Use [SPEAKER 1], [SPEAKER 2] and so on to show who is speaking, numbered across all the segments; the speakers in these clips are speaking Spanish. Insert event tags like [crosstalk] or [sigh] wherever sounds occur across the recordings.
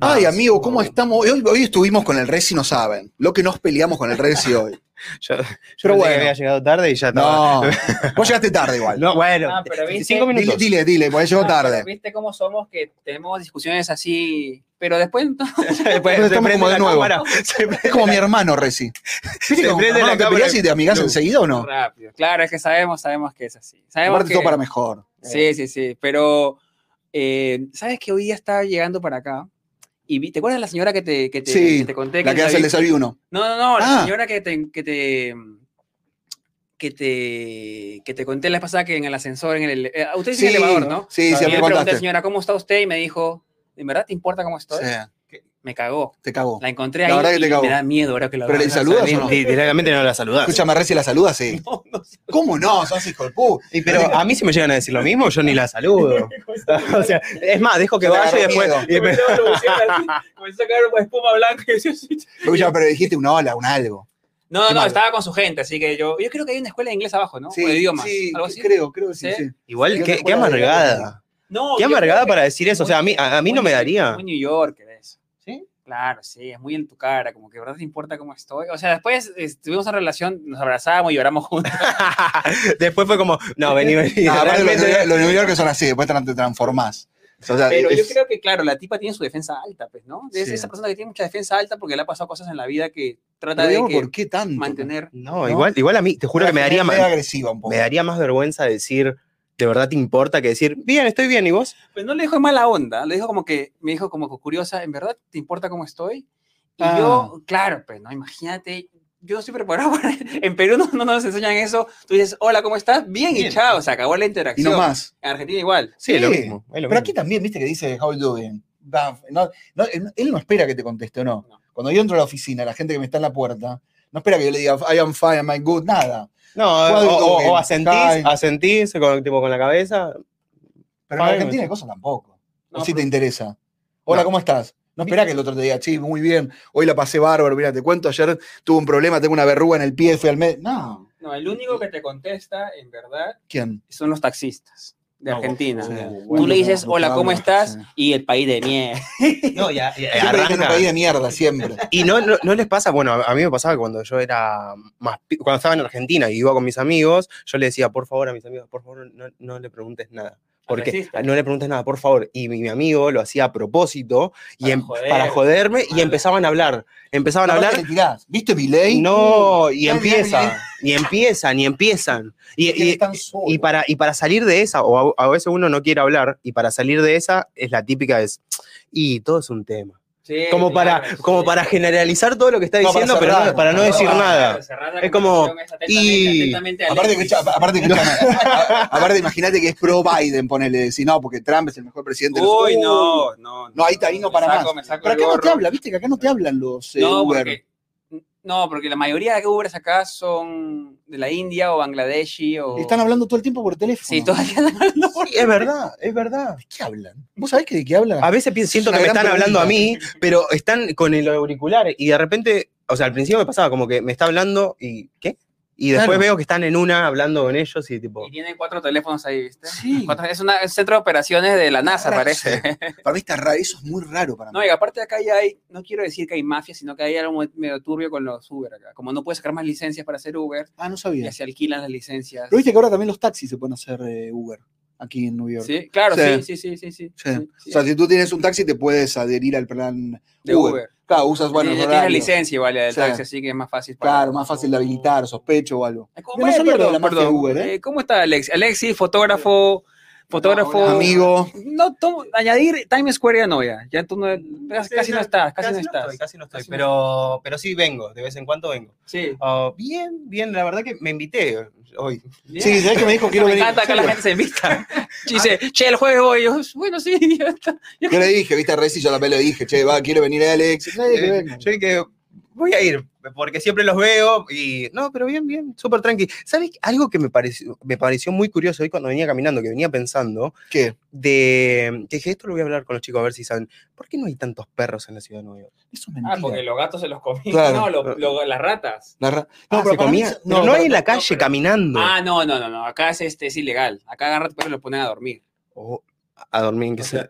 [SPEAKER 1] Ay, amigo, ¿cómo estamos? Hoy, hoy estuvimos con el Resi, no saben. Lo que nos peleamos con el Resi
[SPEAKER 2] [laughs]
[SPEAKER 1] hoy.
[SPEAKER 2] Yo, yo
[SPEAKER 1] Pero
[SPEAKER 2] pensé que
[SPEAKER 1] bueno.
[SPEAKER 2] había llegado tarde y ya estaba.
[SPEAKER 1] No. Vos llegaste tarde
[SPEAKER 2] [laughs]
[SPEAKER 1] igual.
[SPEAKER 2] No, bueno,
[SPEAKER 3] Ah, pero viste,
[SPEAKER 2] cinco
[SPEAKER 1] Dile,
[SPEAKER 2] minutos.
[SPEAKER 1] dile, dile, porque llegó
[SPEAKER 3] [laughs]
[SPEAKER 1] tarde.
[SPEAKER 3] ¿Viste cómo somos que tenemos discusiones así? Pero después entonces,
[SPEAKER 2] Después
[SPEAKER 1] Estamos
[SPEAKER 2] se
[SPEAKER 1] como
[SPEAKER 2] prende
[SPEAKER 1] de
[SPEAKER 2] la
[SPEAKER 1] nuevo.
[SPEAKER 2] cámara. Se prende-
[SPEAKER 1] Es como mi hermano Resi. ¿Viste
[SPEAKER 2] [laughs] Se
[SPEAKER 1] que con
[SPEAKER 2] prende
[SPEAKER 1] tu hermano
[SPEAKER 2] la
[SPEAKER 1] te
[SPEAKER 2] cámara.
[SPEAKER 1] peleás y te amigás
[SPEAKER 2] No.
[SPEAKER 1] enseguida o no?
[SPEAKER 3] rápido. Claro, es que sabemos, sabemos que es así. Sabemos
[SPEAKER 1] Aparte
[SPEAKER 3] que, eh,
[SPEAKER 1] todo para mejor.
[SPEAKER 3] Sí, sí, sí. Pero, eh, ¿sabes que Hoy día estaba llegando para acá. Y vi- ¿Te acuerdas de la señora que te, que te,
[SPEAKER 1] Sí,
[SPEAKER 3] que te conté?
[SPEAKER 1] La que
[SPEAKER 3] la
[SPEAKER 1] hace el
[SPEAKER 3] vi-
[SPEAKER 1] desayuno.
[SPEAKER 3] No, no, no, la
[SPEAKER 1] Ah.
[SPEAKER 3] señora que te, que te que te que te conté la vez pasada que en el ascensor, en el eh, usted dice
[SPEAKER 1] Sí,
[SPEAKER 3] elevador, ¿no?
[SPEAKER 1] Sí, sí,
[SPEAKER 2] Claro.
[SPEAKER 3] Y
[SPEAKER 2] Ya
[SPEAKER 3] yo
[SPEAKER 1] me
[SPEAKER 3] le pregunté,
[SPEAKER 1] contaste.
[SPEAKER 3] señora, ¿cómo está usted? Y me dijo, ¿en verdad te importa cómo estoy?
[SPEAKER 1] Sí,
[SPEAKER 3] Me cagó.
[SPEAKER 1] te cagó.
[SPEAKER 3] La encontré ahí
[SPEAKER 1] Oh. La verdad que
[SPEAKER 3] y
[SPEAKER 1] te cagó.
[SPEAKER 3] me da miedo ahora que la
[SPEAKER 1] Pero
[SPEAKER 2] [laughs]
[SPEAKER 3] veo.
[SPEAKER 1] le saludas o no?
[SPEAKER 2] Literalmente no la saludás.
[SPEAKER 1] Escúchame, Resi la saluda, sí.
[SPEAKER 3] [laughs] No, no sé.
[SPEAKER 1] ¿Cómo no? Sos hijo de pu.
[SPEAKER 2] Y pero a mí si me llegan a decir lo mismo, yo ni la saludo. [laughs] O sea, es más, dejo que
[SPEAKER 1] Yo te
[SPEAKER 2] vaya y
[SPEAKER 1] agarro
[SPEAKER 2] después.
[SPEAKER 1] miedo.
[SPEAKER 2] y después-
[SPEAKER 3] Comenzó a evolucionar así,
[SPEAKER 1] [laughs]
[SPEAKER 3] comenzó a caer espuma blanca y yo, sí, sí.
[SPEAKER 1] Escuchame, pero dijiste un hola, un algo.
[SPEAKER 3] No, no,
[SPEAKER 1] Qué malo.
[SPEAKER 3] estaba con su gente, así que yo yo creo que hay una escuela de inglés abajo, ¿no?
[SPEAKER 1] Sí,
[SPEAKER 3] o de idiomas,
[SPEAKER 1] sí,
[SPEAKER 3] algo así.
[SPEAKER 1] creo, creo que sí.
[SPEAKER 3] Sí.
[SPEAKER 1] sí.
[SPEAKER 2] Igual,
[SPEAKER 1] Sí,
[SPEAKER 2] qué,
[SPEAKER 1] yo me
[SPEAKER 2] qué
[SPEAKER 1] acuerdo de la
[SPEAKER 2] amargada.
[SPEAKER 3] No,
[SPEAKER 2] Qué
[SPEAKER 3] yo creo
[SPEAKER 2] amargada
[SPEAKER 3] que-
[SPEAKER 2] para decir eso. O sea, a mí, a, a mí no me
[SPEAKER 3] muy-
[SPEAKER 2] daría.
[SPEAKER 3] Muy New Yorker eso.
[SPEAKER 2] ¿Sí?
[SPEAKER 3] Claro, sí, es muy en tu cara, como que de verdad te importa cómo estoy. O sea, después eh, tuvimos una relación, nos abrazábamos y lloramos juntos.
[SPEAKER 2] Después fue como, no, vení, vení.
[SPEAKER 3] Ah,
[SPEAKER 1] No, aparte los,
[SPEAKER 2] realmente-
[SPEAKER 1] de- los de New York son así, después te, te transformás. O sea,
[SPEAKER 3] Pero yo
[SPEAKER 1] Ah, es-
[SPEAKER 3] creo que, claro, la tipa tiene su defensa alta, pues, ¿no? Es
[SPEAKER 1] Sí.
[SPEAKER 3] esa persona que tiene mucha defensa alta porque le ha pasado cosas en la vida que
[SPEAKER 1] pero
[SPEAKER 3] trata de
[SPEAKER 1] digamos,
[SPEAKER 3] que
[SPEAKER 1] ¿por qué tanto?
[SPEAKER 3] mantener.
[SPEAKER 2] No, Igual, igual a mí, te juro que me daría,
[SPEAKER 1] más.
[SPEAKER 2] ma-
[SPEAKER 1] agresiva un poco.
[SPEAKER 2] me daría más vergüenza decir, de verdad te importa, que decir, bien, estoy bien, ¿y vos?
[SPEAKER 3] Pues no le dijo en mala onda, le dijo como que, me dijo como que curiosa, ¿en verdad te importa cómo estoy? Y
[SPEAKER 1] Ah.
[SPEAKER 3] yo, claro, pues, ¿no? Imagínate, yo no estoy preparado [laughs] para... En Perú no, no nos enseñan eso. Tú dices, hola, ¿cómo estás? Bien, y
[SPEAKER 2] Bien.
[SPEAKER 3] chao, se acabó la
[SPEAKER 1] Y
[SPEAKER 3] interacción.
[SPEAKER 1] no más.
[SPEAKER 3] En Argentina igual.
[SPEAKER 2] Sí,
[SPEAKER 1] Sí,
[SPEAKER 2] es lo mismo. es lo
[SPEAKER 1] Pero
[SPEAKER 2] mismo.
[SPEAKER 1] aquí también, viste que dice How you doing? Va, no- no, él no espera que te conteste, ¿o no?
[SPEAKER 3] No.
[SPEAKER 1] Cuando yo entro a la oficina, la gente que me está en la puerta, no espera que yo le diga I am fine, am I good, nada.
[SPEAKER 2] No,
[SPEAKER 1] ¿Cuál
[SPEAKER 2] o, o-
[SPEAKER 1] doble?
[SPEAKER 2] o asentís,
[SPEAKER 1] Ay.
[SPEAKER 2] asentís con, tipo, con la cabeza.
[SPEAKER 1] Pero en
[SPEAKER 2] Fine.
[SPEAKER 1] Argentina hay cosas tampoco.
[SPEAKER 3] No,
[SPEAKER 1] o si
[SPEAKER 3] pero-
[SPEAKER 1] te interesa. Hola,
[SPEAKER 2] No.
[SPEAKER 1] ¿cómo estás? No espera que el otro te diga, sí, muy bien, hoy la pasé bárbaro, mira, te cuento, ayer tuve un problema, tengo una verruga en el pie, fui al médico. No,
[SPEAKER 3] No, el único que te contesta, en verdad,
[SPEAKER 1] ¿quién?
[SPEAKER 3] son los taxistas de
[SPEAKER 2] No,
[SPEAKER 3] Argentina.
[SPEAKER 1] Sí.
[SPEAKER 3] Tú le dices,
[SPEAKER 1] no, no te
[SPEAKER 3] hola,
[SPEAKER 1] hablo".
[SPEAKER 3] ¿cómo estás?
[SPEAKER 1] Sí.
[SPEAKER 3] Y el país de miel.
[SPEAKER 2] No, ya,
[SPEAKER 3] Eh,
[SPEAKER 1] Eh, Siempre dicen un país de mierda,
[SPEAKER 3] [laughs]
[SPEAKER 1] siempre.
[SPEAKER 2] Y no, no, no les pasa, bueno, a a mí me pasaba que cuando yo era más, pi- cuando estaba en Argentina y iba con mis amigos, yo le decía, por favor, a mis amigos, por favor, no, no le preguntes nada. Porque
[SPEAKER 3] taxista?
[SPEAKER 2] no le preguntes nada, por favor. Y mi, mi amigo lo hacía a propósito y
[SPEAKER 3] Para
[SPEAKER 2] em-
[SPEAKER 3] joder.
[SPEAKER 2] para joderme y
[SPEAKER 3] Malo.
[SPEAKER 2] empezaban a hablar. Empezaban a
[SPEAKER 1] Aparte
[SPEAKER 2] hablar.
[SPEAKER 1] le tirás, ¿Viste mi ley?
[SPEAKER 2] No,
[SPEAKER 1] Ay,
[SPEAKER 2] y
[SPEAKER 1] ay,
[SPEAKER 2] empiezan,
[SPEAKER 1] ay.
[SPEAKER 2] y empiezan, y empiezan. Y, y- y
[SPEAKER 1] para
[SPEAKER 2] para, y para salir de esa, o a, a veces uno no quiere hablar, y para salir de esa es la típica es, y todo es un tema.
[SPEAKER 3] Sí,
[SPEAKER 2] Como para,
[SPEAKER 3] claro,
[SPEAKER 2] como
[SPEAKER 3] sí.
[SPEAKER 2] para generalizar todo lo que está
[SPEAKER 1] No, para
[SPEAKER 2] diciendo, pero no-
[SPEAKER 1] cerrar,
[SPEAKER 2] para no
[SPEAKER 1] para
[SPEAKER 2] decir
[SPEAKER 1] cerrar.
[SPEAKER 2] nada.
[SPEAKER 3] Cerrar la
[SPEAKER 2] Es como,
[SPEAKER 3] conversación es
[SPEAKER 2] y-
[SPEAKER 3] atentamente, atentamente a
[SPEAKER 1] Aparte,
[SPEAKER 3] Alexis.
[SPEAKER 1] escucha, aparte, escúchame, a- aparte, imagínate que es pro Biden, ponele, decir, no, porque Trump es el mejor presidente. de los-
[SPEAKER 3] Uy,
[SPEAKER 1] Uh,
[SPEAKER 3] no, no.
[SPEAKER 1] No, ahí está, ahí no para
[SPEAKER 3] me saco,
[SPEAKER 1] más.
[SPEAKER 3] me saco
[SPEAKER 1] Pero
[SPEAKER 3] el
[SPEAKER 1] acá no te
[SPEAKER 3] gorro.
[SPEAKER 1] habla, viste que acá no te hablan los eh,
[SPEAKER 3] No,
[SPEAKER 1] Uber.
[SPEAKER 3] porque, no, porque la mayoría de Ubers acá son de la India o Bangladeshi o...
[SPEAKER 1] Están hablando todo el tiempo por teléfono.
[SPEAKER 3] Sí, todavía [laughs] hablando por...
[SPEAKER 2] Sí, es verdad, es verdad.
[SPEAKER 1] ¿De qué hablan? ¿Vos sabés que de qué hablan?
[SPEAKER 3] Ah,
[SPEAKER 2] A veces pi- siento
[SPEAKER 1] una
[SPEAKER 2] que me
[SPEAKER 1] gran
[SPEAKER 2] están hablando a mí,
[SPEAKER 1] pregunta.
[SPEAKER 2] pero están con el auricular y de repente, o sea, al principio me pasaba como que me está hablando y ¿qué? Y después
[SPEAKER 1] Claro.
[SPEAKER 2] veo que están en una hablando con ellos y tipo,
[SPEAKER 3] Y tienen cuatro teléfonos ahí, ¿viste? [laughs]
[SPEAKER 1] Sí. Ah,
[SPEAKER 3] Cuatro- es una- es un centro de operaciones de la NASA,
[SPEAKER 1] Ahora
[SPEAKER 3] parece.
[SPEAKER 1] Para mí está raro, eso es muy raro para mí.
[SPEAKER 3] [laughs] No, y aparte acá ya hay, no quiero decir que hay mafia, sino que hay algo medio turbio con los Uber acá. Como no puedes sacar más licencias para hacer Uber,
[SPEAKER 1] Ah, no
[SPEAKER 3] ya [laughs]
[SPEAKER 1] sabía.
[SPEAKER 3] se alquilan las licencias.
[SPEAKER 1] Pero viste que ahora también los taxis se pueden hacer eh, Uber aquí en New York.
[SPEAKER 3] Sí, claro,
[SPEAKER 1] Sí.
[SPEAKER 3] sí, sí, sí, sí, sí.
[SPEAKER 1] Sí.
[SPEAKER 3] sí, sí.
[SPEAKER 1] O sea, si tú tienes un taxi, te puedes adherir al plan
[SPEAKER 3] de
[SPEAKER 1] Uber.
[SPEAKER 3] Uber.
[SPEAKER 1] Claro, usas, bueno,
[SPEAKER 3] Sí,
[SPEAKER 1] el
[SPEAKER 3] ya
[SPEAKER 1] horario.
[SPEAKER 3] tienes licencia igual del
[SPEAKER 1] Sí.
[SPEAKER 3] taxi, así que es más fácil. para-
[SPEAKER 1] Claro, más fácil de habilitar, sospecho o algo.
[SPEAKER 3] Eh, ¿cómo-
[SPEAKER 1] Yo no
[SPEAKER 3] eh,
[SPEAKER 1] sabía lo de la
[SPEAKER 3] perdón,
[SPEAKER 1] mafia de
[SPEAKER 3] perdón.
[SPEAKER 1] Uber, ¿eh?
[SPEAKER 3] Eh, ¿Cómo está Alexi? Alexi, fotógrafo, fotógrafo.
[SPEAKER 1] Hola, Amigo.
[SPEAKER 3] No, to- añadir Times Square ya no, ya. Ya tú no, casi, casi no estás, Mm, casi, no estás.
[SPEAKER 2] estoy, casi no estoy,
[SPEAKER 3] Casi no
[SPEAKER 2] pero, pero sí vengo, de vez en cuando vengo.
[SPEAKER 3] Sí.
[SPEAKER 2] Ah, bien, bien, la verdad que me invité hoy.
[SPEAKER 3] bien.
[SPEAKER 1] Sí, ¿sabés que me dijo quiero
[SPEAKER 3] me
[SPEAKER 1] venir?
[SPEAKER 3] encanta acá la gente se invita.
[SPEAKER 1] [laughs]
[SPEAKER 3] [laughs] Y dice, che, el jueves voy. Y Yo, bueno, sí, ya está.
[SPEAKER 1] Yo le dije, viste, a Reci, yo la le dije, che, va, quiere venir Alex. Nadie que
[SPEAKER 2] Eh,
[SPEAKER 1] venga.
[SPEAKER 2] yo dije, voy a ir, porque siempre los veo y no, pero bien, bien, súper tranqui. ¿Sabes algo que me pareció, me pareció muy curioso hoy cuando venía caminando, que venía pensando,
[SPEAKER 1] ¿Qué?
[SPEAKER 2] de que dije, esto lo voy a hablar con los chicos a ver si saben, ¿por qué no hay tantos perros en la ciudad de Nueva York?
[SPEAKER 1] Eso es
[SPEAKER 4] Ah,
[SPEAKER 1] mentira.
[SPEAKER 4] porque los gatos se los
[SPEAKER 3] [laughs]
[SPEAKER 4] comían.
[SPEAKER 1] Claro.
[SPEAKER 4] No, lo- lo- las ratas.
[SPEAKER 1] La ra-
[SPEAKER 2] No, pero
[SPEAKER 1] para mí
[SPEAKER 2] comía,
[SPEAKER 1] Ah, se-
[SPEAKER 2] pero no,
[SPEAKER 1] para-
[SPEAKER 2] hay en la
[SPEAKER 4] no,
[SPEAKER 2] calle
[SPEAKER 4] pero-
[SPEAKER 2] caminando.
[SPEAKER 3] Ah, no, no, no, no. Acá es, este, es ilegal. Acá agarran perros y los ponen a dormir.
[SPEAKER 2] O Oh, a dormir, que
[SPEAKER 4] O
[SPEAKER 2] sea.
[SPEAKER 4] sea,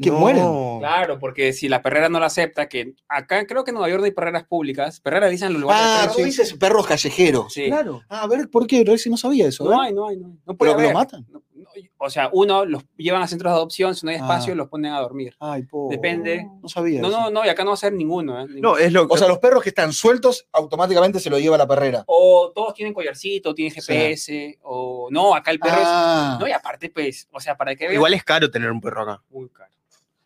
[SPEAKER 1] que mueren.
[SPEAKER 3] Claro, porque si la perrera no la acepta, que acá creo que en Nueva York no hay perreras públicas. Perreras le dicen los lugares. de
[SPEAKER 1] Ah,
[SPEAKER 3] perros.
[SPEAKER 1] tú dices perros callejeros.
[SPEAKER 3] Sí.
[SPEAKER 2] Claro.
[SPEAKER 1] Ah, a ver, ¿por qué? Reci no sabía eso. a
[SPEAKER 3] No
[SPEAKER 1] ver.
[SPEAKER 3] hay, no hay, no hay. No puede
[SPEAKER 1] ¿Pero que lo
[SPEAKER 3] haber.
[SPEAKER 1] matan?
[SPEAKER 3] No, no, o sea, uno los llevan a centros de adopción, si no hay
[SPEAKER 1] Ah.
[SPEAKER 3] espacio, los ponen a dormir.
[SPEAKER 1] Ay, po.
[SPEAKER 3] Depende.
[SPEAKER 1] No sabía
[SPEAKER 3] No,
[SPEAKER 1] eso.
[SPEAKER 3] no, no, y acá no va a ser ninguno. ¿eh? Ninguno.
[SPEAKER 2] No, es lo que.
[SPEAKER 1] O sea, los perros que están sueltos automáticamente se lo lleva la perrera.
[SPEAKER 3] O todos tienen collarcito, tienen GPS, o no, acá el perro
[SPEAKER 1] Ah,
[SPEAKER 3] es. No, y aparte, pues, o sea, para que veas-
[SPEAKER 2] Igual es caro tener un perro acá.
[SPEAKER 3] Muy caro.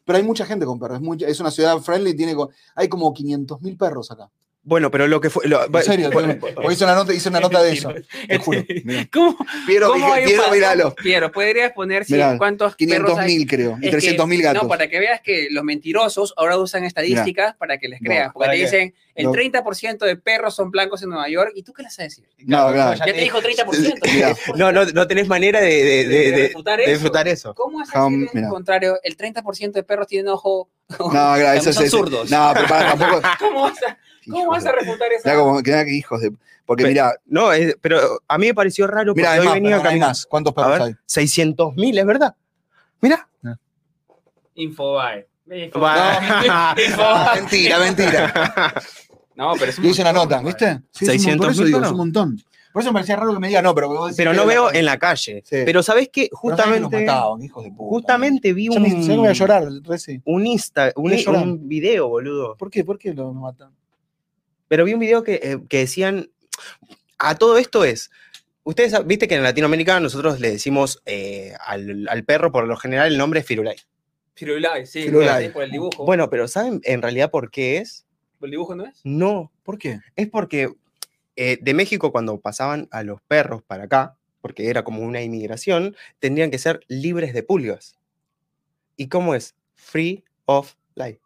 [SPEAKER 1] pero hay mucha gente con perros. Es, mucha- es una ciudad friendly, tiene co- hay como 500.000 perros acá.
[SPEAKER 2] Bueno, pero lo que fue. lo-
[SPEAKER 1] En
[SPEAKER 2] [laughs]
[SPEAKER 1] serio, tengo- porque hice una nota, hice una nota de eso. Te juro. Mirá.
[SPEAKER 3] ¿Cómo,
[SPEAKER 1] Piero,
[SPEAKER 3] cómo hay un
[SPEAKER 1] Piero,
[SPEAKER 3] patrón?
[SPEAKER 1] míralo.
[SPEAKER 3] Piero, podrías poner si-
[SPEAKER 1] Mirá,
[SPEAKER 3] cuántos perros hay.
[SPEAKER 1] 500.000 creo, y
[SPEAKER 3] Es que-
[SPEAKER 1] 300.000 gatos.
[SPEAKER 3] No, para que veas que los mentirosos ahora usan estadísticas para que les
[SPEAKER 1] No,
[SPEAKER 3] creas. porque
[SPEAKER 4] ¿para
[SPEAKER 3] te
[SPEAKER 4] qué?
[SPEAKER 3] dicen el
[SPEAKER 1] No.
[SPEAKER 3] 30% de perros son blancos en Nueva York. ¿Y tú qué les vas a decir?
[SPEAKER 1] No, claro.
[SPEAKER 3] Ya te dijo 30%. [laughs]
[SPEAKER 1] Mirá.
[SPEAKER 2] No, no, no tenés manera de, de, de- de-
[SPEAKER 3] refutar
[SPEAKER 2] de
[SPEAKER 3] eso.
[SPEAKER 2] disfrutar eso.
[SPEAKER 3] ¿Cómo es
[SPEAKER 1] Jam-
[SPEAKER 3] así?
[SPEAKER 1] mira.
[SPEAKER 3] Al contrario, el 30% de perros tienen ojo.
[SPEAKER 1] No, claro, eso
[SPEAKER 3] Son
[SPEAKER 1] es.
[SPEAKER 3] zurdos.
[SPEAKER 1] No, pero para tampoco.
[SPEAKER 3] ¿Cómo vas a, [laughs] cómo vas a refutar
[SPEAKER 1] Mirá
[SPEAKER 3] eso?
[SPEAKER 1] como, mirá que hijos de. Porque
[SPEAKER 2] Pe-
[SPEAKER 1] mira,
[SPEAKER 2] No, es- pero a mí me pareció raro porque
[SPEAKER 1] mira,
[SPEAKER 2] hoy
[SPEAKER 1] además,
[SPEAKER 2] venía
[SPEAKER 1] hay
[SPEAKER 2] caminando.
[SPEAKER 1] más. ¿Cuántos
[SPEAKER 2] A
[SPEAKER 1] perros
[SPEAKER 2] ver.
[SPEAKER 1] hay?
[SPEAKER 2] 600 mil, es verdad. Mira.
[SPEAKER 4] Infobae.
[SPEAKER 2] Va.
[SPEAKER 1] Ah, [laughs] mentira, mentira.
[SPEAKER 3] No, pero es un
[SPEAKER 1] Yo hice una
[SPEAKER 3] montón,
[SPEAKER 1] nota,
[SPEAKER 3] igual.
[SPEAKER 1] ¿viste? Sí, es un mon-
[SPEAKER 2] 600.000
[SPEAKER 1] por eso digo, es
[SPEAKER 2] perros.
[SPEAKER 1] un montón. Por eso me parecía raro que me diga, no, pero. vos decís
[SPEAKER 2] Pero
[SPEAKER 1] que
[SPEAKER 2] no
[SPEAKER 1] era
[SPEAKER 2] veo
[SPEAKER 1] la-
[SPEAKER 2] en la calle.
[SPEAKER 1] Sí.
[SPEAKER 2] Pero sabés
[SPEAKER 1] Pero sabés que
[SPEAKER 2] que
[SPEAKER 1] los
[SPEAKER 2] justamente,
[SPEAKER 1] mataban, hijos de puta.
[SPEAKER 2] justamente vi
[SPEAKER 1] Ya me-
[SPEAKER 2] un,
[SPEAKER 1] ya me voy a llorar, Reci.
[SPEAKER 2] un Insta, un,
[SPEAKER 1] Voy a llorar.
[SPEAKER 2] un video, boludo.
[SPEAKER 1] ¿Por qué? ¿Por qué los matan?
[SPEAKER 2] Pero vi un video que, eh, que decían, a todo esto es, ustedes sab- viste que en Latinoamérica nosotros le decimos eh, al, al perro por lo general el nombre es Firulai.
[SPEAKER 4] Firulai, sí.
[SPEAKER 1] Firulai.
[SPEAKER 4] sí, Por el
[SPEAKER 1] Oh.
[SPEAKER 4] dibujo.
[SPEAKER 2] Bueno, pero ¿saben en realidad por qué es?
[SPEAKER 4] ¿Por el dibujo no es?
[SPEAKER 2] No,
[SPEAKER 1] ¿Por qué?
[SPEAKER 2] es porque eh, de México cuando pasaban a los perros para acá, porque era como una inmigración, tendrían que ser libres de pulgas. ¿Y cómo es? Free of life.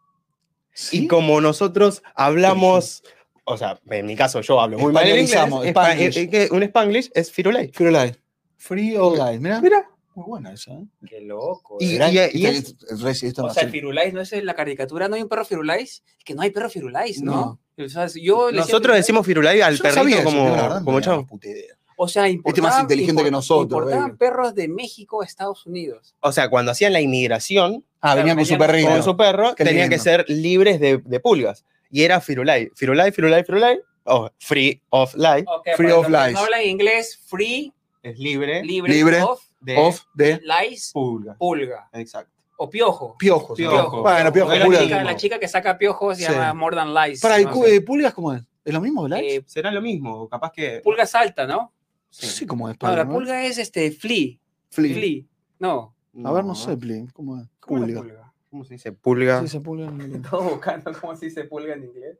[SPEAKER 2] Y
[SPEAKER 1] ¿Sí?
[SPEAKER 2] como nosotros hablamos, o sea, en mi caso yo hablo muy mal en inglés,
[SPEAKER 1] Españolizamos,
[SPEAKER 2] espa-
[SPEAKER 1] Spanglish.
[SPEAKER 2] eh, que un spanglish es firulai.
[SPEAKER 1] Firulai. Free or life, Ah, mira.
[SPEAKER 2] Mira,
[SPEAKER 1] Muy buena esa. ¿eh?
[SPEAKER 4] Qué loco.
[SPEAKER 2] Y-
[SPEAKER 4] eh.
[SPEAKER 1] Mirá,
[SPEAKER 2] y
[SPEAKER 1] este- Reci, esto
[SPEAKER 4] o
[SPEAKER 1] no
[SPEAKER 4] sea,
[SPEAKER 1] sé.
[SPEAKER 4] Firulais no es en la caricatura, no hay un perro Firulais.
[SPEAKER 3] Es que no hay perro firulais, ¿no?
[SPEAKER 1] No.
[SPEAKER 3] O sea, si yo le decía
[SPEAKER 2] nosotros
[SPEAKER 3] firulais,
[SPEAKER 2] decimos firulai al
[SPEAKER 1] Yo no sabía
[SPEAKER 2] perrito
[SPEAKER 1] eso,
[SPEAKER 2] como,
[SPEAKER 1] tío, la verdad, no
[SPEAKER 2] como
[SPEAKER 1] tenía
[SPEAKER 2] chavo.
[SPEAKER 1] ni puta idea.
[SPEAKER 3] O sea,
[SPEAKER 1] Este más
[SPEAKER 3] importaban-
[SPEAKER 1] inteligente que
[SPEAKER 3] import-
[SPEAKER 1] nosotros,
[SPEAKER 3] Importaban
[SPEAKER 1] baby.
[SPEAKER 3] perros de México a Estados Unidos.
[SPEAKER 2] O sea, cuando hacían la inmigración
[SPEAKER 1] Ah, venían con su
[SPEAKER 3] venían con
[SPEAKER 1] perrito.
[SPEAKER 2] con su perro,
[SPEAKER 1] Qué
[SPEAKER 2] tenían que
[SPEAKER 1] lindo.
[SPEAKER 2] ser libres de, de pulgas. Y era firulai, firulai, firulai, firulai, o Oh, free of life,
[SPEAKER 3] Ok, pues,
[SPEAKER 1] Free
[SPEAKER 3] para
[SPEAKER 1] of
[SPEAKER 3] los que no
[SPEAKER 1] lies.
[SPEAKER 3] hablan inglés, free,
[SPEAKER 2] es libre
[SPEAKER 3] libre,
[SPEAKER 1] Libre.
[SPEAKER 3] of,
[SPEAKER 2] de
[SPEAKER 1] Off de
[SPEAKER 3] lies,
[SPEAKER 2] pulgas.
[SPEAKER 3] pulga
[SPEAKER 2] Exacto.
[SPEAKER 3] o piojo.
[SPEAKER 1] piojos.
[SPEAKER 2] Piojo.
[SPEAKER 1] ¿no? Bueno, piojos.
[SPEAKER 3] la,
[SPEAKER 1] pulgas.
[SPEAKER 3] chica, la chica que saca piojos se
[SPEAKER 1] Sí.
[SPEAKER 3] llama More Than Lies.
[SPEAKER 1] Para, ¿y
[SPEAKER 3] ¿no?
[SPEAKER 1] cu- eh, pulgas cómo es? ¿Es lo mismo, Black?
[SPEAKER 3] Eh,
[SPEAKER 2] Será lo mismo, capaz que...
[SPEAKER 3] pulga salta, ¿no?
[SPEAKER 1] sí, cómo es.
[SPEAKER 3] No, la
[SPEAKER 1] Pablo, ¿no?
[SPEAKER 3] pulga es este, flea.
[SPEAKER 1] Flea.
[SPEAKER 3] Flea. No.
[SPEAKER 1] A ver, no sé, Flea, ¿Cómo es?
[SPEAKER 3] ¿Cómo es la
[SPEAKER 1] Pulga.
[SPEAKER 3] pulga?
[SPEAKER 2] ¿Cómo se dice? Pulga.
[SPEAKER 1] Sí, esa pulga no me lo-
[SPEAKER 3] Estaba buscando cómo se dice pulga en inglés.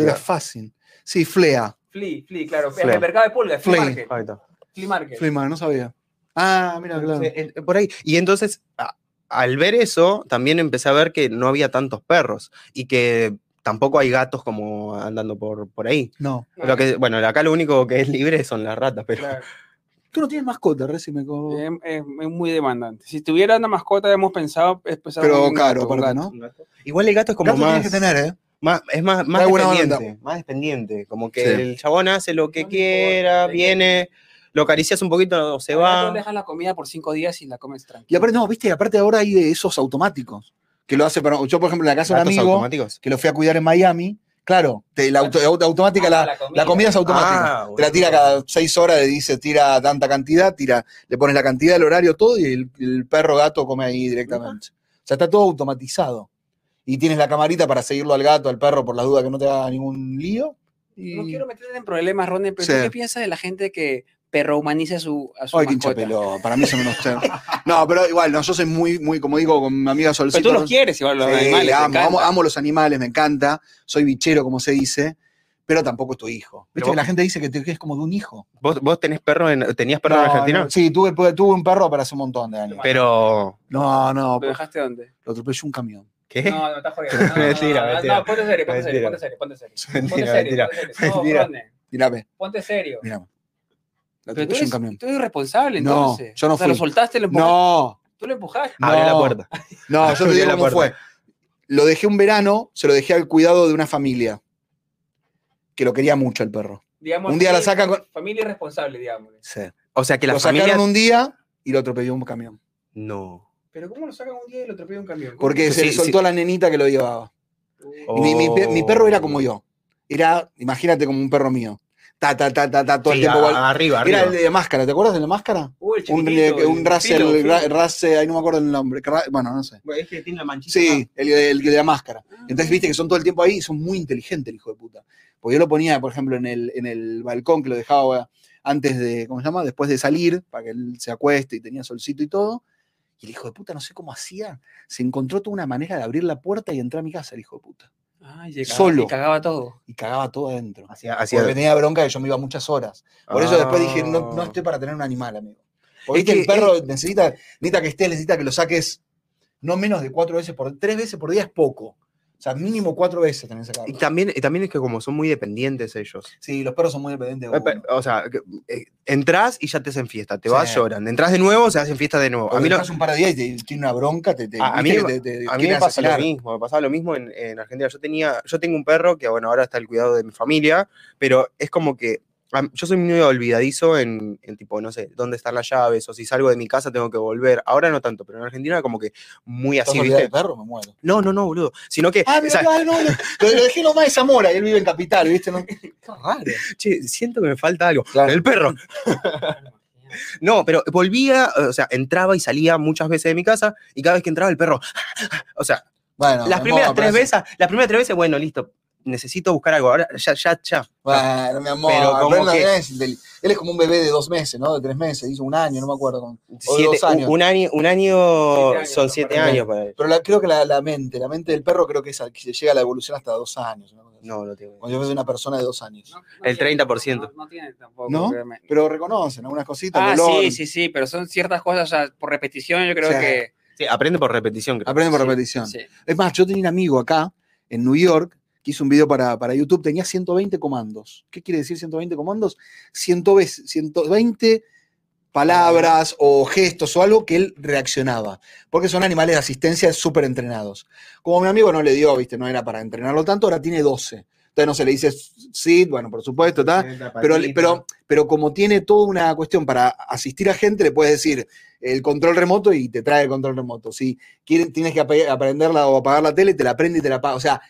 [SPEAKER 1] Era fácil. Sí, flea.
[SPEAKER 3] Flea, flea, claro.
[SPEAKER 2] Flea.
[SPEAKER 3] El mercado de pulga, flea,
[SPEAKER 1] Flea.
[SPEAKER 3] market.
[SPEAKER 2] Ahí está.
[SPEAKER 3] Flea market.
[SPEAKER 1] Flea, man, no sabía. Ah, mira, claro.
[SPEAKER 2] Entonces, el- por ahí. Y entonces, a- al ver eso, también empecé a ver que no había tantos perros y que tampoco hay gatos como andando por, por ahí.
[SPEAKER 1] No.
[SPEAKER 3] No,
[SPEAKER 2] Lo que, bueno, acá lo único que es libre son las ratas, pero
[SPEAKER 3] claro.
[SPEAKER 1] Tú no tienes mascota, Reci, me co-
[SPEAKER 3] Es, es- es muy demandante. Si tuviera una mascota, hemos pensado. es pensar en
[SPEAKER 1] Pero
[SPEAKER 3] un
[SPEAKER 1] caro,
[SPEAKER 3] gato, un
[SPEAKER 1] aparte,
[SPEAKER 3] gato.
[SPEAKER 1] ¿no?
[SPEAKER 2] [laughs] igual el gato es como
[SPEAKER 1] Gato
[SPEAKER 2] más,
[SPEAKER 1] tienes que tener, ¿eh?
[SPEAKER 2] más- Es más, más
[SPEAKER 1] Trae buena
[SPEAKER 2] dependiente. Más dependiente. Como que
[SPEAKER 1] Sí.
[SPEAKER 2] el chabón hace lo que
[SPEAKER 4] No le
[SPEAKER 2] quiera,
[SPEAKER 4] importa, le-
[SPEAKER 2] viene, lo acaricias un poquito, se
[SPEAKER 3] Al gato
[SPEAKER 2] va.
[SPEAKER 3] le dejas la comida por cinco días y la comes tranquila.
[SPEAKER 1] Y aparte, no, viste, aparte ahora hay de esos automáticos. Que lo hace para. Yo, por ejemplo, en la casa de un
[SPEAKER 2] Gatos
[SPEAKER 1] amigo
[SPEAKER 2] automáticos.
[SPEAKER 1] que lo fui a cuidar en Miami. Claro, te- la auto- auto- automática,
[SPEAKER 4] Ah,
[SPEAKER 1] la,
[SPEAKER 4] la comida.
[SPEAKER 1] la comida es automática.
[SPEAKER 2] Ah,
[SPEAKER 1] Te la tira
[SPEAKER 2] boludo.
[SPEAKER 1] cada seis horas, le dice tira tanta cantidad, tira, le pones la cantidad, el horario, todo, y el, el perro gato come ahí directamente. O sea, está todo automatizado. Y tienes la camarita para seguirlo al gato, al perro, por las dudas que no te haga ningún lío. Y...
[SPEAKER 3] No quiero meterte en problemas, Ronnie, pero
[SPEAKER 1] Sí.
[SPEAKER 3] ¿tú ¿qué piensas de la gente que perrohumaniza a su, a su
[SPEAKER 1] Ay, qué
[SPEAKER 3] mascota?
[SPEAKER 1] hinchapeló. Para mí son unos cerdos. No, pero igual, no, yo soy muy, muy, como digo con mi amiga
[SPEAKER 3] Pero
[SPEAKER 1] Solcita.
[SPEAKER 3] tú los quieres igual los
[SPEAKER 1] Sí,
[SPEAKER 3] animales. te
[SPEAKER 1] amo,
[SPEAKER 3] encanta.
[SPEAKER 1] amo, amo los animales, me encanta. Soy bichero, como se dice. Pero tampoco es tu hijo.
[SPEAKER 2] Pero
[SPEAKER 1] Viste
[SPEAKER 2] vos-
[SPEAKER 1] que la gente dice que, te- que es como de un hijo.
[SPEAKER 2] ¿Vos, vos tenés perro en, tenías perro en
[SPEAKER 1] No,
[SPEAKER 2] Argentina?
[SPEAKER 1] no, sí, tuve, tuve un perro, pero hace un montón de años.
[SPEAKER 2] Pero
[SPEAKER 1] No, no,
[SPEAKER 3] ¿Lo dejaste dónde? [laughs]
[SPEAKER 1] lo atropelló un camión.
[SPEAKER 2] ¿Qué?
[SPEAKER 4] No, no, estás jodiendo. No, no, no,
[SPEAKER 2] Mentira,
[SPEAKER 4] no, no,
[SPEAKER 2] mentira.
[SPEAKER 4] No, ponte serio, ponte serio,
[SPEAKER 2] Mentira.
[SPEAKER 4] ponte serio, ponte serio.
[SPEAKER 1] [laughs]
[SPEAKER 4] Ponte
[SPEAKER 2] Mentira,
[SPEAKER 4] serio,
[SPEAKER 2] mentira.
[SPEAKER 4] ponte serio. No,
[SPEAKER 2] mentira.
[SPEAKER 4] Frontman,
[SPEAKER 1] Mírame,
[SPEAKER 4] Ponte serio.
[SPEAKER 1] mírame. La
[SPEAKER 3] Pero tú
[SPEAKER 1] atropelló
[SPEAKER 3] eres,
[SPEAKER 1] un camión.
[SPEAKER 3] tú eres irresponsable,
[SPEAKER 1] No,
[SPEAKER 3] entonces.
[SPEAKER 1] yo no
[SPEAKER 3] O sea, lo
[SPEAKER 1] fui.
[SPEAKER 3] soltaste, lo empujaste.
[SPEAKER 1] No,
[SPEAKER 4] Tú lo empujaste.
[SPEAKER 1] No.
[SPEAKER 2] Abrió la puerta.
[SPEAKER 1] no, yo te
[SPEAKER 2] Abrió
[SPEAKER 1] digo
[SPEAKER 2] la
[SPEAKER 1] cómo fue.
[SPEAKER 2] puerta.
[SPEAKER 1] Lo dejé un verano, se lo dejé al cuidado de una familia que lo quería mucho el perro.
[SPEAKER 4] Digamos,
[SPEAKER 1] Un día la
[SPEAKER 4] familia-
[SPEAKER 1] sacan con-
[SPEAKER 4] Familia irresponsable, digamos.
[SPEAKER 2] O sea que la
[SPEAKER 1] lo
[SPEAKER 2] familia.
[SPEAKER 1] sacaron un día y lo atropelló un camión.
[SPEAKER 2] No.
[SPEAKER 4] Pero ¿cómo lo sacan un día y lo atropella un camión?
[SPEAKER 1] Porque
[SPEAKER 2] Sí,
[SPEAKER 1] se le
[SPEAKER 2] sí.
[SPEAKER 1] soltó a la nenita que lo llevaba. Y mi, mi pe- mi perro era como yo. Era, imagínate, como un perro mío. Ta, ta, ta, ta, ta, todo el
[SPEAKER 2] Sí,
[SPEAKER 1] tiempo.
[SPEAKER 2] a-
[SPEAKER 1] igual.
[SPEAKER 2] arriba,
[SPEAKER 1] Era
[SPEAKER 2] arriba.
[SPEAKER 1] el de máscara, ¿te acuerdas de la máscara?
[SPEAKER 4] Uy, el
[SPEAKER 1] Un,
[SPEAKER 4] chiquitito,
[SPEAKER 1] eh, un
[SPEAKER 4] el
[SPEAKER 1] Russell,
[SPEAKER 4] filo, filo.
[SPEAKER 1] ra- Russell, ahí no me acuerdo el nombre. que ra- Bueno, no sé.
[SPEAKER 2] Es que tiene la manchita.
[SPEAKER 1] Sí, el, el de la máscara. Entonces, viste que son todo el tiempo ahí y son muy inteligentes, el hijo de puta. Porque yo lo ponía, por ejemplo, en el, en el balcón que lo dejaba antes de, ¿cómo se llama? Después de salir, para que él se acueste y tenía solcito y todo. Y el hijo de puta, no sé cómo hacía, se encontró toda una manera de abrir la puerta y entrar a mi casa, el hijo de puta.
[SPEAKER 3] Ah,
[SPEAKER 4] Ay, y cagaba-
[SPEAKER 1] Solo.
[SPEAKER 4] y cagaba todo.
[SPEAKER 1] Y cagaba todo adentro.
[SPEAKER 2] Hacía, hacía-
[SPEAKER 1] Porque tenía bronca que yo me iba muchas horas. Por eso después dije, no, no
[SPEAKER 2] Ah.
[SPEAKER 1] estoy para tener un animal, amigo. Porque
[SPEAKER 2] Es
[SPEAKER 1] viste, el
[SPEAKER 2] que-
[SPEAKER 1] perro necesita, necesita que estés, necesita que lo saques no menos de cuatro veces por tres veces por día es poco. O sea, mínimo cuatro veces tenés que
[SPEAKER 2] Y
[SPEAKER 1] sacarlo.
[SPEAKER 2] también, y también es que como son muy dependientes ellos.
[SPEAKER 1] Sí, los perros son muy dependientes de
[SPEAKER 2] Eh, pe-
[SPEAKER 1] uno.
[SPEAKER 2] O sea, que, eh, entras y ya te hacen fiesta, te vas
[SPEAKER 1] Sí.
[SPEAKER 2] llorando. Entras de nuevo, se hacen fiesta de nuevo.
[SPEAKER 1] A
[SPEAKER 2] A mí, lo-
[SPEAKER 1] un par de días y te- tiene una bronca, te, te,
[SPEAKER 2] A- a
[SPEAKER 1] viste
[SPEAKER 2] mí-
[SPEAKER 1] que te- te
[SPEAKER 2] a mí
[SPEAKER 1] quiere
[SPEAKER 2] me pasa lo
[SPEAKER 1] asesinar.
[SPEAKER 2] mismo, me pasaba lo mismo en, en Argentina. Yo tenía, yo tengo un perro que bueno, ahora está al cuidado de mi familia, pero es como que am- yo soy muy olvidadizo en, en tipo, no sé, dónde están las llaves, o si salgo de mi casa tengo que volver. Ahora no tanto, pero en Argentina como que muy
[SPEAKER 1] ¿Estás
[SPEAKER 2] así,
[SPEAKER 1] olvidado del
[SPEAKER 2] ¿viste?
[SPEAKER 1] perro? Me muero.
[SPEAKER 2] No, no, no, boludo. Sino que,
[SPEAKER 1] [laughs] Ah,
[SPEAKER 2] o
[SPEAKER 1] mira,
[SPEAKER 2] sea,
[SPEAKER 1] no, no, lo, lo dejé nomás de Zamora y él vive en Capital, ¿viste? No, qué raro.
[SPEAKER 3] [laughs]
[SPEAKER 2] che, siento que me falta algo.
[SPEAKER 1] Claro.
[SPEAKER 2] El perro. No, pero volvía, o sea, entraba y salía muchas veces de mi casa y cada vez que entraba el perro, [laughs] o sea,
[SPEAKER 1] Bueno,
[SPEAKER 2] las
[SPEAKER 1] me
[SPEAKER 2] primeras
[SPEAKER 1] muero,
[SPEAKER 2] tres
[SPEAKER 1] pero-
[SPEAKER 2] veces, las primeras tres veces, bueno, listo, necesito buscar algo, ahora ya, ya, ya.
[SPEAKER 1] Bueno, mi amor,
[SPEAKER 2] Pero como
[SPEAKER 1] Bernard
[SPEAKER 2] que-
[SPEAKER 1] es del- él es como un bebé de dos meses, ¿no? De tres meses, hizo un año, no me acuerdo. cómo. O
[SPEAKER 2] Siete-
[SPEAKER 1] dos años.
[SPEAKER 2] Un, un año, un año,
[SPEAKER 4] Siete años,
[SPEAKER 2] son
[SPEAKER 4] ¿no?
[SPEAKER 2] siete
[SPEAKER 4] Para
[SPEAKER 1] mí.
[SPEAKER 2] años para él.
[SPEAKER 1] Pero la- creo que la, la mente, la mente del perro creo que es a- que llega a la evolución hasta dos años. ¿no?
[SPEAKER 2] No, lo tengo.
[SPEAKER 1] Cuando yo soy una persona de dos años.
[SPEAKER 4] No, no
[SPEAKER 2] El
[SPEAKER 4] tiene,
[SPEAKER 2] 30%.
[SPEAKER 4] No, no tiene tampoco.
[SPEAKER 1] ¿No?
[SPEAKER 4] realmente.
[SPEAKER 1] Pero reconocen algunas cositas.
[SPEAKER 3] Ah,
[SPEAKER 1] dolor.
[SPEAKER 3] sí, sí, sí, pero son ciertas cosas, o sea, por repetición yo creo
[SPEAKER 1] Sí.
[SPEAKER 3] que...
[SPEAKER 2] Sí, aprende por repetición, creo.
[SPEAKER 1] Aprenden por
[SPEAKER 3] Sí,
[SPEAKER 1] repetición.
[SPEAKER 3] sí.
[SPEAKER 1] Es más, yo tenía un amigo acá, en New York, que hizo un video para, para YouTube, tenía 120 comandos. ¿Qué quiere decir 120 comandos? 100 veces- 120 palabras o gestos o algo que él reaccionaba. Porque son animales de asistencia súper entrenados. Como mi amigo no le dio, viste, no era para entrenarlo tanto, ahora tiene 12. Entonces, no se le dice sí, bueno, por supuesto, tal. ¿ah? Pero, pero, pero como tiene toda una cuestión para asistir a gente, le puedes decir el control remoto y te trae el control remoto. Si quieren, tienes que ape- aprenderla o apagar la tele, te la aprende y te la apaga. O sea,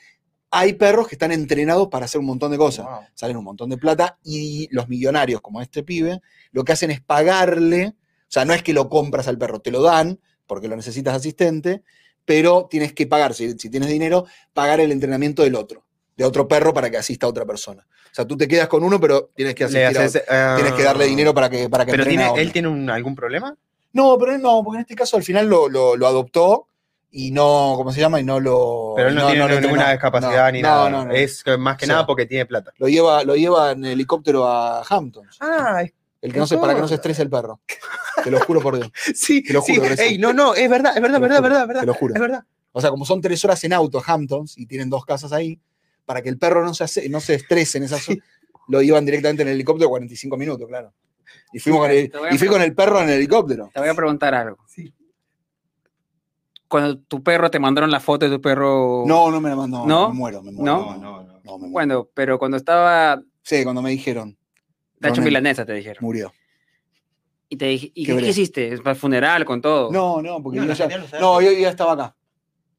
[SPEAKER 1] hay perros que están entrenados para hacer un montón de cosas.
[SPEAKER 2] Wow.
[SPEAKER 1] Salen un montón de plata y los millonarios, como este pibe, lo que hacen es pagarle. O sea, no es que lo compras al perro, te lo dan porque lo necesitas asistente, pero tienes que pagar, si, si tienes dinero, pagar el entrenamiento del otro, de otro perro para que asista a otra persona. O sea, tú te quedas con uno, pero tienes que
[SPEAKER 2] Le
[SPEAKER 1] asistir a
[SPEAKER 2] haces,
[SPEAKER 1] otro.
[SPEAKER 2] ah,
[SPEAKER 1] Tienes que darle dinero para que, para que
[SPEAKER 2] Pero
[SPEAKER 1] entrene a
[SPEAKER 2] tiene,
[SPEAKER 1] otro.
[SPEAKER 2] él tiene un- algún problema?
[SPEAKER 1] No, pero él no, porque en este caso al final lo, lo- lo adoptó y no, ¿cómo se llama? Y no lo.
[SPEAKER 2] Pero él no, tiene
[SPEAKER 1] lo
[SPEAKER 2] ninguna
[SPEAKER 1] entrenó.
[SPEAKER 2] discapacidad
[SPEAKER 1] No,
[SPEAKER 2] ni
[SPEAKER 1] no,
[SPEAKER 2] nada.
[SPEAKER 1] no, no.
[SPEAKER 2] Es que más que
[SPEAKER 1] O sea,
[SPEAKER 2] nada porque tiene plata.
[SPEAKER 1] Lo, lleva, lo lleva en helicóptero a Hampton.
[SPEAKER 2] Ah,
[SPEAKER 1] El que no se, para que no se estrese el perro. Te lo juro por Dios.
[SPEAKER 2] [laughs] Sí,
[SPEAKER 1] Te lo
[SPEAKER 2] sí.
[SPEAKER 1] juro, recién.
[SPEAKER 2] Ey, no, no, es verdad, es
[SPEAKER 1] Te
[SPEAKER 2] verdad,
[SPEAKER 1] lo
[SPEAKER 2] verdad,
[SPEAKER 1] juro,
[SPEAKER 2] verdad, verdad.
[SPEAKER 1] Te lo juro.
[SPEAKER 2] Es verdad.
[SPEAKER 1] O sea, como son tres horas en auto a Hamptons y tienen dos casas ahí, para que el perro no se, hace- no se estrese en esa
[SPEAKER 2] [laughs]
[SPEAKER 1] zona, lo llevan directamente en el helicóptero 45 minutos, claro. Y, fuimos con el-
[SPEAKER 4] Te voy a
[SPEAKER 1] y fui con el perro en el helicóptero.
[SPEAKER 3] Te voy a preguntar algo. Cuando tu perro te mandaron la foto de tu perro...
[SPEAKER 1] No, no me la mandó.
[SPEAKER 3] Oh. ¿No?
[SPEAKER 1] Me muero, me muero.
[SPEAKER 3] ¿No?
[SPEAKER 1] no, no, no, me muero.
[SPEAKER 3] Bueno, pero cuando estaba
[SPEAKER 1] Sí, cuando me dijeron.
[SPEAKER 3] Nacho
[SPEAKER 1] Ronen
[SPEAKER 3] Milanesa te dijeron.
[SPEAKER 1] Murió.
[SPEAKER 3] Y te dije, ¿y qué,
[SPEAKER 1] Quebré.
[SPEAKER 3] qué hiciste? Es para el funeral con todo.
[SPEAKER 1] No, no, porque
[SPEAKER 2] No,
[SPEAKER 1] yo
[SPEAKER 2] la
[SPEAKER 1] ya,
[SPEAKER 2] gente no sabe.
[SPEAKER 1] no, yo ya estaba acá.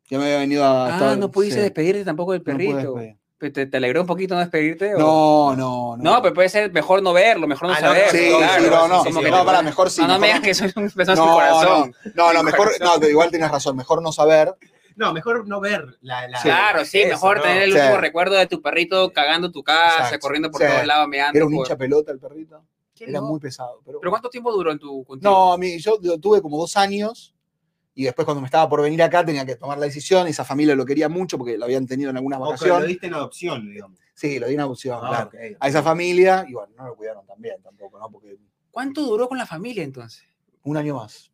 [SPEAKER 1] Ya me había venido a.
[SPEAKER 3] Ah,
[SPEAKER 1] estar-
[SPEAKER 3] no pudiste
[SPEAKER 1] sí,
[SPEAKER 3] despedirte tampoco del
[SPEAKER 1] no pude
[SPEAKER 3] perrito.
[SPEAKER 1] despedir.
[SPEAKER 3] Pero ¿Te, te alegró un poquito no despedirte? o-
[SPEAKER 1] No, no, no.
[SPEAKER 3] No, pero puede ser mejor no verlo, mejor no
[SPEAKER 2] Ah, no,
[SPEAKER 3] saberlo.
[SPEAKER 1] Sí,
[SPEAKER 2] claro,
[SPEAKER 1] sí, no, no.
[SPEAKER 2] sí,
[SPEAKER 1] no,
[SPEAKER 2] sí,
[SPEAKER 1] no,
[SPEAKER 2] sí.
[SPEAKER 1] para, mejor sí.
[SPEAKER 3] no, no [laughs] me digas
[SPEAKER 1] mejor-
[SPEAKER 3] que soy un persona sin
[SPEAKER 1] no,
[SPEAKER 3] corazón.
[SPEAKER 1] No, no, no, mejor, no, pero igual tienes razón, mejor no saber.
[SPEAKER 2] No, mejor no ver la. la-
[SPEAKER 3] Claro, sí,
[SPEAKER 2] eso,
[SPEAKER 3] mejor
[SPEAKER 2] ¿no?
[SPEAKER 3] tener el
[SPEAKER 1] Sí.
[SPEAKER 3] último recuerdo de tu perrito cagando tu casa,
[SPEAKER 1] Exacto,
[SPEAKER 3] corriendo por
[SPEAKER 1] sí.
[SPEAKER 3] todos lados, meando.
[SPEAKER 1] Era un
[SPEAKER 3] por-
[SPEAKER 1] hincha pelota el perrito.
[SPEAKER 3] Qué
[SPEAKER 1] Era
[SPEAKER 3] loco.
[SPEAKER 1] muy pesado. Pero,
[SPEAKER 3] ¿Pero cuánto tiempo duró en tu contigo?
[SPEAKER 1] no, a mí, yo lo tuve como dos años. Y después, cuando me estaba por venir acá, tenía que tomar la decisión. Esa familia lo quería mucho porque lo habían tenido en alguna vacación.
[SPEAKER 2] diste en adopción, digamos.
[SPEAKER 1] Sí, lo di en adopción,
[SPEAKER 2] Ah,
[SPEAKER 1] claro.
[SPEAKER 2] ok.
[SPEAKER 1] A esa familia, y bueno, no lo cuidaron tan bien tampoco, ¿no? Porque
[SPEAKER 3] ¿Cuánto duró con la familia entonces?
[SPEAKER 1] un año más.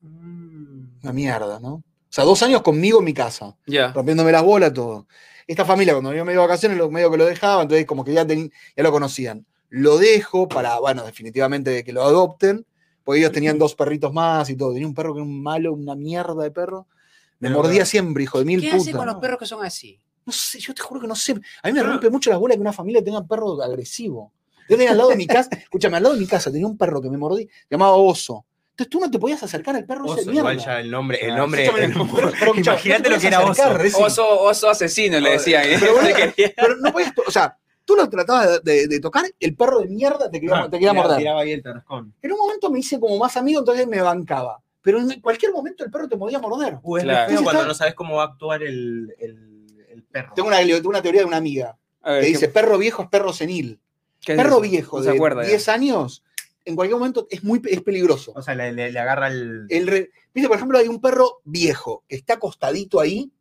[SPEAKER 3] Mm.
[SPEAKER 1] Una mierda, ¿no? O sea, dos años conmigo en mi casa,
[SPEAKER 3] Ya.
[SPEAKER 1] rompiéndome las bolas, todo. Esta familia, cuando yo me iba de vacaciones, lo, medio que lo dejaba, entonces como que ya, teni- ya lo conocían. Lo dejo para, bueno, definitivamente de que lo adopten, porque ellos tenían dos perritos más y todo. Tenía un perro que era un malo, una mierda de perro. Me
[SPEAKER 2] Pero,
[SPEAKER 1] mordía
[SPEAKER 2] claro.
[SPEAKER 1] siempre, hijo de mil
[SPEAKER 4] ¿Qué
[SPEAKER 1] putas.
[SPEAKER 4] hace con los perros que son así?
[SPEAKER 1] No sé, yo te juro que no sé. A mí me rompe mucho las bolas que una familia tenga un perro agresivo. Yo tenía al lado de mi
[SPEAKER 2] [laughs]
[SPEAKER 1] casa, escúchame, al lado de mi casa tenía un perro que me mordí, llamaba Oso. Entonces tú no te podías acercar al perro ese de
[SPEAKER 2] Oso,
[SPEAKER 1] mierda.
[SPEAKER 2] igual ya el nombre, el
[SPEAKER 3] Ah,
[SPEAKER 2] nombre.
[SPEAKER 1] Escúchame,
[SPEAKER 2] el-
[SPEAKER 1] pero- [laughs] pero- pero escúchame,
[SPEAKER 2] [laughs] Imagínate
[SPEAKER 1] no
[SPEAKER 2] lo
[SPEAKER 1] te
[SPEAKER 2] que era
[SPEAKER 1] podías acercar,
[SPEAKER 2] Oso.
[SPEAKER 1] Reci.
[SPEAKER 3] Oso, oso asesino, [laughs] le decían. ¿eh?
[SPEAKER 1] Pero bueno,
[SPEAKER 3] Se quería-
[SPEAKER 1] Pero no podías, to- o sea, tú lo tratabas de, de- de tocar, el perro de mierda te
[SPEAKER 3] Ah,
[SPEAKER 1] quería, te quería
[SPEAKER 2] Tiraba-
[SPEAKER 1] morder.
[SPEAKER 2] Tiraba ahí el tarascón.
[SPEAKER 1] En un momento me hice como más amigo, entonces me bancaba. Pero en cualquier momento el perro te podía morder.
[SPEAKER 2] Uh, es
[SPEAKER 3] Claro.
[SPEAKER 2] re feo cuando
[SPEAKER 1] Está-
[SPEAKER 2] no sabes cómo va a actuar el, el, el perro.
[SPEAKER 1] Tengo una, tengo una teoría de una amiga
[SPEAKER 3] A ver,
[SPEAKER 1] que
[SPEAKER 3] ¿qué-
[SPEAKER 1] dice, perro viejo es perro senil.
[SPEAKER 3] qué es
[SPEAKER 1] perro
[SPEAKER 3] eso?
[SPEAKER 1] viejo
[SPEAKER 3] No se
[SPEAKER 1] de
[SPEAKER 3] acuerda eh. ya.
[SPEAKER 1] 10 años, en cualquier momento es muy pe- es peligroso.
[SPEAKER 2] O sea, le, le- le agarra el.
[SPEAKER 1] El re- Viste, por ejemplo, hay un perro viejo que está acostadito ahí,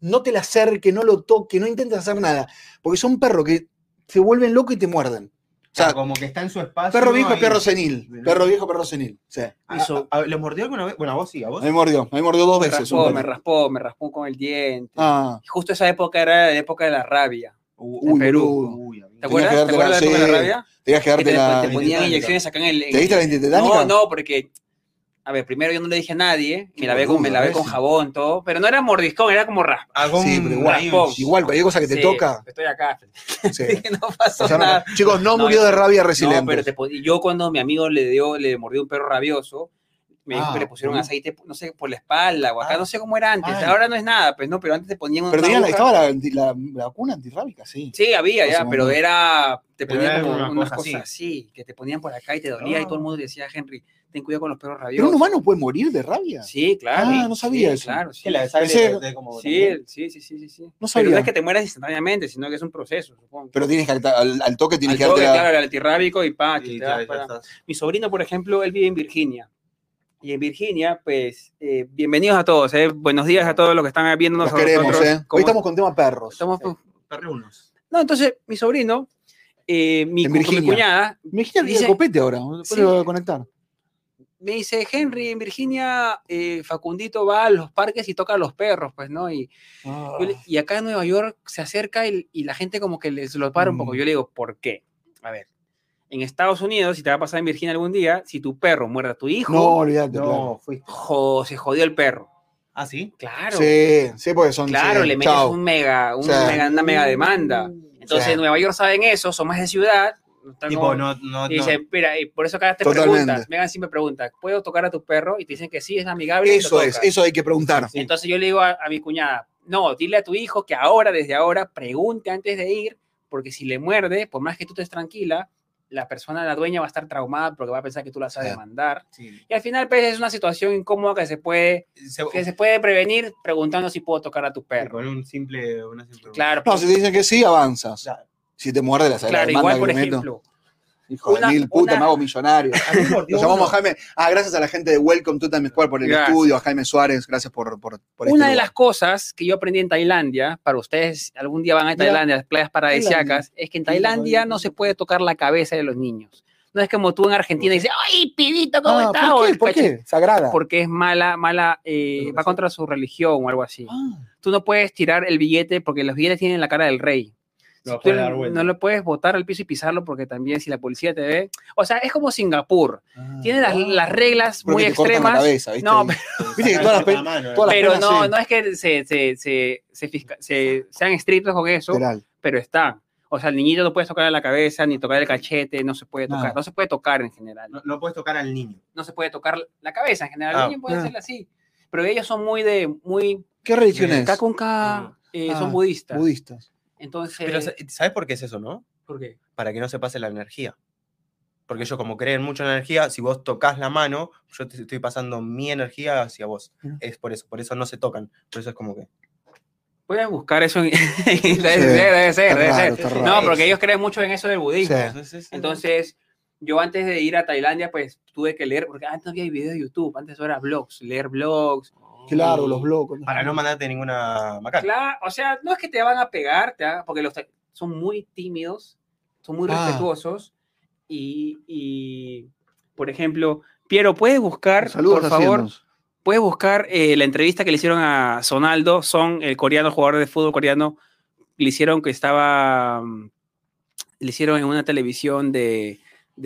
[SPEAKER 1] no te le acerque, no lo toque, no intentes hacer nada, porque son perros que se vuelven locos y te muerden. O sea,
[SPEAKER 2] como que está en su
[SPEAKER 3] Ah,
[SPEAKER 2] espacio.
[SPEAKER 1] perro viejo es
[SPEAKER 2] ahí.
[SPEAKER 1] perro senil,
[SPEAKER 2] Bueno.
[SPEAKER 1] perro viejo, perro senil. Sí.
[SPEAKER 2] Ah, Eso, a- ¿Lo mordió alguna vez? Bueno, a vos sí, a vos.
[SPEAKER 1] Me mordió, me mordió dos
[SPEAKER 3] Me
[SPEAKER 1] veces. un
[SPEAKER 3] raspó, me
[SPEAKER 1] perro.
[SPEAKER 3] raspó, me raspó con el diente.
[SPEAKER 1] Ah,
[SPEAKER 3] Y Justo esa época era la época de la rabia.
[SPEAKER 2] Uy,
[SPEAKER 1] uy,
[SPEAKER 3] en Perú.
[SPEAKER 1] boludo.
[SPEAKER 2] Uy, amigo.
[SPEAKER 3] ¿Te acuerdas?
[SPEAKER 1] que
[SPEAKER 3] ¿Te
[SPEAKER 1] darte la-
[SPEAKER 3] acuerdas de la época de la
[SPEAKER 1] sí.
[SPEAKER 3] rabia?
[SPEAKER 1] Tenías que
[SPEAKER 3] Que
[SPEAKER 1] darte
[SPEAKER 3] te, te
[SPEAKER 1] la.
[SPEAKER 3] ponían
[SPEAKER 2] Antitetánica.
[SPEAKER 3] inyecciones acá en el. en-
[SPEAKER 1] ¿Te diste la antitetánica?
[SPEAKER 3] No, no, porque. A ver, primero yo no le dije a nadie, me
[SPEAKER 1] Qué
[SPEAKER 3] la ve con, me
[SPEAKER 1] boludo,
[SPEAKER 3] lavé con
[SPEAKER 1] ese.
[SPEAKER 3] jabón, todo, pero no era mordiscón, era como raspa.
[SPEAKER 2] Hago
[SPEAKER 1] Sí,
[SPEAKER 2] un-
[SPEAKER 1] pero igual,
[SPEAKER 2] ahí un-
[SPEAKER 3] raspón.
[SPEAKER 1] Igual, cualquier cosa que te
[SPEAKER 3] Sí, [laughs]
[SPEAKER 1] toca.
[SPEAKER 3] Estoy acá.
[SPEAKER 1] sí.
[SPEAKER 3] no pasó
[SPEAKER 1] O sea, no-
[SPEAKER 3] nada.
[SPEAKER 1] chicos, no,
[SPEAKER 3] No,
[SPEAKER 1] murió
[SPEAKER 3] yo-
[SPEAKER 1] de rabia resiliente.
[SPEAKER 3] No, pero te pon- yo cuando mi amigo le dio, le mordió un perro rabioso, me dijo
[SPEAKER 1] Ah,
[SPEAKER 3] que le pusieron
[SPEAKER 1] boludo.
[SPEAKER 3] aceite, no sé, por la espalda o acá,
[SPEAKER 1] Ah.
[SPEAKER 3] no sé cómo era antes.
[SPEAKER 1] Ay.
[SPEAKER 3] Ahora no es nada, pues no, pero antes te ponían una
[SPEAKER 1] Pero tenía la-
[SPEAKER 3] aguja.
[SPEAKER 1] estaba la, anti- la- la vacuna antirrábica, sí.
[SPEAKER 3] Sí, había
[SPEAKER 1] Hace
[SPEAKER 3] ya,
[SPEAKER 1] un
[SPEAKER 3] pero
[SPEAKER 1] montón.
[SPEAKER 3] era, te
[SPEAKER 2] Pero
[SPEAKER 3] ponían
[SPEAKER 2] era
[SPEAKER 3] como
[SPEAKER 2] una
[SPEAKER 3] unas
[SPEAKER 2] cosa
[SPEAKER 3] cosas así, que te ponían por acá y te dolía y todo el mundo decía, Henry, ten cuidado con los perros rabiosos.
[SPEAKER 1] Ah. Pero un humano puede morir de rabia.
[SPEAKER 3] Sí, claro.
[SPEAKER 1] Ah, no sabía
[SPEAKER 3] sí,
[SPEAKER 1] eso.
[SPEAKER 3] Claro, sí.
[SPEAKER 2] Que la sangre
[SPEAKER 1] Ese-
[SPEAKER 2] de- de como-
[SPEAKER 3] Sí, el- sí, sí, sí, sí, sí.
[SPEAKER 1] No
[SPEAKER 3] Pero
[SPEAKER 1] sabía.
[SPEAKER 3] no es que te mueras instantáneamente, sino que es un proceso, supongo.
[SPEAKER 1] Pero tienes que acta- al, al toque tienes
[SPEAKER 3] Al
[SPEAKER 1] que darte
[SPEAKER 3] toque,
[SPEAKER 1] la-
[SPEAKER 3] claro, el antirrábico y pa, que
[SPEAKER 2] Y
[SPEAKER 3] te
[SPEAKER 2] ya-
[SPEAKER 3] vas
[SPEAKER 2] ya
[SPEAKER 3] para-
[SPEAKER 2] estás.
[SPEAKER 3] Mi sobrino, por ejemplo, él vive en Virginia. Y en Virginia, pues, eh, bienvenidos a todos, ¿eh? Buenos días a todos los que están viéndonos.
[SPEAKER 1] Los
[SPEAKER 3] a
[SPEAKER 1] queremos,
[SPEAKER 3] nosotros.
[SPEAKER 1] ¿eh? Hoy
[SPEAKER 3] ¿Cómo
[SPEAKER 1] estamos con tema perros.
[SPEAKER 3] estamos?
[SPEAKER 2] Perrunos.
[SPEAKER 3] No, entonces, mi sobrino, eh, mi,
[SPEAKER 1] En
[SPEAKER 3] con mi
[SPEAKER 1] Virginia.
[SPEAKER 3] cuñada,
[SPEAKER 1] Me dijiste que
[SPEAKER 3] Dice-
[SPEAKER 1] viene copete ahora. Después
[SPEAKER 3] Sí.
[SPEAKER 1] lo voy a conectar.
[SPEAKER 3] me dice, Henry, en Virginia, eh, Facundito va a los parques y toca a los perros, pues, ¿no? Y
[SPEAKER 1] Ah.
[SPEAKER 3] Yo le- y acá en Nueva York se acerca y, y la gente como que les lo para un poco.
[SPEAKER 1] Mm.
[SPEAKER 3] Yo le digo, ¿por qué? A ver, en Estados Unidos, si te va a pasar en Virginia algún día, si tu perro muerde a tu hijo,
[SPEAKER 1] No, olvídate, claro.
[SPEAKER 2] No, fuiste.
[SPEAKER 3] jo- se jodió el perro.
[SPEAKER 2] Ah, sí.
[SPEAKER 3] Claro,
[SPEAKER 1] Sí, sí, porque son.
[SPEAKER 3] claro,
[SPEAKER 1] sí,
[SPEAKER 3] le metes
[SPEAKER 1] chao.
[SPEAKER 3] un mega, un
[SPEAKER 1] O sea,
[SPEAKER 3] mega- una mega demanda. Entonces
[SPEAKER 1] Sí.
[SPEAKER 3] en Nueva York saben eso, son más de ciudad. no están
[SPEAKER 2] Tipo,
[SPEAKER 3] como-
[SPEAKER 2] no, no,
[SPEAKER 3] y
[SPEAKER 2] no.
[SPEAKER 3] dicen, mira, y por eso acá te
[SPEAKER 1] Totalmente.
[SPEAKER 3] preguntas, Megan siempre pregunta, ¿puedo tocar a tu perro? Y te dicen que sí, es amigable. y lo
[SPEAKER 1] Eso es,
[SPEAKER 3] tocas.
[SPEAKER 1] eso hay que preguntar.
[SPEAKER 3] Sí. Entonces yo le digo a, a mi cuñada, no, dile a tu hijo que ahora, desde ahora, pregunte antes de ir, porque si le muerde, por más que tú estés tranquila, la persona, la dueña va a estar traumada porque va a pensar que tú la vas a
[SPEAKER 1] Sí.
[SPEAKER 3] demandar.
[SPEAKER 2] Sí.
[SPEAKER 3] Y al final, pues, es una situación incómoda que se puede,
[SPEAKER 1] Eh,
[SPEAKER 2] Se-
[SPEAKER 1] oh.
[SPEAKER 3] que se puede prevenir preguntando si puedo tocar a tu perro.
[SPEAKER 2] Con un simple. Una simple
[SPEAKER 3] Claro, pues,
[SPEAKER 1] No, si te dicen que sí, avanzas.
[SPEAKER 2] Claro.
[SPEAKER 1] Si te muerde la
[SPEAKER 3] claro,
[SPEAKER 1] demanda
[SPEAKER 3] igual,
[SPEAKER 1] que
[SPEAKER 3] por
[SPEAKER 1] le meto.
[SPEAKER 3] ejemplo,
[SPEAKER 1] Hijo de
[SPEAKER 3] una-
[SPEAKER 1] mil puta,
[SPEAKER 3] una-
[SPEAKER 1] me hago
[SPEAKER 3] [laughs]
[SPEAKER 1] millonario.
[SPEAKER 2] A mí mordió
[SPEAKER 1] Nos llamamos
[SPEAKER 2] uno.
[SPEAKER 1] Jaime. Ah, gracias a la gente de Welcome to Time Square por el
[SPEAKER 3] Gracias.
[SPEAKER 1] estudio, a Jaime Suárez, gracias por, por, por este
[SPEAKER 3] una de
[SPEAKER 1] lugar.
[SPEAKER 3] las cosas que yo aprendí en Tailandia, para ustedes, algún día van a
[SPEAKER 1] Mira,
[SPEAKER 3] Tailandia, las playas paradisíacas, es que en
[SPEAKER 1] Mira,
[SPEAKER 3] Tailandia
[SPEAKER 1] Tailandia.
[SPEAKER 3] no se puede tocar la cabeza de los niños. No es como tú en Argentina dices, ¡ay, pibito, cómo
[SPEAKER 1] Ah,
[SPEAKER 3] estás!
[SPEAKER 1] ¿Por
[SPEAKER 3] O
[SPEAKER 1] qué?
[SPEAKER 3] el
[SPEAKER 1] ¿Por
[SPEAKER 3] cacho-
[SPEAKER 1] qué? Sagrada.
[SPEAKER 3] Porque es mala, mala, eh, va
[SPEAKER 2] Educación.
[SPEAKER 3] contra su religión o algo así.
[SPEAKER 1] Ah.
[SPEAKER 3] Tú no puedes tirar el billete porque los billetes tienen la cara del rey.
[SPEAKER 2] No
[SPEAKER 3] Si tú
[SPEAKER 2] puede dar vuelta.
[SPEAKER 3] no lo puedes botar al piso y pisarlo porque también si la policía te ve. O sea, es como Singapur. Tiene las, las reglas
[SPEAKER 1] ah. Creo
[SPEAKER 3] muy
[SPEAKER 1] que te cortan la
[SPEAKER 3] extremas.
[SPEAKER 1] cabeza, ¿viste? [laughs]
[SPEAKER 3] No,
[SPEAKER 1] Viste que todas
[SPEAKER 3] [laughs]
[SPEAKER 1] las pe-
[SPEAKER 2] La mano,
[SPEAKER 1] todas las
[SPEAKER 3] pero
[SPEAKER 1] penas,
[SPEAKER 3] no,
[SPEAKER 1] sí.
[SPEAKER 3] no es que se, se, se, se fisca- se- sean estrictos con eso,
[SPEAKER 1] Literal.
[SPEAKER 3] pero está. O sea, el niñito no puedes tocar la cabeza, ni tocar el cachete, no se puede tocar.
[SPEAKER 1] Nada.
[SPEAKER 3] No se puede tocar en general.
[SPEAKER 2] No, no puedes tocar al niño.
[SPEAKER 3] No se puede tocar la cabeza en general.
[SPEAKER 2] Ah,
[SPEAKER 3] el niño puede
[SPEAKER 1] ah.
[SPEAKER 3] hacerlo así. Pero ellos son muy de, muy...
[SPEAKER 1] ¿Qué religión es?
[SPEAKER 3] K con K, eh,
[SPEAKER 1] Ah,
[SPEAKER 3] son budistas.
[SPEAKER 1] Budistas.
[SPEAKER 3] Entonces...
[SPEAKER 2] Pero sa- ¿sabes por qué es eso, no?
[SPEAKER 3] ¿por qué?
[SPEAKER 2] Para que no se pase la energía. Porque ellos como creen mucho en la energía, si vos tocas la mano, yo te estoy pasando mi energía hacia vos.
[SPEAKER 1] Mira.
[SPEAKER 2] Es por eso, por eso no se tocan. Por eso es como que...
[SPEAKER 3] Voy a buscar eso en... [laughs] debe ser, debe ser,
[SPEAKER 1] Está
[SPEAKER 3] debe
[SPEAKER 1] raro,
[SPEAKER 3] ser.
[SPEAKER 1] está raro.
[SPEAKER 3] No, porque ellos creen mucho en eso del budismo.
[SPEAKER 1] Sí.
[SPEAKER 2] Entonces,
[SPEAKER 3] Entonces, yo antes de ir a Tailandia, pues tuve que leer, porque antes no había videos de YouTube, antes era blogs, leer blogs.
[SPEAKER 1] Oh. Claro,
[SPEAKER 3] y-
[SPEAKER 1] los locos. Ah,
[SPEAKER 2] Para no mandarte ninguna macaca.
[SPEAKER 3] Claro, o sea, no es que te van a pegar, te van- porque los ta- son muy tímidos, son muy
[SPEAKER 1] Ah.
[SPEAKER 3] respetuosos. Y, y, por ejemplo, Piero, ¿puedes buscar,
[SPEAKER 1] Saludos
[SPEAKER 3] por favor,
[SPEAKER 1] haciendo.
[SPEAKER 3] Puedes buscar eh, la entrevista que le hicieron a Sonaldo, Son, el coreano, jugador de fútbol coreano, le hicieron que estaba, mm, le hicieron en una televisión de,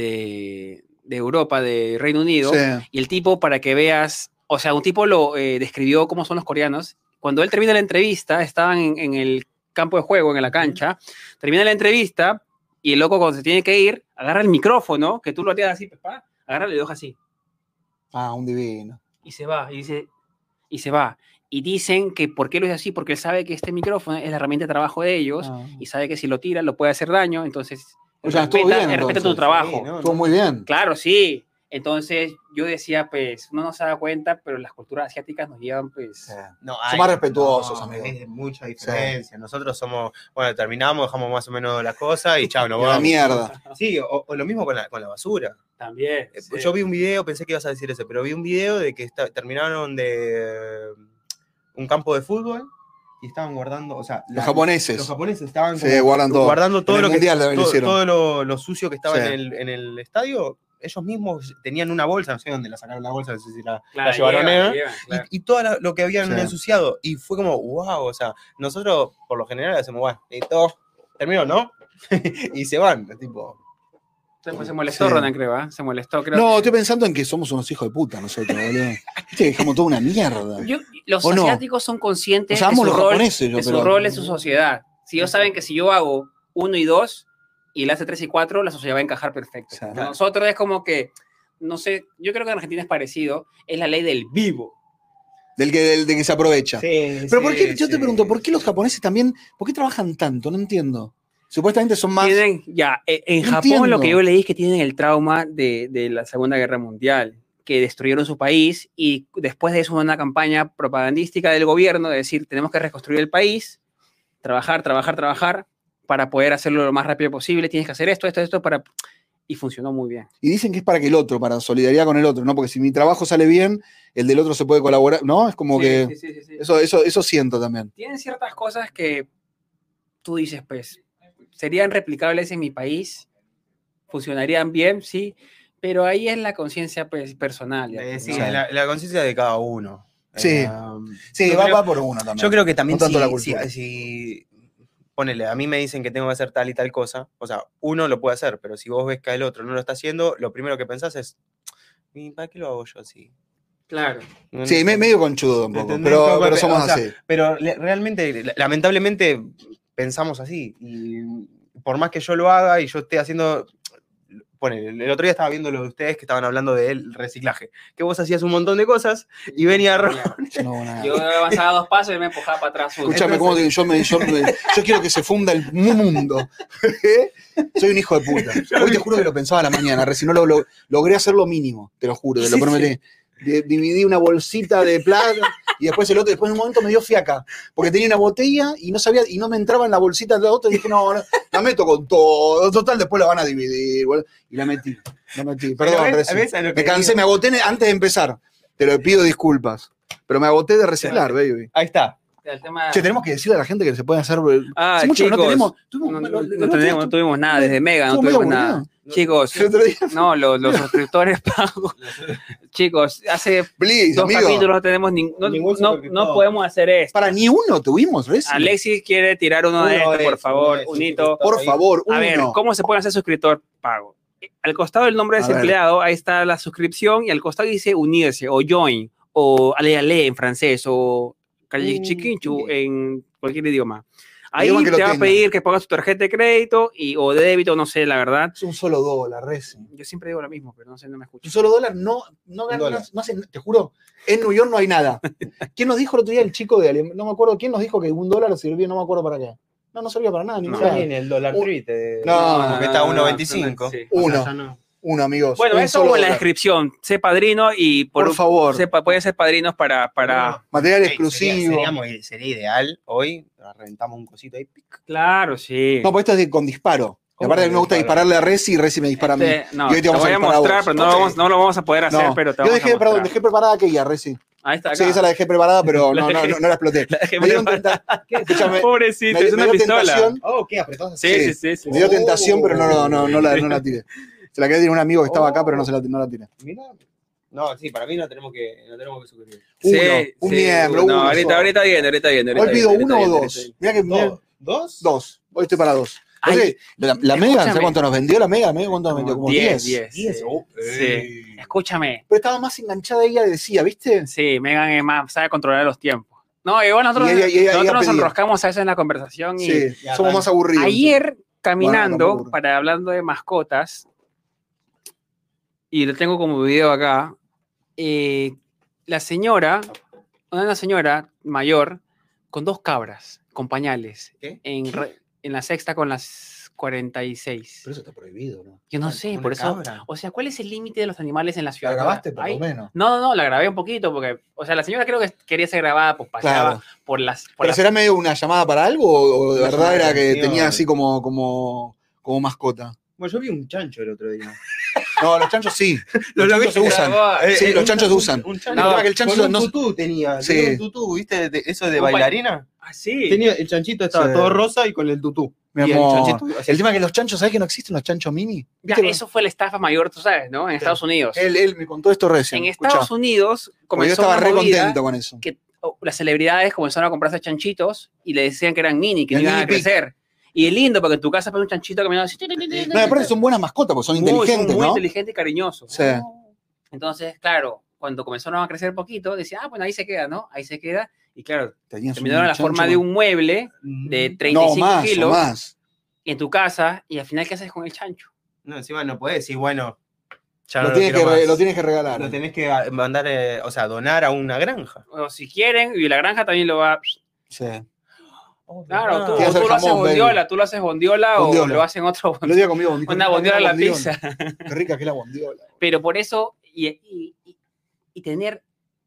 [SPEAKER 3] de, de Europa, de Reino Unido,
[SPEAKER 1] Sí.
[SPEAKER 3] y el tipo, para que veas, o sea, un tipo lo eh, describió cómo son los coreanos. Cuando él termina la entrevista, estaban en, en el campo de juego, en la cancha, termina la entrevista y el loco cuando se tiene que ir, agarra el micrófono, que tú lo harías así, papá, agarra y lo deja así,
[SPEAKER 1] Ah, un divino.
[SPEAKER 3] y se va, y dice, y se va. Y dicen que por qué lo hizo así, porque él sabe que este micrófono es la herramienta de trabajo de ellos
[SPEAKER 1] Ah.
[SPEAKER 3] y sabe que si lo tira lo puede hacer daño, entonces
[SPEAKER 1] O sea, estuvo
[SPEAKER 3] respeta,
[SPEAKER 1] bien,
[SPEAKER 3] respeta tu
[SPEAKER 1] entonces.
[SPEAKER 3] trabajo.
[SPEAKER 2] Sí, ¿no?
[SPEAKER 1] Estuvo muy bien.
[SPEAKER 3] Claro, sí. Entonces yo decía, pues, uno no se da cuenta, pero las culturas asiáticas nos llevan, pues...
[SPEAKER 1] Sí.
[SPEAKER 2] No,
[SPEAKER 1] Son
[SPEAKER 2] hay-
[SPEAKER 1] más respetuosos, amigo.
[SPEAKER 2] Es mucha diferencia. Nosotros somos, bueno, terminamos, dejamos más o menos las cosas y chao, nos
[SPEAKER 1] Una
[SPEAKER 2] vamos.
[SPEAKER 1] mierda.
[SPEAKER 2] Sí, o, o lo mismo con la, con la basura.
[SPEAKER 3] También.
[SPEAKER 2] Eh,
[SPEAKER 1] pues,
[SPEAKER 2] Yo vi un video, pensé que ibas a decir eso, pero vi un video de que esta- terminaron de eh, un campo de fútbol y estaban guardando, o sea,
[SPEAKER 1] Los
[SPEAKER 2] la- los
[SPEAKER 1] japoneses.
[SPEAKER 2] japoneses estaban
[SPEAKER 1] Sí, guardan todo.
[SPEAKER 2] guardando
[SPEAKER 1] En
[SPEAKER 2] todo
[SPEAKER 1] el
[SPEAKER 2] lo que
[SPEAKER 1] Mundial también lo
[SPEAKER 2] todo,
[SPEAKER 1] hicieron.
[SPEAKER 2] todo lo, lo sucio que estaba
[SPEAKER 1] Sí.
[SPEAKER 2] en, el, en el estadio. Ellos mismos tenían una bolsa, no sé dónde la sacaron la bolsa, no sé si la, la llevaron. eh, y- Y, todo lo que habían
[SPEAKER 1] Sí.
[SPEAKER 2] ensuciado. Y fue como, wow, o sea, nosotros por lo general hacemos, bueno, listo, terminó, ¿no? [laughs] y se van, tipo.
[SPEAKER 3] Pues se molestó
[SPEAKER 1] Sí.
[SPEAKER 3] Ronan, creo, ¿ah? Se molestó, creo.
[SPEAKER 1] No, estoy pensando en que somos unos hijos de puta nosotros, boludo. Viste que dejamos toda una mierda.
[SPEAKER 3] Yo- los
[SPEAKER 1] ¿O no?
[SPEAKER 3] asiáticos son
[SPEAKER 1] O
[SPEAKER 3] conscientes
[SPEAKER 1] sea,
[SPEAKER 3] de
[SPEAKER 1] amo
[SPEAKER 3] su,
[SPEAKER 1] los
[SPEAKER 3] rol,
[SPEAKER 1] japoneses, yo,
[SPEAKER 3] de su
[SPEAKER 1] pero-
[SPEAKER 3] rol en su sociedad. Si ellos saben que si yo hago uno y dos y él hace tres y cuatro, la sociedad va a encajar perfecto.
[SPEAKER 1] O sea,
[SPEAKER 3] Para Nosotros es como que, no sé, yo creo que en Argentina es parecido, es la ley del vivo.
[SPEAKER 1] Del que, del, de que se aprovecha. Pero ¿por qué? Yo te pregunto, ¿por qué los japoneses también, por qué trabajan tanto? No entiendo. Supuestamente son más...
[SPEAKER 3] Tienen- ya, eh, en
[SPEAKER 1] No
[SPEAKER 3] Japón lo que
[SPEAKER 1] entiendo.
[SPEAKER 3] yo leí es que tienen el trauma de, de la Segunda Guerra Mundial, que destruyeron su país y después de eso hubo una campaña propagandística del gobierno de decir, tenemos que reconstruir el país, trabajar, trabajar, trabajar, para poder hacerlo lo más rápido posible, tienes que hacer esto, esto, esto, para... Y funcionó muy bien.
[SPEAKER 1] Y dicen que es para que el otro, para solidaridad con el otro, ¿no? Porque si mi trabajo sale bien, el del otro se puede colaborar, ¿no? Es como
[SPEAKER 3] Sí,
[SPEAKER 1] que...
[SPEAKER 3] sí, sí, sí, sí.
[SPEAKER 1] Eso, eso, eso siento también.
[SPEAKER 3] Tienen ciertas cosas que tú dices, pues, serían replicables en mi país, funcionarían bien, sí, pero ahí es la conciencia pues, personal. ya, pues,
[SPEAKER 2] Eh, sí,
[SPEAKER 3] ¿no?
[SPEAKER 2] la, la conciencia de cada uno.
[SPEAKER 1] Sí.
[SPEAKER 2] Eh,
[SPEAKER 1] Sí,
[SPEAKER 2] Yo
[SPEAKER 1] va,
[SPEAKER 2] creo-
[SPEAKER 1] va por uno también.
[SPEAKER 2] Yo creo que también
[SPEAKER 1] No tanto
[SPEAKER 2] si-
[SPEAKER 1] la cultura.
[SPEAKER 2] si- si- ponele, a mí me dicen que tengo que hacer tal y tal cosa, o sea, uno lo puede hacer, pero si vos ves que el otro no lo está haciendo, lo primero que pensás es, "Y, ¿para qué lo hago yo así?
[SPEAKER 3] Claro.
[SPEAKER 2] No-
[SPEAKER 1] Sí, me- medio conchudo un poco,
[SPEAKER 2] ¿Entendés?
[SPEAKER 1] pero,
[SPEAKER 2] Como que-
[SPEAKER 1] pero somos
[SPEAKER 2] o sea,
[SPEAKER 1] así.
[SPEAKER 2] Pero le- realmente, la- lamentablemente, pensamos así. Y por más que yo lo haga y yo esté haciendo. Ponele, el otro día estaba viendo lo de ustedes que estaban hablando del reciclaje. Que vos hacías un montón de cosas y venía Ron.
[SPEAKER 1] Yo no hago nada.
[SPEAKER 3] Yo avanzaba dos pasos y me empujaba para atrás. pues. uno.
[SPEAKER 1] Escúchame, ¿cómo te- yo, me- yo,
[SPEAKER 2] [laughs]
[SPEAKER 1] me- yo quiero que se funda el mu- mundo. [laughs] ¿Eh? Soy un hijo de
[SPEAKER 2] [laughs]
[SPEAKER 1] puta. Hoy te juro que lo pensaba a la mañana, recién no lo, lo- logré hacer lo mínimo, te lo juro, te lo
[SPEAKER 2] Sí,
[SPEAKER 1] prometí. Di- dividí una bolsita de plata y después el otro, después en un momento me dio fiaca, porque tenía una botella y no sabía, y no me entraba en la bolsita de la otra y dije, no, no, la meto con todo, total, después la van a dividir. boludo. Y la metí, la metí, perdón,
[SPEAKER 2] Pero ves-
[SPEAKER 1] recién.
[SPEAKER 2] ves a lo que
[SPEAKER 1] Me cansé,
[SPEAKER 2] digo.
[SPEAKER 1] me agoté antes de empezar. Te lo pido disculpas, pero me agoté de reciclar, baby.
[SPEAKER 2] Ahí está.
[SPEAKER 3] El tema-
[SPEAKER 1] Che, tenemos que decirle a la gente que se puede hacer. eh,
[SPEAKER 3] Ah,
[SPEAKER 1] Hace mucho que no
[SPEAKER 3] chicos,
[SPEAKER 1] tenemos.
[SPEAKER 3] No,
[SPEAKER 1] tuvimos-
[SPEAKER 3] no,
[SPEAKER 1] lo-
[SPEAKER 3] no
[SPEAKER 1] lo- lo-
[SPEAKER 3] tenemos- no tuvimos nada, desde Mega no
[SPEAKER 1] estuvo medio
[SPEAKER 3] tuvimos nada.
[SPEAKER 1] aburrido.
[SPEAKER 3] Chicos,
[SPEAKER 1] El otro día,
[SPEAKER 3] no, los, los suscriptores [laughs] pagos. Chicos, hace
[SPEAKER 1] please,
[SPEAKER 3] dos
[SPEAKER 1] amigo.
[SPEAKER 3] capítulos no tenemos nin- no,
[SPEAKER 2] Ningún
[SPEAKER 3] no-
[SPEAKER 2] suscriptor.
[SPEAKER 3] no podemos hacer esto.
[SPEAKER 1] Para ni uno tuvimos, ¿ves?
[SPEAKER 3] Alexis quiere tirar uno de
[SPEAKER 2] Uno
[SPEAKER 3] estos,
[SPEAKER 2] es,
[SPEAKER 3] por
[SPEAKER 2] uno
[SPEAKER 3] favor,
[SPEAKER 2] es,
[SPEAKER 3] unito.
[SPEAKER 2] suscriptor.
[SPEAKER 1] Por favor, uno.
[SPEAKER 3] A ver, ¿cómo se puede hacer suscriptor pago? Al costado del nombre de
[SPEAKER 1] A
[SPEAKER 3] ese
[SPEAKER 1] ver.
[SPEAKER 3] empleado, ahí está la suscripción y al costado dice unirse o join o ale ale en francés o
[SPEAKER 2] Mm,
[SPEAKER 3] chiquinchu
[SPEAKER 2] ok.
[SPEAKER 3] en cualquier idioma. Ahí
[SPEAKER 1] idioma
[SPEAKER 3] te
[SPEAKER 1] que lo
[SPEAKER 3] va a
[SPEAKER 1] tenga.
[SPEAKER 3] pedir que pongas tu tarjeta de crédito y, o de débito, no sé, la verdad.
[SPEAKER 1] Es un solo dólar, Reci.
[SPEAKER 3] Yo siempre digo lo mismo, pero no sé, no
[SPEAKER 1] Un
[SPEAKER 3] me escucho.
[SPEAKER 1] solo dólar no, no ganas,
[SPEAKER 2] Dólar.
[SPEAKER 1] no hacen- te juro, en New York no hay nada.
[SPEAKER 3] [laughs]
[SPEAKER 1] ¿Quién nos dijo el otro día el chico de Alemania? No me acuerdo quién nos dijo que un dólar sirvió, no me acuerdo para qué. No, no servía para nada, ni
[SPEAKER 3] No.
[SPEAKER 1] nada.
[SPEAKER 2] el dólar
[SPEAKER 1] Un-
[SPEAKER 2] tree te-
[SPEAKER 1] No, no,
[SPEAKER 2] porque está a 1.25.
[SPEAKER 3] Ah, sí.
[SPEAKER 1] Uno,
[SPEAKER 2] ya no.
[SPEAKER 1] uno, amigos.
[SPEAKER 3] Bueno,
[SPEAKER 1] un
[SPEAKER 3] eso
[SPEAKER 1] solo
[SPEAKER 3] o en la
[SPEAKER 1] dólar.
[SPEAKER 3] descripción. Sé padrino y por,
[SPEAKER 1] Por favor,
[SPEAKER 3] sepa- pueden ser padrinos para. para
[SPEAKER 2] No.
[SPEAKER 1] material
[SPEAKER 2] Ey,
[SPEAKER 1] exclusivo.
[SPEAKER 2] Sería, sería muy- sería ideal hoy. Reventamos un cosito ahí. pic.
[SPEAKER 3] Claro, sí.
[SPEAKER 1] No, pues esto es de- con disparo. Y
[SPEAKER 2] ¿Cómo
[SPEAKER 1] aparte a
[SPEAKER 2] con
[SPEAKER 1] mí me gusta
[SPEAKER 2] disparo?
[SPEAKER 1] dispararle a Reci y Reci me dispara a mí.
[SPEAKER 3] Este, no,
[SPEAKER 1] Y hoy te
[SPEAKER 3] te,
[SPEAKER 1] vamos a
[SPEAKER 3] voy a
[SPEAKER 1] disparar a
[SPEAKER 3] mostrar,
[SPEAKER 1] vos.
[SPEAKER 3] pero no, lo vamos- no lo vamos a poder hacer,
[SPEAKER 1] No,
[SPEAKER 3] pero te
[SPEAKER 1] Yo
[SPEAKER 3] vamos a
[SPEAKER 1] dejé,
[SPEAKER 3] mostrar.
[SPEAKER 1] perdón, dejé preparada aquella, Reci.
[SPEAKER 3] Ahí está.
[SPEAKER 1] Sí,
[SPEAKER 3] acá.
[SPEAKER 1] esa la dejé preparada, pero
[SPEAKER 3] [laughs] La
[SPEAKER 1] no, no,
[SPEAKER 3] dejé-
[SPEAKER 1] no, no la exploté.
[SPEAKER 3] [laughs] La dejé
[SPEAKER 1] Me dio,
[SPEAKER 3] preparada.
[SPEAKER 1] tenta- escúchame,
[SPEAKER 3] Pobrecito,
[SPEAKER 1] me-
[SPEAKER 3] es
[SPEAKER 1] me
[SPEAKER 3] una
[SPEAKER 1] dio
[SPEAKER 3] pistola.
[SPEAKER 1] tentación,
[SPEAKER 2] Oh, ¿qué? ¿Apretás así?
[SPEAKER 3] Sí, sí, sí. sí.
[SPEAKER 1] me dio
[SPEAKER 2] Oh.
[SPEAKER 1] tentación, pero no, no, no, no la, no la tiré. Se la quedé tiene un amigo que estaba acá, pero no se la, no la tiré.
[SPEAKER 2] Mirá, No, sí, para mí no tenemos que, no tenemos que suscribir.
[SPEAKER 1] Uno,
[SPEAKER 3] Sí,
[SPEAKER 1] un
[SPEAKER 3] sí,
[SPEAKER 1] miembro,
[SPEAKER 3] No,
[SPEAKER 1] uno
[SPEAKER 3] ahorita,
[SPEAKER 1] solo.
[SPEAKER 3] ahorita viene, ahorita viene.
[SPEAKER 1] Hoy
[SPEAKER 3] ahorita
[SPEAKER 1] pido
[SPEAKER 3] viene,
[SPEAKER 1] uno o
[SPEAKER 3] ahorita viene,
[SPEAKER 1] dos. Mirá que mirá-
[SPEAKER 2] ¿Dos? ¿Dos?
[SPEAKER 1] dos. Hoy estoy para dos.
[SPEAKER 3] Ay,
[SPEAKER 1] Entonces, la, la Mega, ¿sabes
[SPEAKER 3] escúchame.
[SPEAKER 1] cuánto nos vendió la Mega? Mega cuánto nos vendió? Como
[SPEAKER 3] ahorita viene.
[SPEAKER 1] 10.
[SPEAKER 3] 10, 10.
[SPEAKER 2] Diez, oh,
[SPEAKER 3] Sí.
[SPEAKER 2] ey.
[SPEAKER 3] Escúchame.
[SPEAKER 1] Pero estaba más enganchada ella, decía, ¿viste?
[SPEAKER 3] Sí, Megan es más, sabe controlar los tiempos. No, igual nosotros,
[SPEAKER 1] Y ella- y ella-
[SPEAKER 3] nosotros
[SPEAKER 1] ella
[SPEAKER 3] nos
[SPEAKER 1] pedía.
[SPEAKER 3] enroscamos a eso en la conversación y
[SPEAKER 1] Sí,
[SPEAKER 2] Ya,
[SPEAKER 1] somos
[SPEAKER 2] dale.
[SPEAKER 1] más aburridos.
[SPEAKER 3] Ayer,
[SPEAKER 1] Bueno,
[SPEAKER 3] caminando,
[SPEAKER 1] tampoco.
[SPEAKER 3] para hablando de mascotas, y lo tengo como video acá, eh, la señora, una señora mayor, con dos cabras, con pañales,
[SPEAKER 2] ¿Qué?
[SPEAKER 3] en, re- en la sexta con las 46.
[SPEAKER 1] Pero eso está prohibido, ¿no?
[SPEAKER 3] Yo no sé,
[SPEAKER 2] Una
[SPEAKER 3] por eso...
[SPEAKER 2] cabra.
[SPEAKER 3] O sea, ¿cuál es el límite de los animales en la
[SPEAKER 1] La
[SPEAKER 3] ciudad?
[SPEAKER 1] grabaste, por
[SPEAKER 3] Hay-
[SPEAKER 1] lo menos.
[SPEAKER 3] No, no, no, la grabé un poquito porque, o sea, la señora creo que quería ser grabada, pues paseaba
[SPEAKER 1] Claro.
[SPEAKER 3] por las... Por
[SPEAKER 1] ¿Pero
[SPEAKER 3] las-
[SPEAKER 1] será medio una llamada para algo o, o de
[SPEAKER 2] Una
[SPEAKER 1] verdad
[SPEAKER 2] llamada
[SPEAKER 1] era
[SPEAKER 2] de
[SPEAKER 1] que
[SPEAKER 2] atención.
[SPEAKER 1] tenía así como, como, como mascota?
[SPEAKER 2] Bueno, yo vi un chancho el otro día.
[SPEAKER 1] No, los chanchos sí.
[SPEAKER 3] Lo-
[SPEAKER 1] Los
[SPEAKER 3] lo
[SPEAKER 1] chanchos se
[SPEAKER 3] viste,
[SPEAKER 1] usan.
[SPEAKER 3] grabó,
[SPEAKER 1] [laughs]
[SPEAKER 3] eh,
[SPEAKER 1] Sí,
[SPEAKER 2] Eh,
[SPEAKER 1] los
[SPEAKER 2] un-
[SPEAKER 1] chanchos se
[SPEAKER 2] un-
[SPEAKER 1] usan.
[SPEAKER 2] Un chancho.
[SPEAKER 1] No, que el chancho
[SPEAKER 2] con un
[SPEAKER 1] no-
[SPEAKER 2] tutú tenía.
[SPEAKER 1] Sí.
[SPEAKER 2] tenía un tutú, ¿viste? De- eso de
[SPEAKER 3] Un pa-
[SPEAKER 2] bailarina.
[SPEAKER 3] Ah, sí.
[SPEAKER 2] Tenía, el chanchito estaba
[SPEAKER 1] Sí.
[SPEAKER 2] todo rosa y con el tutú.
[SPEAKER 1] Mi
[SPEAKER 2] y el
[SPEAKER 1] amor.
[SPEAKER 2] chanchito así.
[SPEAKER 1] El tema es que los chanchos, ¿sabes que no existen los chanchos mini?
[SPEAKER 3] Ya,
[SPEAKER 1] ¿Viste?
[SPEAKER 3] eso fue la estafa mayor, tú sabes, ¿no? En Estados Unidos.
[SPEAKER 1] Él, él me contó esto recién.
[SPEAKER 3] en Estados
[SPEAKER 1] escuchá,
[SPEAKER 3] Unidos
[SPEAKER 1] porque yo
[SPEAKER 3] comenzó
[SPEAKER 1] estaba
[SPEAKER 3] una
[SPEAKER 1] re
[SPEAKER 3] movida
[SPEAKER 1] contento con eso.
[SPEAKER 3] que oh, las celebridades comenzaron a comprarse chanchitos y le decían que eran mini, que
[SPEAKER 1] El
[SPEAKER 3] no iban a
[SPEAKER 1] mini pig.
[SPEAKER 3] crecer. Y es lindo porque en tu casa pones un chanchito caminando así.
[SPEAKER 1] No, y aparte son buenas mascotas porque son
[SPEAKER 3] Muy, son
[SPEAKER 1] inteligentes,
[SPEAKER 3] muy
[SPEAKER 1] ¿no?
[SPEAKER 3] inteligentes y cariñosos.
[SPEAKER 1] Sí.
[SPEAKER 3] Entonces, claro, cuando comenzaron a crecer poquito, decían, ah, bueno, ahí se queda, ¿no? Ahí se queda. Y claro,
[SPEAKER 1] Tenías
[SPEAKER 3] terminaron
[SPEAKER 1] un
[SPEAKER 3] la
[SPEAKER 1] chancho
[SPEAKER 3] forma de un mueble de
[SPEAKER 2] Mm.
[SPEAKER 3] 35
[SPEAKER 1] No, más,
[SPEAKER 3] kilos
[SPEAKER 1] o más.
[SPEAKER 3] en tu casa y al final, ¿qué haces con el chancho?
[SPEAKER 2] No, encima no podés decir, bueno, ya
[SPEAKER 1] Lo
[SPEAKER 2] no
[SPEAKER 1] tienes,
[SPEAKER 2] quiero
[SPEAKER 1] que, re-
[SPEAKER 2] más.
[SPEAKER 1] lo tienes que regalar.
[SPEAKER 2] Lo tenés que ah, mandar, eh, o sea, donar a una granja.
[SPEAKER 3] O si quieren, y la granja también lo va...
[SPEAKER 1] Sí.
[SPEAKER 3] Claro, tú,
[SPEAKER 1] Te hace
[SPEAKER 3] tú
[SPEAKER 1] el
[SPEAKER 3] lo haces
[SPEAKER 1] jamón, baby.
[SPEAKER 3] bondiola, tú lo haces bondiola, o
[SPEAKER 1] Bondiola.
[SPEAKER 3] lo hacen otro
[SPEAKER 1] Lo día conmigo.
[SPEAKER 3] una bondiola a la pizza. [laughs]
[SPEAKER 1] Qué rica que es la bondiola.
[SPEAKER 3] Pero por eso, y, y- y- y tener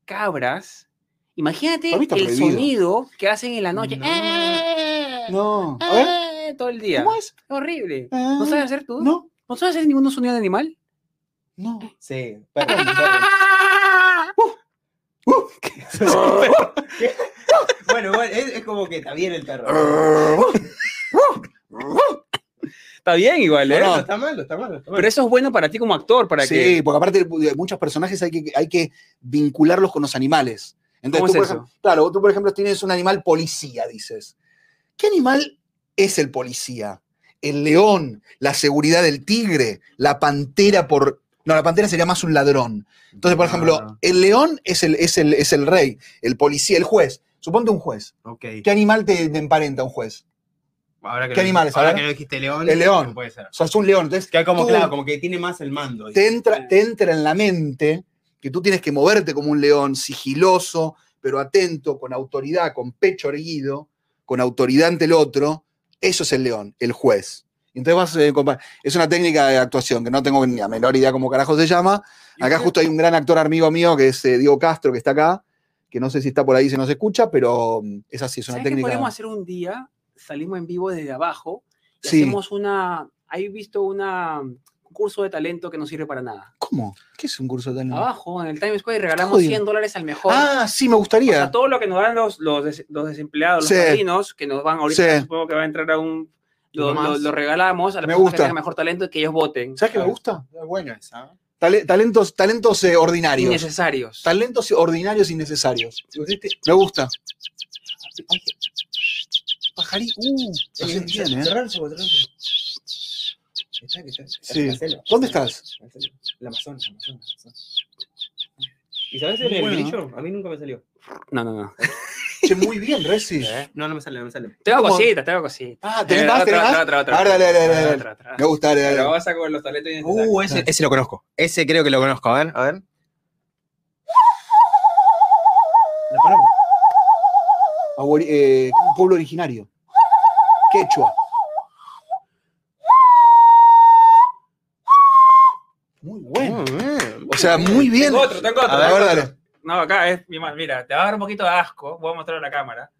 [SPEAKER 3] cabras, imagínate
[SPEAKER 1] Para mí
[SPEAKER 3] el
[SPEAKER 1] está prohibido.
[SPEAKER 3] sonido que hacen en la noche.
[SPEAKER 2] No.
[SPEAKER 3] ¡Eh!
[SPEAKER 1] No. A ver,
[SPEAKER 3] ¡Eh! Todo el día.
[SPEAKER 1] ¿cómo es?
[SPEAKER 3] Es horrible.
[SPEAKER 1] Ah,
[SPEAKER 3] ¿No sabes hacer tú?
[SPEAKER 1] No,
[SPEAKER 3] ¿No sabes hacer ningún sonido de
[SPEAKER 1] [laughs]
[SPEAKER 3] animal? [laughs]
[SPEAKER 1] no.
[SPEAKER 2] Sí, perro, perro.
[SPEAKER 3] ¡Ah!
[SPEAKER 2] Bueno, igual, es, es como que está bien el perro.
[SPEAKER 3] Está bien igual, ¿eh?
[SPEAKER 1] No,
[SPEAKER 2] No, está malo, está malo. Está malo.
[SPEAKER 3] Pero eso es bueno para ti como actor, para
[SPEAKER 1] sí,
[SPEAKER 3] que...
[SPEAKER 1] porque aparte de muchos personajes hay que, hay que vincularlos con los animales. Entonces, tú,
[SPEAKER 3] ¿Cómo es
[SPEAKER 1] por
[SPEAKER 3] eso?
[SPEAKER 1] ejemplo- claro, tú, por ejemplo, tienes un animal policía, dices. ¿Qué animal es el policía? El león, la seguridad del tigre, la pantera por. No, la pantera sería más un ladrón. Entonces, por ejemplo,
[SPEAKER 2] Ah,
[SPEAKER 1] el león es el, es el, es el rey, el policía, el juez. Suponte un juez.
[SPEAKER 2] ok.
[SPEAKER 1] ¿Qué animal te, te emparenta un juez?
[SPEAKER 2] Ahora que
[SPEAKER 1] ¿Qué
[SPEAKER 2] lo-
[SPEAKER 1] animales? A
[SPEAKER 2] Ahora
[SPEAKER 1] ver.
[SPEAKER 2] que no dijiste león.
[SPEAKER 1] El león.
[SPEAKER 2] no puede ser.
[SPEAKER 1] O sea, es un león. Entonces,
[SPEAKER 2] Que como,
[SPEAKER 1] Tú-
[SPEAKER 2] claro, como que tiene más el mando.
[SPEAKER 1] te entra, te entra en la mente que tú tienes que moverte como un león, sigiloso, pero atento, con autoridad, con pecho erguido, con autoridad ante el otro. Eso es el león, el juez. Entonces vas, eh, compa- es una técnica de actuación que no tengo ni la menor idea cómo carajo se llama. Acá justo hay un gran actor amigo mío que es eh, Diego Castro, que está acá, que no sé si está por ahí, si no se escucha, pero mm, es así, es una
[SPEAKER 3] ¿Sabes qué
[SPEAKER 1] técnica.
[SPEAKER 3] podemos hacer un día? Salimos en vivo desde abajo y
[SPEAKER 1] Sí.
[SPEAKER 3] hacemos una. ¿Hay visto una, un curso de talento que no sirve para nada?
[SPEAKER 1] ¿Cómo? ¿Qué es un curso de talento?
[SPEAKER 3] Abajo, en el Times Square, regalamos
[SPEAKER 1] jodiendo.
[SPEAKER 3] 100 dólares al mejor.
[SPEAKER 1] Ah, sí, me
[SPEAKER 3] o sea,
[SPEAKER 1] gustaría.
[SPEAKER 3] todo lo que nos dan los, los, des- los desempleados, los
[SPEAKER 1] Sí.
[SPEAKER 3] latinos, que nos van ahorita,
[SPEAKER 1] Sí.
[SPEAKER 3] supongo que va a entrar a un. Lo,
[SPEAKER 2] Uno más.
[SPEAKER 3] lo- lo regalamos a
[SPEAKER 1] Me
[SPEAKER 3] la persona
[SPEAKER 1] gusta.
[SPEAKER 3] que tenga mejor talento y que ellos voten.
[SPEAKER 1] ¿Sabes qué me gusta?
[SPEAKER 2] Bueno, esa. ¿eh?
[SPEAKER 1] Tale- talentos talentos eh, ordinarios.
[SPEAKER 3] Innecesarios.
[SPEAKER 1] Talentos ordinarios innecesarios. Me gusta. Pajarí. Uh, lo haces bien, ¿eh?
[SPEAKER 2] Cerrar el cerrar Está, que está,
[SPEAKER 1] Sí.
[SPEAKER 2] en la selva.
[SPEAKER 1] ¿Dónde estás?
[SPEAKER 2] La Amazonas, Amazonas. Amazonas. ¿Y sabes el
[SPEAKER 1] Bueno.
[SPEAKER 2] brillo? A mí nunca me salió.
[SPEAKER 3] No, no, no.
[SPEAKER 1] Eh, Che, muy bien,
[SPEAKER 3] [laughs]
[SPEAKER 1] Resi.
[SPEAKER 3] Eh.
[SPEAKER 2] No, no me sale, no me sale.
[SPEAKER 3] Tengo
[SPEAKER 1] ¿Cómo?
[SPEAKER 3] cositas, tengo cositas.
[SPEAKER 1] Ah,
[SPEAKER 3] Otra,
[SPEAKER 1] ¿tenés más? ¿Tenés
[SPEAKER 3] otra,
[SPEAKER 1] más?
[SPEAKER 3] otra, otra,
[SPEAKER 1] A ver, dale, dale, dale, dale.
[SPEAKER 3] otra, otra, otra.
[SPEAKER 1] Me gusta, dale, dale.
[SPEAKER 3] Pero
[SPEAKER 1] dale.
[SPEAKER 3] vas a con los talentos innecesarios.
[SPEAKER 2] Uh, ese, ese lo conozco. Ese creo que lo conozco. A ver, a ver. La paloma.
[SPEAKER 1] Abori- eh, un pueblo originario. Quechua. Muy bueno.
[SPEAKER 2] Mm,
[SPEAKER 1] O sea, muy bien.
[SPEAKER 3] Mm. Tengo otro, tengo otro.
[SPEAKER 1] A ver, dale.
[SPEAKER 3] No, acá es mi más. Mira, te va a dar un poquito de asco. Voy a mostrar a la cámara.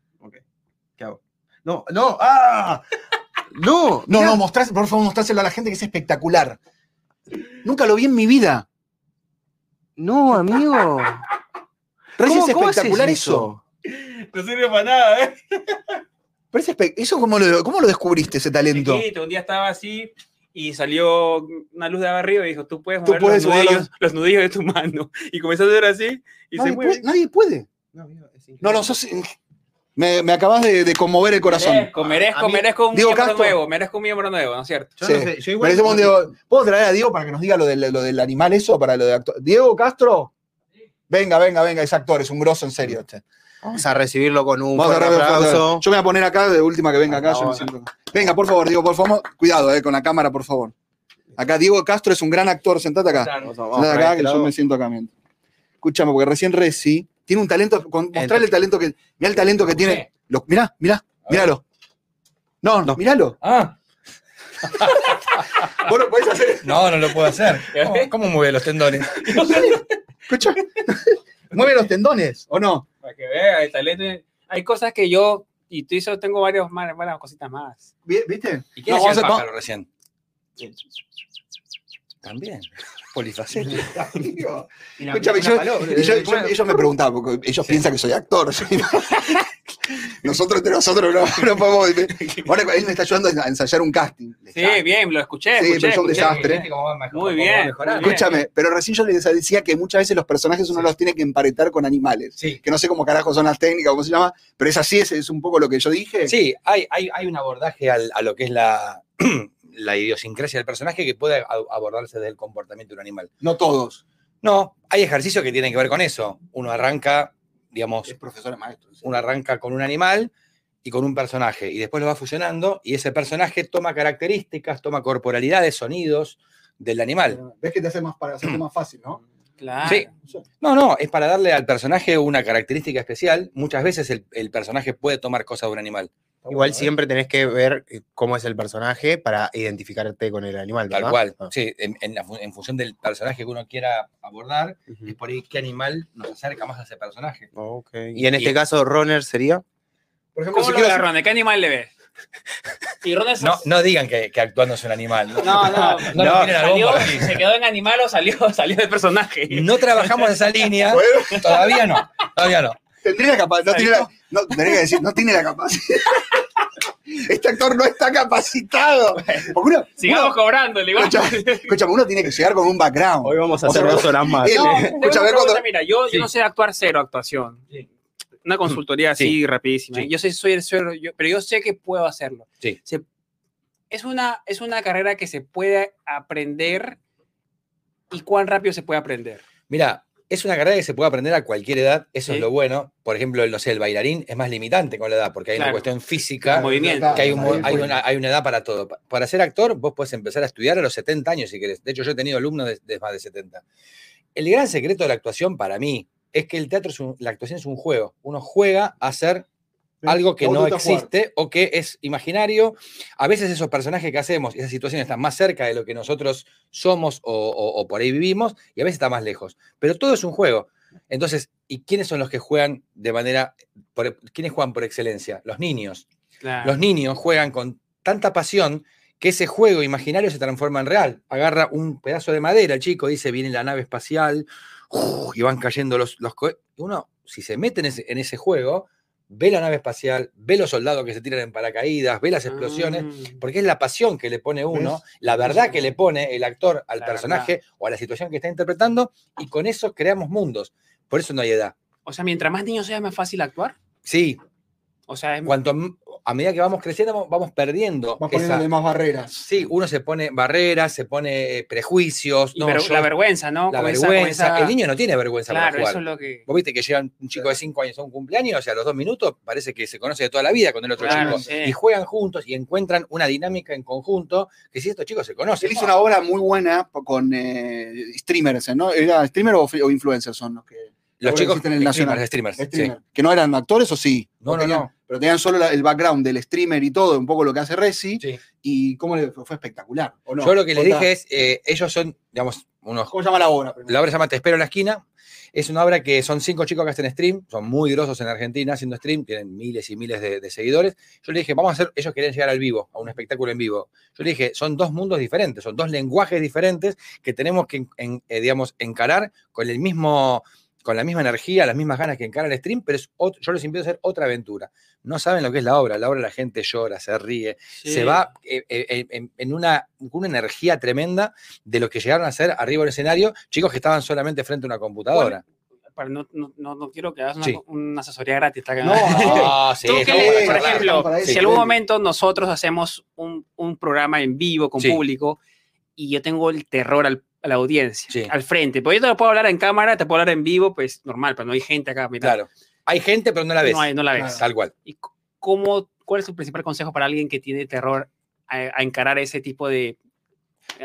[SPEAKER 2] ¿Qué hago? No, no, ah. No,
[SPEAKER 1] No, no, mostrás, por favor, mostráselo a la gente que es espectacular. Nunca lo vi en mi vida.
[SPEAKER 2] no, amigo.
[SPEAKER 1] Reci es
[SPEAKER 2] ¿Cómo- cómo haces
[SPEAKER 1] espectacular eso.
[SPEAKER 3] No sirve para nada, ¿eh?
[SPEAKER 1] Pero ese espe- eso, ¿cómo lo, cómo lo descubriste, ese talento?
[SPEAKER 3] Chiquito, un día estaba así y salió una luz de arriba y dijo, tú puedes
[SPEAKER 1] Tú
[SPEAKER 3] mover
[SPEAKER 1] puedes
[SPEAKER 3] los,
[SPEAKER 1] mover
[SPEAKER 3] nudillos, los nudillos de tu mano. Y comenzó a hacer así y se
[SPEAKER 1] Nadie
[SPEAKER 3] mueve.
[SPEAKER 1] puede, nadie puede. No, no, sos- eh, Me, me acabas de, de conmover el corazón.
[SPEAKER 3] Merezco, merezco,
[SPEAKER 2] A mí-
[SPEAKER 3] merezco un
[SPEAKER 1] Diego
[SPEAKER 3] miembro
[SPEAKER 1] Castro.
[SPEAKER 3] nuevo, merezco un miembro nuevo, ¿no es cierto?
[SPEAKER 2] Yo
[SPEAKER 1] Sí.
[SPEAKER 2] no sé, yo igual.
[SPEAKER 1] Merecemos un Diego- ¿Puedo traer a Diego para que nos diga lo del, lo del animal eso? Para lo de actor? Diego Castro. Venga, venga, venga, es actor, es un grosso en serio. este.
[SPEAKER 2] Vamos a recibirlo con un
[SPEAKER 1] Vamos a
[SPEAKER 2] fuerte
[SPEAKER 1] agarrar el
[SPEAKER 2] aplauso.
[SPEAKER 1] fondo. Yo me voy a poner acá de última que venga acá. yo me siento- Venga, por favor, Diego, por favor. Cuidado, eh, con la cámara, por favor. Acá Diego Castro es un gran actor, sentate acá.
[SPEAKER 2] Vamos a- vamos
[SPEAKER 1] Sentate
[SPEAKER 2] para
[SPEAKER 1] acá
[SPEAKER 2] este
[SPEAKER 1] que yo
[SPEAKER 2] lado.
[SPEAKER 1] me siento acá mientras. Escúchame, porque recién Reci tiene un talento, con, mostrarle el talento que. Mirá el talento que tiene. Lo, mirá, mirá, míralo. No, no, míralo.
[SPEAKER 5] Ah,
[SPEAKER 1] Vos lo podés hacer.
[SPEAKER 5] no, no lo puedo hacer. ¿Cómo, cómo mueve los tendones?
[SPEAKER 1] Escucha. [laughs] Mueve los tendones, ¿o no?
[SPEAKER 3] Para que vea el talento. Hay cosas que yo, y tú y yo tengo varios, varias, varias cositas más.
[SPEAKER 1] Vi- ¿Viste?
[SPEAKER 5] ¿Y qué
[SPEAKER 1] No,
[SPEAKER 5] hacía
[SPEAKER 1] vamos a-
[SPEAKER 5] el pájaro recién? También. [laughs] Polifacético.
[SPEAKER 1] Digo,
[SPEAKER 2] Y la-
[SPEAKER 1] Escúchame,
[SPEAKER 2] y
[SPEAKER 1] yo-
[SPEAKER 2] la paloma,
[SPEAKER 1] [laughs] y yo-
[SPEAKER 2] eh,
[SPEAKER 1] yo- ellos me preguntaban, porque ellos piensan que soy actor. soy- [laughs] nosotros entre nosotros no, no podemos. [laughs] Bueno, él me está ayudando a ensayar un casting.
[SPEAKER 3] Sí, bien, lo escuché.
[SPEAKER 1] Sí,
[SPEAKER 3] escuché,
[SPEAKER 1] pero es un
[SPEAKER 3] escuché.
[SPEAKER 1] desastre.
[SPEAKER 3] Muy bien. muy bien.
[SPEAKER 1] Escúchame, pero recién yo les decía que muchas veces los personajes uno los tiene que emparetar con animales.
[SPEAKER 5] Sí.
[SPEAKER 1] Que no sé cómo carajo son las técnicas, cómo se llama, pero es así, ese es un poco lo que yo dije.
[SPEAKER 5] Sí, hay, hay, hay un abordaje al- a lo que es la, [clears throat] la idiosincrasia del personaje que puede a- abordarse desde el comportamiento de un animal.
[SPEAKER 1] No todos.
[SPEAKER 5] No, hay ejercicios que tienen que ver con eso. Uno arranca, digamos,
[SPEAKER 1] profesor, maestro. sí.
[SPEAKER 5] uno arranca con un animal y con un personaje, y después lo va fusionando, y ese personaje toma características, toma corporalidades, sonidos del animal.
[SPEAKER 1] Ves que te hace más, para hacerte más fácil,
[SPEAKER 5] [clears throat]
[SPEAKER 1] ¿no?
[SPEAKER 3] Claro.
[SPEAKER 5] Sí. No, no, es para darle al personaje una característica especial. Muchas veces el, el personaje puede tomar cosas de un animal,
[SPEAKER 2] Igual siempre tenés que ver eh, cómo es el personaje para identificarte con el animal.
[SPEAKER 5] tal
[SPEAKER 2] ¿verdad?
[SPEAKER 5] cual.
[SPEAKER 2] Ah.
[SPEAKER 5] Sí, en, en la fu- en función del personaje que uno quiera abordar, es por ahí qué animal nos acerca más a ese personaje.
[SPEAKER 2] Y en este caso, Runner sería.
[SPEAKER 1] ¿eh? Por ejemplo,
[SPEAKER 3] ¿Cómo
[SPEAKER 1] si
[SPEAKER 3] lo
[SPEAKER 1] quiero
[SPEAKER 3] ves,
[SPEAKER 1] hacer-
[SPEAKER 3] Ronnie? ¿Qué animal le ves? Y Ronnie es-
[SPEAKER 5] No, no digan que, que actuando es un animal. No,
[SPEAKER 3] No, [laughs] no.
[SPEAKER 5] No lo tiren al
[SPEAKER 3] salió,
[SPEAKER 5] bombo.
[SPEAKER 3] se quedó en animal o salió, [laughs] salió del personaje.
[SPEAKER 5] No trabajamos esa [laughs] línea,
[SPEAKER 1] Bueno.
[SPEAKER 5] todavía no, todavía no.
[SPEAKER 1] Tendría la capacidad. No tiene la, [laughs] no, tendría que decir, no tiene la capacidad. [laughs] Este actor no está
[SPEAKER 5] [laughs]
[SPEAKER 1] capacitado. Porque uno,
[SPEAKER 3] Sigamos
[SPEAKER 1] uno-
[SPEAKER 3] cobrando, le
[SPEAKER 1] escucha, escúchame, uno tiene que llegar con un background.
[SPEAKER 2] vamos
[SPEAKER 1] a hacer dos
[SPEAKER 2] horas [laughs] más.
[SPEAKER 1] Él- escucha, a ver cuando-
[SPEAKER 3] Mira, yo,
[SPEAKER 5] Sí.
[SPEAKER 3] yo no sé actuar cero actuación. Una consultoría así
[SPEAKER 5] Sí.
[SPEAKER 3] rapidísima.
[SPEAKER 5] Sí.
[SPEAKER 3] Yo sé, soy el suelo, pero yo sé que puedo hacerlo.
[SPEAKER 5] Sí.
[SPEAKER 3] Se- es, una, es una carrera que se puede aprender y cuán rápido se puede aprender.
[SPEAKER 5] Mira, es una carrera que se puede aprender a cualquier edad, eso
[SPEAKER 3] Sí.
[SPEAKER 5] es lo bueno. Por ejemplo, no sé, el bailarín es más limitante con la edad, porque hay
[SPEAKER 3] Claro.
[SPEAKER 5] una cuestión física,
[SPEAKER 3] Claro, movimiento.
[SPEAKER 5] que hay, un mo-
[SPEAKER 1] Ahí
[SPEAKER 5] hay
[SPEAKER 1] fue.
[SPEAKER 5] una, hay una edad para todo. Pa- Para ser actor, vos puedes empezar a estudiar a los 70 años si querés. De hecho, yo he tenido alumnos de, de más de 70. El gran secreto de la actuación para mí es que el teatro es un- la actuación es un juego. Uno juega a hacer algo que
[SPEAKER 1] Vos
[SPEAKER 5] no
[SPEAKER 1] te estás jugando.
[SPEAKER 5] existe o que es imaginario. A veces esos personajes que hacemos, esas situaciones están más cerca de lo que nosotros somos o, o- o por ahí vivimos y a veces está más lejos. Pero todo es un juego. Entonces, ¿y quiénes son los que juegan de manera, por- quiénes juegan por excelencia? Los niños. Los niños juegan con tanta pasión que ese juego imaginario se transforma en real. Agarra un pedazo de madera, el chico dice, viene la nave espacial, ¡uh! y van cayendo los, los cohe- Uno, si se mete en ese, en ese juego, ve la nave espacial, ve los soldados que se tiran en paracaídas, ve
[SPEAKER 3] Ah.
[SPEAKER 5] las explosiones,
[SPEAKER 3] Mm.
[SPEAKER 5] porque es la pasión que le pone uno, la verdad que le pone el actor al
[SPEAKER 3] La
[SPEAKER 5] personaje o a la situación que está interpretando, y con eso creamos mundos. Por eso no hay edad.
[SPEAKER 3] O sea, mientras más niños sea, más fácil actuar.
[SPEAKER 5] Sí,
[SPEAKER 3] O sea, es
[SPEAKER 5] cuanto m- a medida que vamos creciendo, vamos- vamos perdiendo
[SPEAKER 1] Vas
[SPEAKER 5] esa,
[SPEAKER 1] poniéndole más barreras.
[SPEAKER 5] Sí, uno se pone barreras, se pone eh, prejuicios.
[SPEAKER 3] y
[SPEAKER 5] no,
[SPEAKER 3] ver-
[SPEAKER 5] yo-
[SPEAKER 3] la vergüenza, ¿no?
[SPEAKER 5] la
[SPEAKER 3] Con esa- con
[SPEAKER 5] vergüenza.
[SPEAKER 3] esa-
[SPEAKER 5] El niño no tiene vergüenza
[SPEAKER 3] Claro,
[SPEAKER 5] para jugar.
[SPEAKER 3] eso es lo que.
[SPEAKER 5] Vos viste que llega un chico de 5 años a un cumpleaños, o sea, a los dos minutos parece que se conoce de toda la vida con el otro
[SPEAKER 3] Claro,
[SPEAKER 5] chico.
[SPEAKER 3] sí.
[SPEAKER 5] Pues Y juegan juntos y encuentran una dinámica en conjunto que si estos chicos se conocen.
[SPEAKER 1] Él hizo una obra muy buena con eh, streamers, ¿no? ¿Era streamer o, o influencers son los que.
[SPEAKER 5] los
[SPEAKER 1] ahora
[SPEAKER 5] chicos
[SPEAKER 1] existe en el Nacional.
[SPEAKER 5] streamers, streamers, sí.
[SPEAKER 1] streamer? Que no eran actores o sí.
[SPEAKER 5] No,
[SPEAKER 1] O
[SPEAKER 5] no,
[SPEAKER 1] tenían-
[SPEAKER 5] no.
[SPEAKER 1] Pero tenían solo la- el background del streamer y todo, un poco lo que hace Resi.
[SPEAKER 5] Sí.
[SPEAKER 1] Y cómo le fue, fue espectacular. ¿o no?
[SPEAKER 5] Yo lo que les
[SPEAKER 1] Contá.
[SPEAKER 5] dije es, eh, ellos son, digamos, unos
[SPEAKER 1] ¿Cómo se llama la obra? primero?
[SPEAKER 5] La obra se llama Te espero en la esquina. Es una obra que son cinco chicos que hacen stream, son muy grosos en Argentina haciendo stream, tienen miles y miles de, de seguidores. Yo le dije, vamos a hacer, ellos querían llegar al vivo, a un espectáculo en vivo. Yo le dije, son dos mundos diferentes, son dos lenguajes diferentes que tenemos que, en- en- eh, digamos, encarar con el mismo con la misma energía, las mismas ganas que encara el stream, pero es ot- yo los invito a hacer otra aventura. No saben lo que es la obra. La obra la gente llora, se ríe, se va eh, eh, eh, en, en una, con una energía tremenda de lo que llegaron a hacer arriba del escenario, chicos que estaban solamente frente a una computadora.
[SPEAKER 4] Para- no, no, no, no quiero que hagas una,
[SPEAKER 5] Sí.
[SPEAKER 4] una asesoría gratis. está que-
[SPEAKER 1] No,
[SPEAKER 5] [laughs] No, sí,
[SPEAKER 3] ah, Tú que
[SPEAKER 5] está
[SPEAKER 3] le-
[SPEAKER 5] bueno,
[SPEAKER 3] por
[SPEAKER 5] está bueno.
[SPEAKER 3] ejemplo,
[SPEAKER 1] para eso,
[SPEAKER 3] si en algún
[SPEAKER 1] bueno.
[SPEAKER 3] momento nosotros hacemos un, un programa en vivo con
[SPEAKER 5] Sí.
[SPEAKER 3] público y yo tengo el terror al- a la audiencia,
[SPEAKER 5] Sí.
[SPEAKER 3] al frente, porque yo te lo puedo hablar en cámara, te puedo hablar en vivo, pues normal, pero no hay gente acá, mira,
[SPEAKER 5] Claro. Hay gente, pero no la ves.
[SPEAKER 3] no, hay- no la ves.
[SPEAKER 5] Tal cual.
[SPEAKER 3] ¿Y c- cómo, ¿Cuál es tu principal consejo para alguien que tiene terror a, a encarar ese tipo de...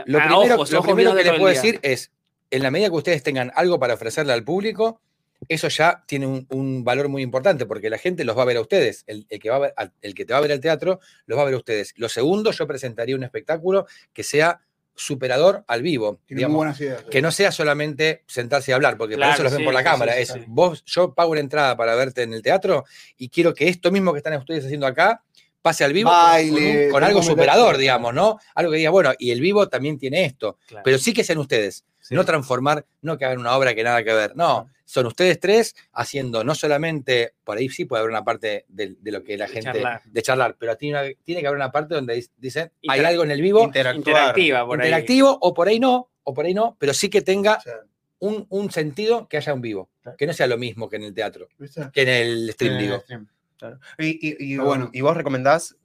[SPEAKER 5] Lo
[SPEAKER 3] a
[SPEAKER 5] primero,
[SPEAKER 3] Ah, ojos,
[SPEAKER 5] lo
[SPEAKER 3] ojos
[SPEAKER 5] primero que
[SPEAKER 3] mirándote
[SPEAKER 5] les
[SPEAKER 3] todo
[SPEAKER 5] puedo
[SPEAKER 3] el día?
[SPEAKER 5] decir es, en la medida que ustedes tengan algo para ofrecerle al público, eso ya tiene un, un valor muy importante, porque la gente los va a ver a ustedes. El, el que va a ver, al- el que te va a ver al teatro, los va a ver a ustedes. Lo segundo, yo presentaría un espectáculo que sea superador al vivo.
[SPEAKER 1] Tiene muy
[SPEAKER 5] digamos,
[SPEAKER 1] buenas ideas.
[SPEAKER 5] que no sea solamente sentarse y hablar, porque
[SPEAKER 3] Claro,
[SPEAKER 5] para eso los ven
[SPEAKER 3] sí,
[SPEAKER 5] por la
[SPEAKER 3] sí,
[SPEAKER 5] cámara.
[SPEAKER 3] sí,
[SPEAKER 5] es
[SPEAKER 3] sí.
[SPEAKER 5] vos, yo pago una entrada para verte en el teatro y quiero que esto mismo que están ustedes haciendo acá pase al vivo con-
[SPEAKER 1] Baile,
[SPEAKER 5] con, un- con
[SPEAKER 1] algo
[SPEAKER 5] algo
[SPEAKER 1] muy
[SPEAKER 5] superador,
[SPEAKER 1] gracioso.
[SPEAKER 5] digamos, ¿no? Algo que diga, bueno, y el vivo también tiene esto,
[SPEAKER 3] Claro.
[SPEAKER 5] pero sí que sean ustedes, no transformar, no que hagan una obra que nada que ver, no, son ustedes tres haciendo no solamente, por ahí sí puede haber una parte de, de lo que la gente,
[SPEAKER 3] charlar.
[SPEAKER 5] de charlar, pero tiene, tiene que haber una parte donde dis- dicen, hay
[SPEAKER 3] Inter-
[SPEAKER 5] algo en el vivo
[SPEAKER 3] Interactiva, por ahí.
[SPEAKER 5] interactivo, o por ahí no, o por ahí no, pero sí que tenga
[SPEAKER 1] O sea,
[SPEAKER 5] un, un sentido que haya un vivo, que no sea lo mismo que en el teatro,
[SPEAKER 1] ¿viste?
[SPEAKER 5] que en el stream,
[SPEAKER 1] Eh.
[SPEAKER 2] en el
[SPEAKER 5] digo.
[SPEAKER 2] Eh, stream, claro. Y, y- y-
[SPEAKER 1] Está bueno.
[SPEAKER 2] y vos recomendás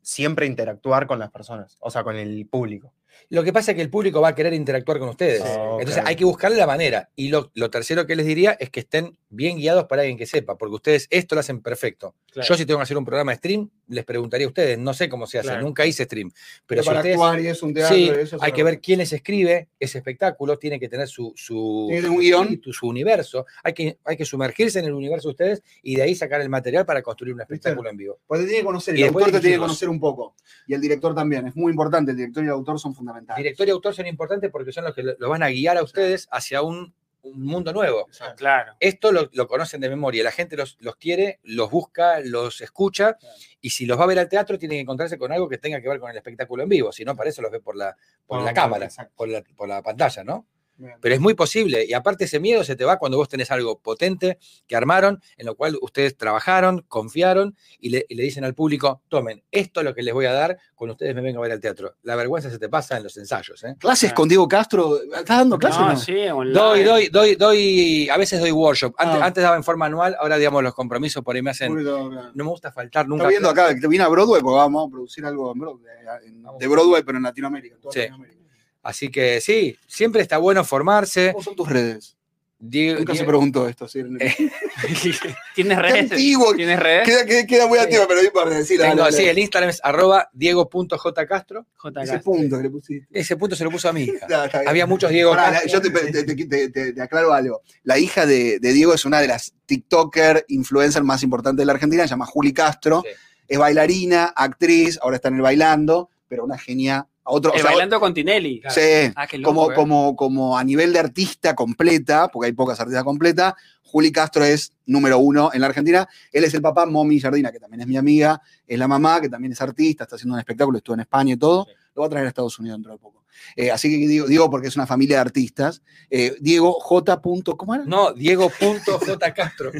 [SPEAKER 2] siempre interactuar con las personas, o sea, con el público.
[SPEAKER 5] Lo que pasa es que el público va a querer interactuar con ustedes.
[SPEAKER 1] Sí. Oh,
[SPEAKER 2] Ah, ok.
[SPEAKER 5] Entonces hay que buscarle la manera. Y lo, lo tercero que les diría es que estén bien guiados para alguien que sepa, porque ustedes esto lo hacen perfecto.
[SPEAKER 3] Claro.
[SPEAKER 5] Yo si tengo que hacer un programa de stream, les preguntaría a ustedes, no sé cómo se hace,
[SPEAKER 3] Claro.
[SPEAKER 5] nunca hice stream, pero,
[SPEAKER 1] Pero
[SPEAKER 5] si
[SPEAKER 1] para
[SPEAKER 5] ustedes...
[SPEAKER 1] actuar y es un teatro.
[SPEAKER 5] Sí,
[SPEAKER 1] y eso,
[SPEAKER 5] hay
[SPEAKER 1] se
[SPEAKER 5] que
[SPEAKER 1] lo-
[SPEAKER 5] ver quién les escribe ese espectáculo, tiene que tener su, su,
[SPEAKER 1] Tiene que tener un
[SPEAKER 5] su
[SPEAKER 1] guión.
[SPEAKER 5] espíritu, su universo. Hay que, hay que sumergirse en el universo de ustedes y de ahí sacar el material para construir un espectáculo en vivo.
[SPEAKER 1] Porque te tiene que conocer, el
[SPEAKER 5] Y después
[SPEAKER 1] autor te tiene que
[SPEAKER 5] dirigirlos.
[SPEAKER 1] conocer un poco. Y el director también, es muy importante. El director y el autor son fundamentales.
[SPEAKER 5] Director y autor son importantes porque son los que lo- los van a guiar a ustedes hacia un, un mundo nuevo.
[SPEAKER 3] Claro.
[SPEAKER 5] Esto lo, lo conocen de memoria, la gente los, los quiere, los busca, los escucha y si los va a ver al teatro tienen que encontrarse con algo que tenga que ver con el espectáculo en vivo, si no, para eso los ve por la, por
[SPEAKER 1] Por
[SPEAKER 5] la
[SPEAKER 1] la-
[SPEAKER 5] cámara,
[SPEAKER 1] exacto.
[SPEAKER 5] por la, por la pantalla, ¿no?
[SPEAKER 1] Bien.
[SPEAKER 5] pero es muy posible. Y aparte ese miedo se te va cuando vos tenés algo potente que armaron, en lo cual ustedes trabajaron, confiaron y le, y le dicen al público, tomen, esto es lo que les voy a dar cuando ustedes me vengan a ver al teatro. La vergüenza se te pasa en los ensayos. ¿eh?
[SPEAKER 1] Clases con Diego Castro. ¿Estás dando clases? o
[SPEAKER 3] No,
[SPEAKER 1] no?
[SPEAKER 3] sí, online.
[SPEAKER 5] Doy, doy, doy, doy, a veces doy workshop. Antes,
[SPEAKER 1] Ah.
[SPEAKER 5] antes daba en forma anual, ahora digamos los compromisos por ahí me hacen...
[SPEAKER 1] Público, claro.
[SPEAKER 5] No me gusta faltar nunca.
[SPEAKER 1] Está viendo acá, que viene a Broadway, porque vamos a producir algo en Broadway, eh, en- de Broadway, pero en Latinoamérica. en toda
[SPEAKER 5] Sí.
[SPEAKER 1] Latinoamérica.
[SPEAKER 5] Así que sí, siempre está bueno formarse.
[SPEAKER 1] ¿Cómo son tus redes?
[SPEAKER 5] Diego-
[SPEAKER 1] Nunca se
[SPEAKER 5] Diego-
[SPEAKER 1] preguntó esto.
[SPEAKER 5] [laughs]
[SPEAKER 1] ¿sí?
[SPEAKER 3] [laughs] ¿Tienes
[SPEAKER 1] Qué
[SPEAKER 3] redes?
[SPEAKER 1] antiguo.
[SPEAKER 3] ¿Tienes redes?
[SPEAKER 1] Queda, queda- queda muy activo, pero ahí para decir
[SPEAKER 5] tengo-
[SPEAKER 1] algo.
[SPEAKER 5] sí, el Instagram es arroba diego.jcastro.
[SPEAKER 3] J.
[SPEAKER 1] Ese
[SPEAKER 3] Castro.
[SPEAKER 1] punto que le pusiste.
[SPEAKER 5] Ese punto se lo puso a mi hija.
[SPEAKER 1] Ya, está bien.
[SPEAKER 5] Había muchos Diego
[SPEAKER 1] Pará, la-
[SPEAKER 5] Castro.
[SPEAKER 1] yo
[SPEAKER 5] [laughs]
[SPEAKER 1] te, te- te- te- te- te aclaro algo. La hija de, de Diego es una de las TikToker, influencer más importantes de la Argentina, se llama Juli Castro.
[SPEAKER 5] Sí.
[SPEAKER 1] Es bailarina, actriz, ahora está en el bailando, pero una genia. A otro, o
[SPEAKER 3] El
[SPEAKER 1] sea,
[SPEAKER 3] Eh, bailando con Tinelli.
[SPEAKER 1] sí,
[SPEAKER 3] Ah, qué loco,
[SPEAKER 1] como,
[SPEAKER 3] eh.
[SPEAKER 1] como, como a nivel de artista completa, porque hay pocas artistas completas, Juli Castro es número uno en la Argentina. Él es el papá, Momi Jardina, que también es mi amiga, es la mamá, que también es artista, está haciendo un espectáculo, estuvo en España y todo.
[SPEAKER 5] Sí.
[SPEAKER 1] Lo va a traer a Estados Unidos dentro de poco. Eh, así que digo, digo porque es una familia de artistas. Eh, Diego J. punto- ¿Cómo era?
[SPEAKER 5] No, Diego.J. Castro.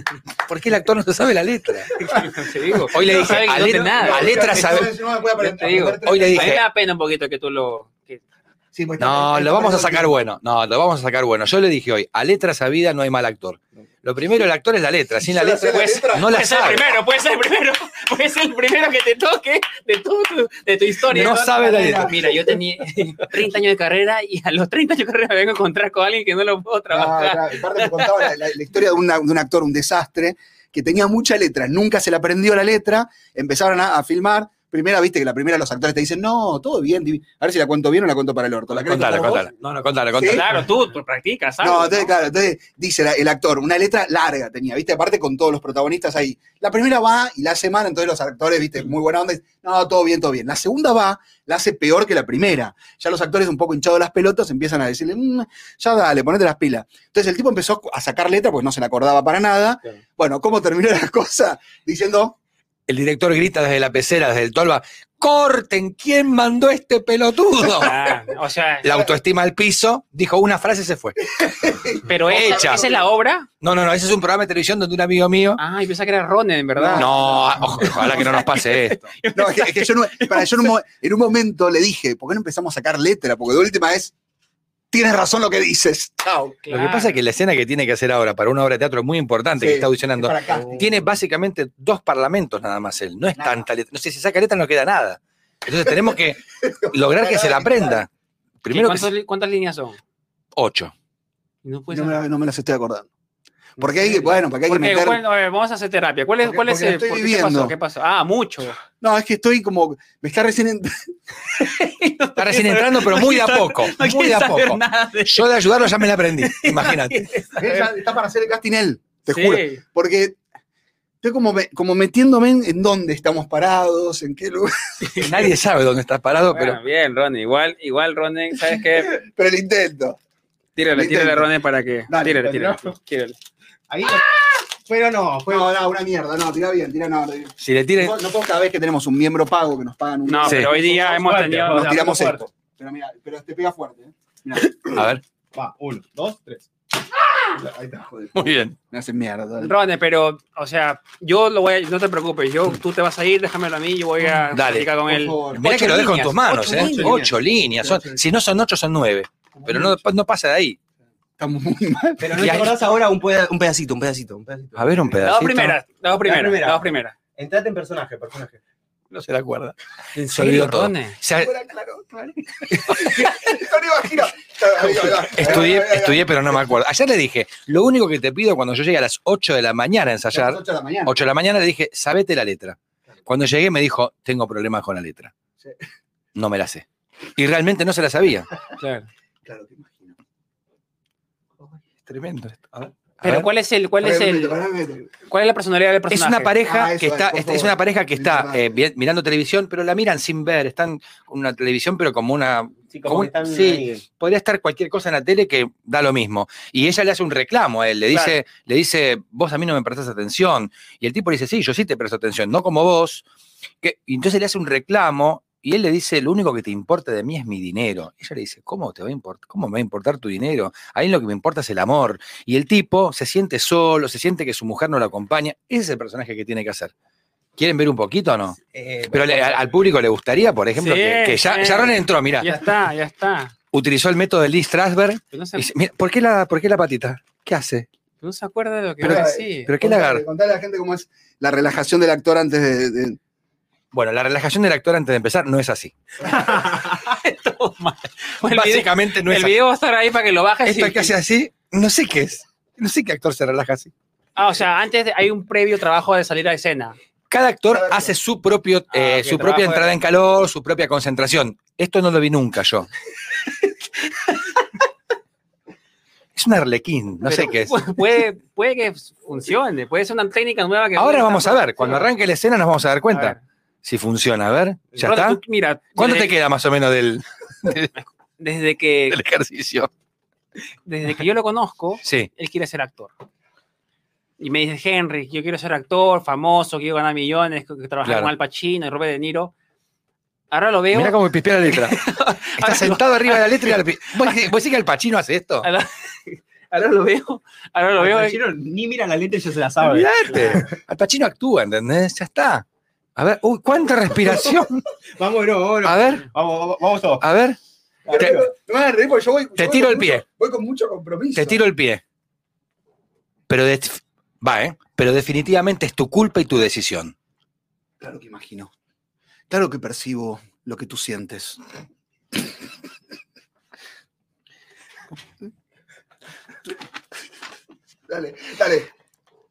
[SPEAKER 5] ¿Por qué el actor no se sabe la letra?
[SPEAKER 3] eh. [laughs]
[SPEAKER 5] Hoy le
[SPEAKER 3] No
[SPEAKER 5] dije,
[SPEAKER 3] sabe que
[SPEAKER 5] a
[SPEAKER 3] no
[SPEAKER 5] letra,
[SPEAKER 3] sé nada.
[SPEAKER 5] a letra sabe.
[SPEAKER 3] Yo te digo,
[SPEAKER 5] Hoy le
[SPEAKER 3] A mí me
[SPEAKER 5] dije,
[SPEAKER 3] da pena un poquito que tú lo. que-
[SPEAKER 5] no, lo vamos a sacar bueno. No, lo vamos a sacar bueno. Yo le dije hoy, a letra sabida no hay mal actor. Lo primero, el actor es la letra. Sin la
[SPEAKER 1] Yo la
[SPEAKER 5] letra,
[SPEAKER 1] sé la
[SPEAKER 5] pues,
[SPEAKER 1] letra.
[SPEAKER 5] no la
[SPEAKER 3] Puede ser el
[SPEAKER 5] sabe.
[SPEAKER 3] primero, puede ser el primero. [laughs] Puede ser el primero que te toque de, todo tu, de tu historia.
[SPEAKER 5] No sabe la letra.
[SPEAKER 3] Mira, yo tenía [laughs] 30 años de carrera y a los 30 años de carrera me vengo a encontrar con alguien que no lo puedo
[SPEAKER 1] Ah,
[SPEAKER 3] trabajar.
[SPEAKER 1] claro. Aparte me contaba la, la- la historia de, una- de un actor, un desastre, que tenía mucha letra, nunca se le aprendió la letra, empezaron a, a filmar. Primera, viste que la primera los actores te dicen, no, todo bien, divi-". a ver si la cuento bien o la cuento para el orto. ¿La querés
[SPEAKER 5] Contala,
[SPEAKER 1] contar vos?
[SPEAKER 5] contala. No, no, contala,
[SPEAKER 3] Claro,
[SPEAKER 5] contala.
[SPEAKER 3] tú, tú practicas, ¿sabes?
[SPEAKER 1] No, entonces, claro, entonces dice la- el actor, una letra larga tenía, viste, aparte con todos los protagonistas ahí. La primera va y la hace mal, entonces los actores, viste, muy buena onda, dicen, no, todo bien, todo bien. La segunda va, la hace peor que la primera. Ya los actores un poco hinchados las pelotas empiezan a decirle, "Mm, ya dale, ponete las pilas. Entonces el tipo empezó a sacar letra, pues no se la acordaba para nada.
[SPEAKER 5] Claro.
[SPEAKER 1] Bueno, ¿cómo terminó la cosa? Diciendo,
[SPEAKER 5] el director grita desde la pecera, desde el tolva, corten, ¿quién mandó este [laughs] pelotudo?
[SPEAKER 3] Ah, o
[SPEAKER 5] [laughs]
[SPEAKER 3] sea,
[SPEAKER 5] La autoestima al piso, dijo una frase y se fue.
[SPEAKER 3] pero esa,
[SPEAKER 5] hecha.
[SPEAKER 3] esa es la obra.
[SPEAKER 5] No, no, no, ese es un programa de televisión donde un amigo mío...
[SPEAKER 3] Ah, yo pensaba que era Ronen, en verdad.
[SPEAKER 5] No, ojo, ojalá que no nos pase esto.
[SPEAKER 1] No, es que, es que yo, no, para, yo en, un, mo- en un momento le dije, ¿por qué no empezamos a sacar letra? Porque de última es, tienes razón lo que dices. Chao.
[SPEAKER 5] [laughs] Lo que pasa es que la escena que tiene que hacer ahora para una obra de teatro muy importante
[SPEAKER 1] Sí,
[SPEAKER 5] que está audicionando,
[SPEAKER 1] Para acá.
[SPEAKER 5] tiene básicamente dos parlamentos nada más él. No es
[SPEAKER 1] Nada.
[SPEAKER 5] tanta letra. No sé, si saca letra no queda nada. Entonces tenemos [laughs] que lograr que se la aprenda. Primero que
[SPEAKER 3] ¿Cuántas, ¿Cuántas líneas son?
[SPEAKER 5] ocho.
[SPEAKER 3] No puede
[SPEAKER 1] No
[SPEAKER 3] ser.
[SPEAKER 1] me, no me las estoy acordando. Porque hay que, bueno, porque hay que
[SPEAKER 3] Porque,
[SPEAKER 1] meter...
[SPEAKER 3] bueno, a ver, vamos a hacer terapia. ¿Cuál es,
[SPEAKER 1] Porque-
[SPEAKER 3] cuál es
[SPEAKER 1] porque la
[SPEAKER 3] el,
[SPEAKER 1] estoy
[SPEAKER 3] por qué, ¿qué,
[SPEAKER 1] viviendo.
[SPEAKER 3] pasó? ¿Qué pasó?
[SPEAKER 1] [laughs]
[SPEAKER 3] Ah, mucho. [laughs]
[SPEAKER 1] No, es que estoy como, me está recién... ent-
[SPEAKER 5] Está recién entrando, pero muy de a poco. Muy de a poco. Yo de ayudarlo ya me la aprendí,
[SPEAKER 3] [laughs]
[SPEAKER 5] imagínate.
[SPEAKER 1] Ella está para hacer el casting él, te
[SPEAKER 3] Sí.
[SPEAKER 1] juro. Porque estoy como, me- como metiéndome en, en dónde estamos parados, en qué lugar.
[SPEAKER 5] Nadie sabe dónde estás parado,
[SPEAKER 6] Bueno,
[SPEAKER 5] pero
[SPEAKER 6] bien, Ronen. Igual, igual, Ronen, ¿sabes
[SPEAKER 1] [laughs]
[SPEAKER 6] qué?
[SPEAKER 1] Pero el intento.
[SPEAKER 6] Tírale,
[SPEAKER 1] Lo
[SPEAKER 6] tírale,
[SPEAKER 1] intento.
[SPEAKER 6] Ronen, para que.
[SPEAKER 1] Dale,
[SPEAKER 6] tírale,
[SPEAKER 1] dale,
[SPEAKER 6] tírale, tírale.
[SPEAKER 1] Ahí. Pero no, fue no, una mierda, no, tira bien, tira no. No,
[SPEAKER 5] si le tiren...
[SPEAKER 1] no puedo cada vez que tenemos un miembro pago que nos pagan un
[SPEAKER 6] No,
[SPEAKER 5] Sí.
[SPEAKER 6] pero hoy día hemos
[SPEAKER 2] Fuerte,
[SPEAKER 6] tenido.
[SPEAKER 2] vamos.
[SPEAKER 1] nos tiramos
[SPEAKER 2] fuerte.
[SPEAKER 1] esto. Pero mira, pero te pega fuerte, ¿eh?
[SPEAKER 5] A ver,
[SPEAKER 2] Va, uno, dos, tres. Ahí está.
[SPEAKER 1] Joder,
[SPEAKER 5] muy bien.
[SPEAKER 1] me hace mierda. dale.
[SPEAKER 3] Ronen, pero, o sea, yo lo voy a, no te preocupes, yo, tú te vas a ir, déjamelo a mí, yo voy a
[SPEAKER 5] Dale.
[SPEAKER 3] platicar con
[SPEAKER 1] Por
[SPEAKER 3] él.
[SPEAKER 1] favor.
[SPEAKER 5] Mirá que
[SPEAKER 3] Ocho
[SPEAKER 5] lo dejo en tus
[SPEAKER 3] líneas,
[SPEAKER 5] manos,
[SPEAKER 3] ocho
[SPEAKER 5] ¿eh?
[SPEAKER 3] líneas.
[SPEAKER 5] Ocho líneas. son- si no son ocho, son nueve. Pero no, no pasa de ahí.
[SPEAKER 1] Estamos muy mal.
[SPEAKER 2] Pero no
[SPEAKER 5] Y
[SPEAKER 2] te
[SPEAKER 5] ahí-
[SPEAKER 2] acordás ahora un, peda- un pedacito, un pedacito, un pedacito.
[SPEAKER 5] A ver un
[SPEAKER 3] Las
[SPEAKER 5] pedacito.
[SPEAKER 3] dos primeras, las dos primeras,
[SPEAKER 2] primera.
[SPEAKER 3] las dos primeras.
[SPEAKER 2] Entrate en personaje, personaje.
[SPEAKER 5] No se la acuerda. Se olvidó todo.
[SPEAKER 3] Ronen?
[SPEAKER 5] Se-
[SPEAKER 1] Fuera, claro, claro. No lo imagino. Ahí va, ahí va. Ahí
[SPEAKER 5] Estudié,
[SPEAKER 1] va, ahí va.
[SPEAKER 5] estudié, pero no me acuerdo. Ayer le dije, lo único que te pido cuando yo llegue a las 8 de la mañana a
[SPEAKER 1] A las
[SPEAKER 5] ensayar,
[SPEAKER 1] ocho de la mañana.
[SPEAKER 5] 8 de la mañana le dije, sabete la letra. Cuando llegué me dijo, tengo problemas con la letra.
[SPEAKER 1] Sí.
[SPEAKER 5] No me la sé. Y realmente no se la sabía.
[SPEAKER 3] Claro.
[SPEAKER 1] Claro, te imagino.
[SPEAKER 5] Tremendo esto. A ver, a
[SPEAKER 3] Pero
[SPEAKER 5] ver.
[SPEAKER 3] ¿cuál es el, cuál es el, cuál es la personalidad del
[SPEAKER 5] es
[SPEAKER 3] personaje?
[SPEAKER 5] una pareja
[SPEAKER 1] Ah, eso
[SPEAKER 5] que
[SPEAKER 1] es,
[SPEAKER 5] está, este,
[SPEAKER 1] por
[SPEAKER 5] es,
[SPEAKER 1] favor.
[SPEAKER 5] una pareja que está
[SPEAKER 1] Importante.
[SPEAKER 5] eh, vi- mirando televisión, pero la miran sin ver. Están con una televisión, pero como una
[SPEAKER 2] Sí,
[SPEAKER 5] como que están ahí. podría estar cualquier cosa en la tele que da lo mismo. Y ella le hace un reclamo a él, le dice, le dice, vos a mí no me prestás atención. Y el tipo le dice, sí, yo sí te presto atención, no como vos. Que, y entonces le hace un reclamo y él le dice, lo único que te importa de mí es mi dinero. Ella le dice, ¿cómo, te va a import- cómo me va a importar tu dinero? A mí lo que me importa es el amor. Y el tipo se siente solo, se siente que su mujer no lo acompaña. Ese es el personaje que tiene que hacer. ¿Quieren ver un poquito o no?
[SPEAKER 2] Eh,
[SPEAKER 5] Pero le- al, al público le gustaría, por ejemplo,
[SPEAKER 3] Sí,
[SPEAKER 5] que, que ya,
[SPEAKER 3] sí.
[SPEAKER 5] ya Ron entró, mira,
[SPEAKER 3] Ya está, ya está.
[SPEAKER 5] utilizó el método de Lee Strasberg
[SPEAKER 3] Pero no se,
[SPEAKER 5] y dice, "Mira, ¿por, qué la, ¿Por qué la patita? ¿Qué hace?
[SPEAKER 3] no se acuerda de lo que
[SPEAKER 1] Pero-
[SPEAKER 3] iba a decir.
[SPEAKER 5] [laughs] ¿Pero qué la agarra?
[SPEAKER 1] Contale a la gente cómo es la relajación del actor antes de. de-
[SPEAKER 5] Bueno, la relajación del actor antes de empezar no es así.
[SPEAKER 3] Bueno, el, video,
[SPEAKER 5] Básicamente no
[SPEAKER 3] el
[SPEAKER 5] es así.
[SPEAKER 3] video va a estar ahí para que lo bajes.
[SPEAKER 5] Esto
[SPEAKER 3] y-
[SPEAKER 5] que hace así, no sé qué es. No sé qué actor se relaja así.
[SPEAKER 3] Ah, o sea, antes de- hay un previo trabajo de salir a escena.
[SPEAKER 5] Cada actor
[SPEAKER 1] Cada actor.
[SPEAKER 5] hace su, propio, eh,
[SPEAKER 3] ok, trabajo
[SPEAKER 5] su
[SPEAKER 3] de-
[SPEAKER 5] propia entrada en calor, su propia concentración. Esto no lo vi nunca [laughs] yo. es un arlequín, no sé
[SPEAKER 3] Pero
[SPEAKER 5] qué es.
[SPEAKER 3] pu- Puede, puede que funcione, puede ser una técnica nueva que.
[SPEAKER 5] Ahora
[SPEAKER 3] puede
[SPEAKER 5] vamos a
[SPEAKER 3] estar-
[SPEAKER 5] ver, cuando arranque la escena nos vamos a dar
[SPEAKER 3] A
[SPEAKER 5] cuenta
[SPEAKER 3] ver.
[SPEAKER 5] si funciona. A ver, ¿ya
[SPEAKER 3] Ronnie,
[SPEAKER 5] está?
[SPEAKER 3] tú- mira,
[SPEAKER 5] ¿Cuánto
[SPEAKER 3] desde,
[SPEAKER 5] te queda más o menos del,
[SPEAKER 3] desde que,
[SPEAKER 5] del ejercicio?
[SPEAKER 3] desde que yo lo conozco,
[SPEAKER 5] Sí.
[SPEAKER 3] él quiere ser actor. Y me dice, Henry, yo quiero ser actor, famoso, quiero ganar millones, que- que trabajar
[SPEAKER 5] Claro.
[SPEAKER 3] con Al Pacino y Robert De Niro. Ahora lo veo.
[SPEAKER 5] Mirá cómo pispea la
[SPEAKER 3] [laughs]
[SPEAKER 5] letra. Está sentado arriba de la letra y la pi- ¿Vos, decís- vos decís que el Pachino hace esto?
[SPEAKER 3] ahora, ahora lo veo. Ahora lo veo.
[SPEAKER 2] Ni mira la letra y ya se la sabe.
[SPEAKER 5] Olvídate. Al Pachino actúa, ¿entendés? Ya está. A ver, uy, cuánta respiración.
[SPEAKER 2] [laughs] Vamos, bro, vamos, bro.
[SPEAKER 5] A ver, Ah,
[SPEAKER 2] vamos, vamos, vamos todos.
[SPEAKER 5] a ver. Te-
[SPEAKER 1] No me van a reír porque yo voy.
[SPEAKER 5] Te
[SPEAKER 1] yo voy
[SPEAKER 5] tiro
[SPEAKER 1] con
[SPEAKER 5] el pie.
[SPEAKER 1] mucho- voy con mucho compromiso.
[SPEAKER 5] Te tiro el pie. Pero de- va, ¿eh? Pero definitivamente es tu culpa y tu decisión.
[SPEAKER 1] Claro que imagino. Claro que percibo lo que tú sientes. dale, dale.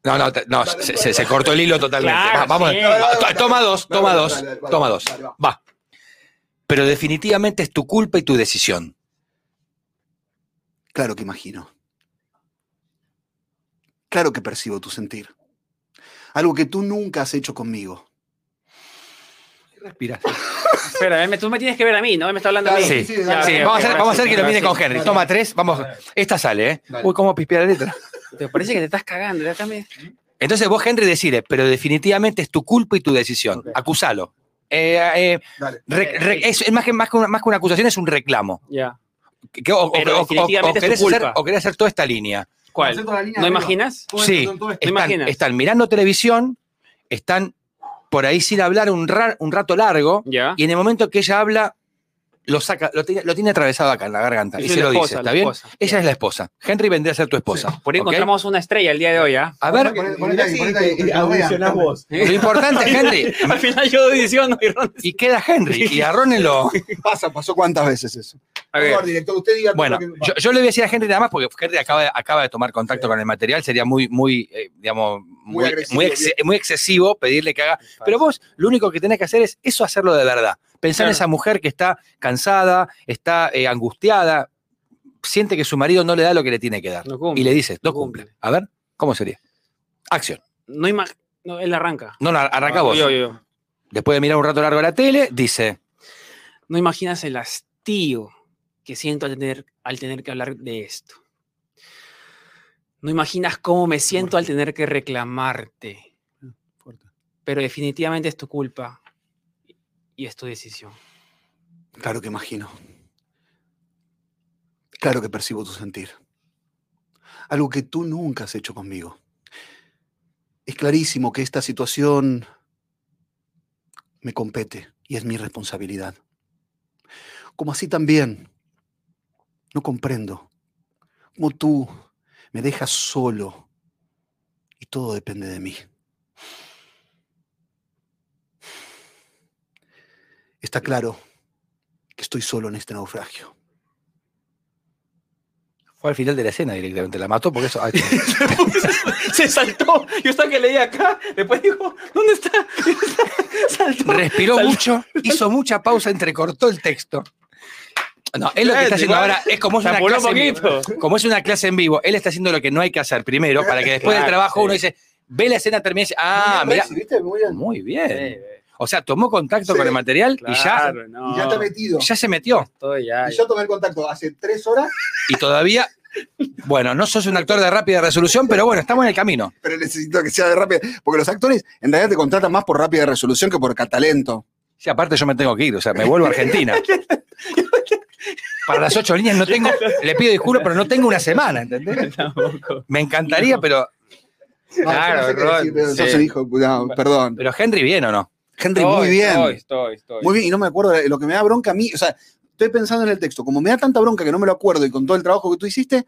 [SPEAKER 5] No, no, te- no, se, se- se cortó el hilo totalmente.
[SPEAKER 3] Claro,
[SPEAKER 5] Va- vamos,
[SPEAKER 3] sí.
[SPEAKER 5] va, to- toma dos,
[SPEAKER 1] No,
[SPEAKER 5] toma
[SPEAKER 1] no,
[SPEAKER 5] dos,
[SPEAKER 1] dale, dale,
[SPEAKER 5] toma
[SPEAKER 1] vale,
[SPEAKER 5] dos.
[SPEAKER 1] vale, va.
[SPEAKER 5] Va. Pero definitivamente es tu culpa y tu decisión.
[SPEAKER 1] Claro que imagino. Claro que percibo tu sentir. Algo que tú nunca has hecho conmigo.
[SPEAKER 5] Respira.
[SPEAKER 3] Espera, a ver, tú me tienes que ver a mí, ¿no? Me está hablando a mí.
[SPEAKER 5] Sí,
[SPEAKER 1] dale, dale,
[SPEAKER 5] Sí,
[SPEAKER 1] dale.
[SPEAKER 5] vamos a hacer, vamos a hacer que lo
[SPEAKER 3] mire
[SPEAKER 5] mire con Henry. Toma tres, vamos. Esta sale, ¿eh?
[SPEAKER 1] Dale.
[SPEAKER 5] Uy, cómo pispea la letra.
[SPEAKER 3] Te parece que te estás cagando. ya también.
[SPEAKER 5] Entonces vos, Henry, decide, pero definitivamente es tu culpa y tu decisión.
[SPEAKER 7] Ok.
[SPEAKER 5] Acusalo. Eh, eh,
[SPEAKER 7] Dale.
[SPEAKER 5] re-
[SPEAKER 2] eh,
[SPEAKER 5] re- es, es más, que, más, que una, más que una acusación, es un reclamo.
[SPEAKER 4] Ya.
[SPEAKER 5] Que- o, o-
[SPEAKER 4] Pero
[SPEAKER 5] o- o-
[SPEAKER 4] definitivamente
[SPEAKER 5] o
[SPEAKER 4] es tu
[SPEAKER 5] querés hacer,
[SPEAKER 4] culpa.
[SPEAKER 5] o querés hacer toda esta línea.
[SPEAKER 4] ¿Cuál?
[SPEAKER 7] Acepto la línea
[SPEAKER 4] ¿No
[SPEAKER 7] arriba.
[SPEAKER 4] imaginas?
[SPEAKER 7] Todo
[SPEAKER 5] Sí.
[SPEAKER 7] esto, todo esto.
[SPEAKER 4] ¿Te
[SPEAKER 5] Están,
[SPEAKER 4] imaginas?
[SPEAKER 5] están mirando televisión, están por ahí sin hablar un, ra- un rato largo,
[SPEAKER 4] Ya.
[SPEAKER 5] y en el momento que ella habla, lo saca, lo tiene, lo tiene atravesado acá en la garganta y,
[SPEAKER 4] Yo soy
[SPEAKER 5] se
[SPEAKER 4] la
[SPEAKER 5] lo
[SPEAKER 4] esposa,
[SPEAKER 5] dice,
[SPEAKER 4] la
[SPEAKER 5] ¿está bien?
[SPEAKER 4] esposa.
[SPEAKER 5] Ella es la esposa. Henry vendría a ser tu esposa.
[SPEAKER 4] Por ahí
[SPEAKER 5] ¿ok?
[SPEAKER 4] encontramos una estrella el día de hoy, ¿ah?
[SPEAKER 5] A ver,
[SPEAKER 1] Ponete- ponete
[SPEAKER 7] Mirá
[SPEAKER 1] ahí,
[SPEAKER 7] si
[SPEAKER 1] ponete
[SPEAKER 7] te-
[SPEAKER 1] ahí,
[SPEAKER 7] te
[SPEAKER 1] que la voy a-
[SPEAKER 7] audicionás vos.
[SPEAKER 5] lo importante, Henry,
[SPEAKER 4] Al final yo audiciono y Ron-
[SPEAKER 5] y queda Henry, y arrónelo.
[SPEAKER 1] Pasa, pasó cuántas veces eso.
[SPEAKER 4] A ver.
[SPEAKER 1] Por favor, director, usted diga. todo
[SPEAKER 5] Bueno,
[SPEAKER 1] lo que-
[SPEAKER 5] yo, yo le voy a decir a Henry nada más porque Henry acaba de, acaba de tomar contacto con el material, sería muy, muy, eh, digamos, muy,
[SPEAKER 1] agresivo,
[SPEAKER 5] muy, ex- muy excesivo pedirle que haga. Pero vos lo único que tenés que hacer es eso hacerlo de verdad. Pensar en
[SPEAKER 4] Claro.
[SPEAKER 5] esa mujer que está cansada, está eh, angustiada, siente que su marido no le da lo que le tiene que dar.
[SPEAKER 4] No cumple.
[SPEAKER 5] Y le dices, no
[SPEAKER 4] No cumple.
[SPEAKER 5] cumple. A ver, ¿cómo sería? Acción.
[SPEAKER 4] No ima- No, él arranca.
[SPEAKER 5] No, no, arranca
[SPEAKER 4] Ah,
[SPEAKER 5] vos.
[SPEAKER 4] yo, yo, yo.
[SPEAKER 5] Después de mirar un rato largo la tele, dice,
[SPEAKER 4] No imaginas el hastío que siento al tener, al tener que hablar de esto. No imaginas cómo me siento al tener que reclamarte.
[SPEAKER 1] Ah,
[SPEAKER 4] Pero definitivamente es tu culpa y es
[SPEAKER 1] [laughs]
[SPEAKER 4] tu decisión.
[SPEAKER 8] Claro que imagino. Claro que percibo tu sentir. Algo que tú nunca has hecho conmigo. Es clarísimo que esta situación me compete y es mi responsabilidad. Como así también, no comprendo cómo tú me dejas solo y todo depende de mí. Está claro que estoy solo en este naufragio.
[SPEAKER 5] fue al final de la escena directamente, la mató porque eso...
[SPEAKER 4] [laughs] Se saltó. Yo estaba que leía acá. Después dijo, ¿dónde está? [laughs] Saltó.
[SPEAKER 5] Respiró
[SPEAKER 4] Sal-
[SPEAKER 5] mucho, hizo mucha pausa, entrecortó el texto. No, él lo que está haciendo
[SPEAKER 4] igual,
[SPEAKER 5] ahora es como es, una
[SPEAKER 4] Tapuló un
[SPEAKER 5] clase en vivo,
[SPEAKER 4] poquito.
[SPEAKER 5] como es una clase en vivo, él está haciendo lo que no hay que hacer primero, para que después del
[SPEAKER 4] Claro,
[SPEAKER 5] trabajo
[SPEAKER 4] sí. pues.
[SPEAKER 5] uno dice, ve la escena, termina y dice, ah,
[SPEAKER 1] Muy bien,
[SPEAKER 5] mira,
[SPEAKER 1] Messi, ¿viste? Muy bien.
[SPEAKER 5] muy bien. O sea, tomó contacto
[SPEAKER 1] Sí,
[SPEAKER 5] con el material y ya,
[SPEAKER 4] Claro, no.
[SPEAKER 1] Y ya te he metido.
[SPEAKER 5] ya se metió.
[SPEAKER 4] Estoy ya,
[SPEAKER 1] y
[SPEAKER 4] ya.
[SPEAKER 1] yo tomé el contacto hace tres horas,
[SPEAKER 5] Y todavía, bueno, no sos un actor de rápida resolución, pero bueno, estamos en el camino.
[SPEAKER 1] pero necesito que sea de rápida. Porque los actores en realidad te contratan más por rápida resolución que por catalento.
[SPEAKER 5] Sí, aparte yo me tengo que ir, o sea, me vuelvo a Argentina. Para las ocho líneas no tengo, le pido disculpas, pero no tengo una semana,
[SPEAKER 4] [laughs]
[SPEAKER 5] ¿entendés? Me encantaría, pero,
[SPEAKER 1] No, yo
[SPEAKER 5] Claro,
[SPEAKER 1] no sé qué
[SPEAKER 5] Ron,
[SPEAKER 1] decir, pero
[SPEAKER 5] sí.
[SPEAKER 1] entonces dijo, no, perdón.
[SPEAKER 5] pero Henry bien o no.
[SPEAKER 1] Henry, muy bien.
[SPEAKER 4] Estoy, estoy, estoy.
[SPEAKER 1] Muy bien, y no me acuerdo, eh, lo que me da bronca a mí, o sea, estoy pensando en el texto, como me da tanta bronca que no me lo acuerdo y con todo el trabajo que tú hiciste,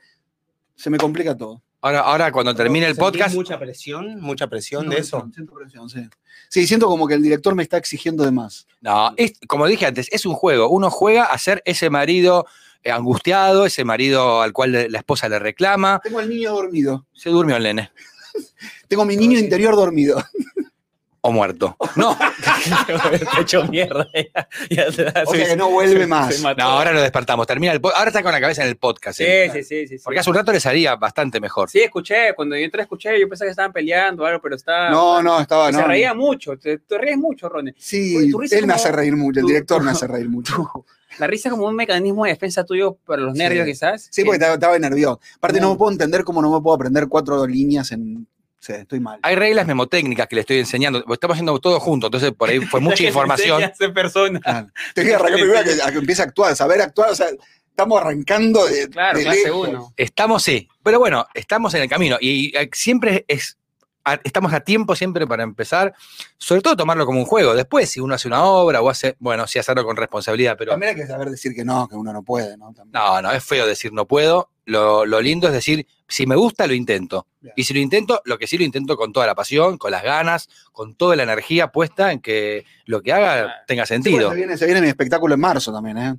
[SPEAKER 1] se me complica todo.
[SPEAKER 5] Ahora, ahora cuando termine el
[SPEAKER 7] Sentí
[SPEAKER 5] podcast,
[SPEAKER 7] Mucha presión, mucha presión
[SPEAKER 1] Siento
[SPEAKER 7] de eso.
[SPEAKER 1] presión, siento presión, sí. Sí, siento como que el director me está exigiendo de más.
[SPEAKER 5] no, es- como dije antes, es un juego. Uno juega a ser ese marido eh, angustiado, ese marido al cual le- la esposa le reclama.
[SPEAKER 1] Tengo al niño dormido,
[SPEAKER 5] Se durmió el nene.
[SPEAKER 1] tengo mi
[SPEAKER 4] Ah,
[SPEAKER 1] niño interior
[SPEAKER 4] [laughs]
[SPEAKER 1] dormido.
[SPEAKER 5] O muerto. No,
[SPEAKER 4] Te hecho mierda. Ya, ya se-
[SPEAKER 1] O sea
[SPEAKER 4] se-
[SPEAKER 1] que no vuelve
[SPEAKER 4] se-
[SPEAKER 1] más.
[SPEAKER 4] se mató.
[SPEAKER 5] no, ahora lo despertamos. Termina el po- Ahora está con la cabeza en el podcast.
[SPEAKER 4] Sí,
[SPEAKER 5] eh.
[SPEAKER 4] sí, sí, sí. sí.
[SPEAKER 5] Porque hace un rato le salía bastante mejor.
[SPEAKER 4] Sí, escuché. Cuando yo entré, escuché. Yo pensé que estaban peleando o algo, pero está.
[SPEAKER 1] No, no, estaba,
[SPEAKER 4] Se
[SPEAKER 1] no.
[SPEAKER 4] reía mucho. Te, te ríes mucho, Ronnie.
[SPEAKER 1] Sí,
[SPEAKER 4] Tu risa
[SPEAKER 1] él me
[SPEAKER 4] como-
[SPEAKER 1] hace reír mucho, el
[SPEAKER 4] tu-
[SPEAKER 1] director me hace reír mucho.
[SPEAKER 4] La risa es como un mecanismo de defensa tuyo para los
[SPEAKER 1] Sí.
[SPEAKER 4] nervios, quizás.
[SPEAKER 1] Sí, porque estaba, estaba nervioso. Aparte, no me
[SPEAKER 4] Muy.
[SPEAKER 1] puedo entender cómo no me puedo aprender cuatro líneas en... Sí, estoy mal.
[SPEAKER 4] Ah,
[SPEAKER 5] Hay reglas memotécnicas que le estoy enseñando. Estamos haciendo todo junto, entonces por ahí
[SPEAKER 1] [laughs]
[SPEAKER 5] fue
[SPEAKER 4] [laughs]
[SPEAKER 5] mucha información.
[SPEAKER 4] Hace persona.
[SPEAKER 1] Claro. Te voy a arrancar primero a que, a que empiece a actuar, saber actuar, o sea, estamos arrancando de,
[SPEAKER 4] Claro,
[SPEAKER 1] de
[SPEAKER 4] clase
[SPEAKER 1] lejos.
[SPEAKER 4] uno.
[SPEAKER 5] Estamos, sí. Pero bueno, estamos en el camino. Y eh, siempre es. a- Estamos a tiempo siempre para empezar, sobre todo tomarlo como un juego. Después, si uno hace una obra o hace, bueno, sí hacerlo con responsabilidad, pero
[SPEAKER 1] También hay que saber decir que no, que uno no puede, ¿no? También.
[SPEAKER 5] no, no, es feo decir no puedo. Lo, lo lindo es decir, si me gusta, lo intento.
[SPEAKER 1] Bien.
[SPEAKER 5] Y si lo intento, lo que sí lo intento con toda la pasión, con las ganas, con toda la energía puesta en que lo que haga
[SPEAKER 4] Claro.
[SPEAKER 5] tenga
[SPEAKER 1] Sí, bueno,
[SPEAKER 5] sentido.
[SPEAKER 1] se, viene, se viene mi espectáculo en marzo también, ¿eh?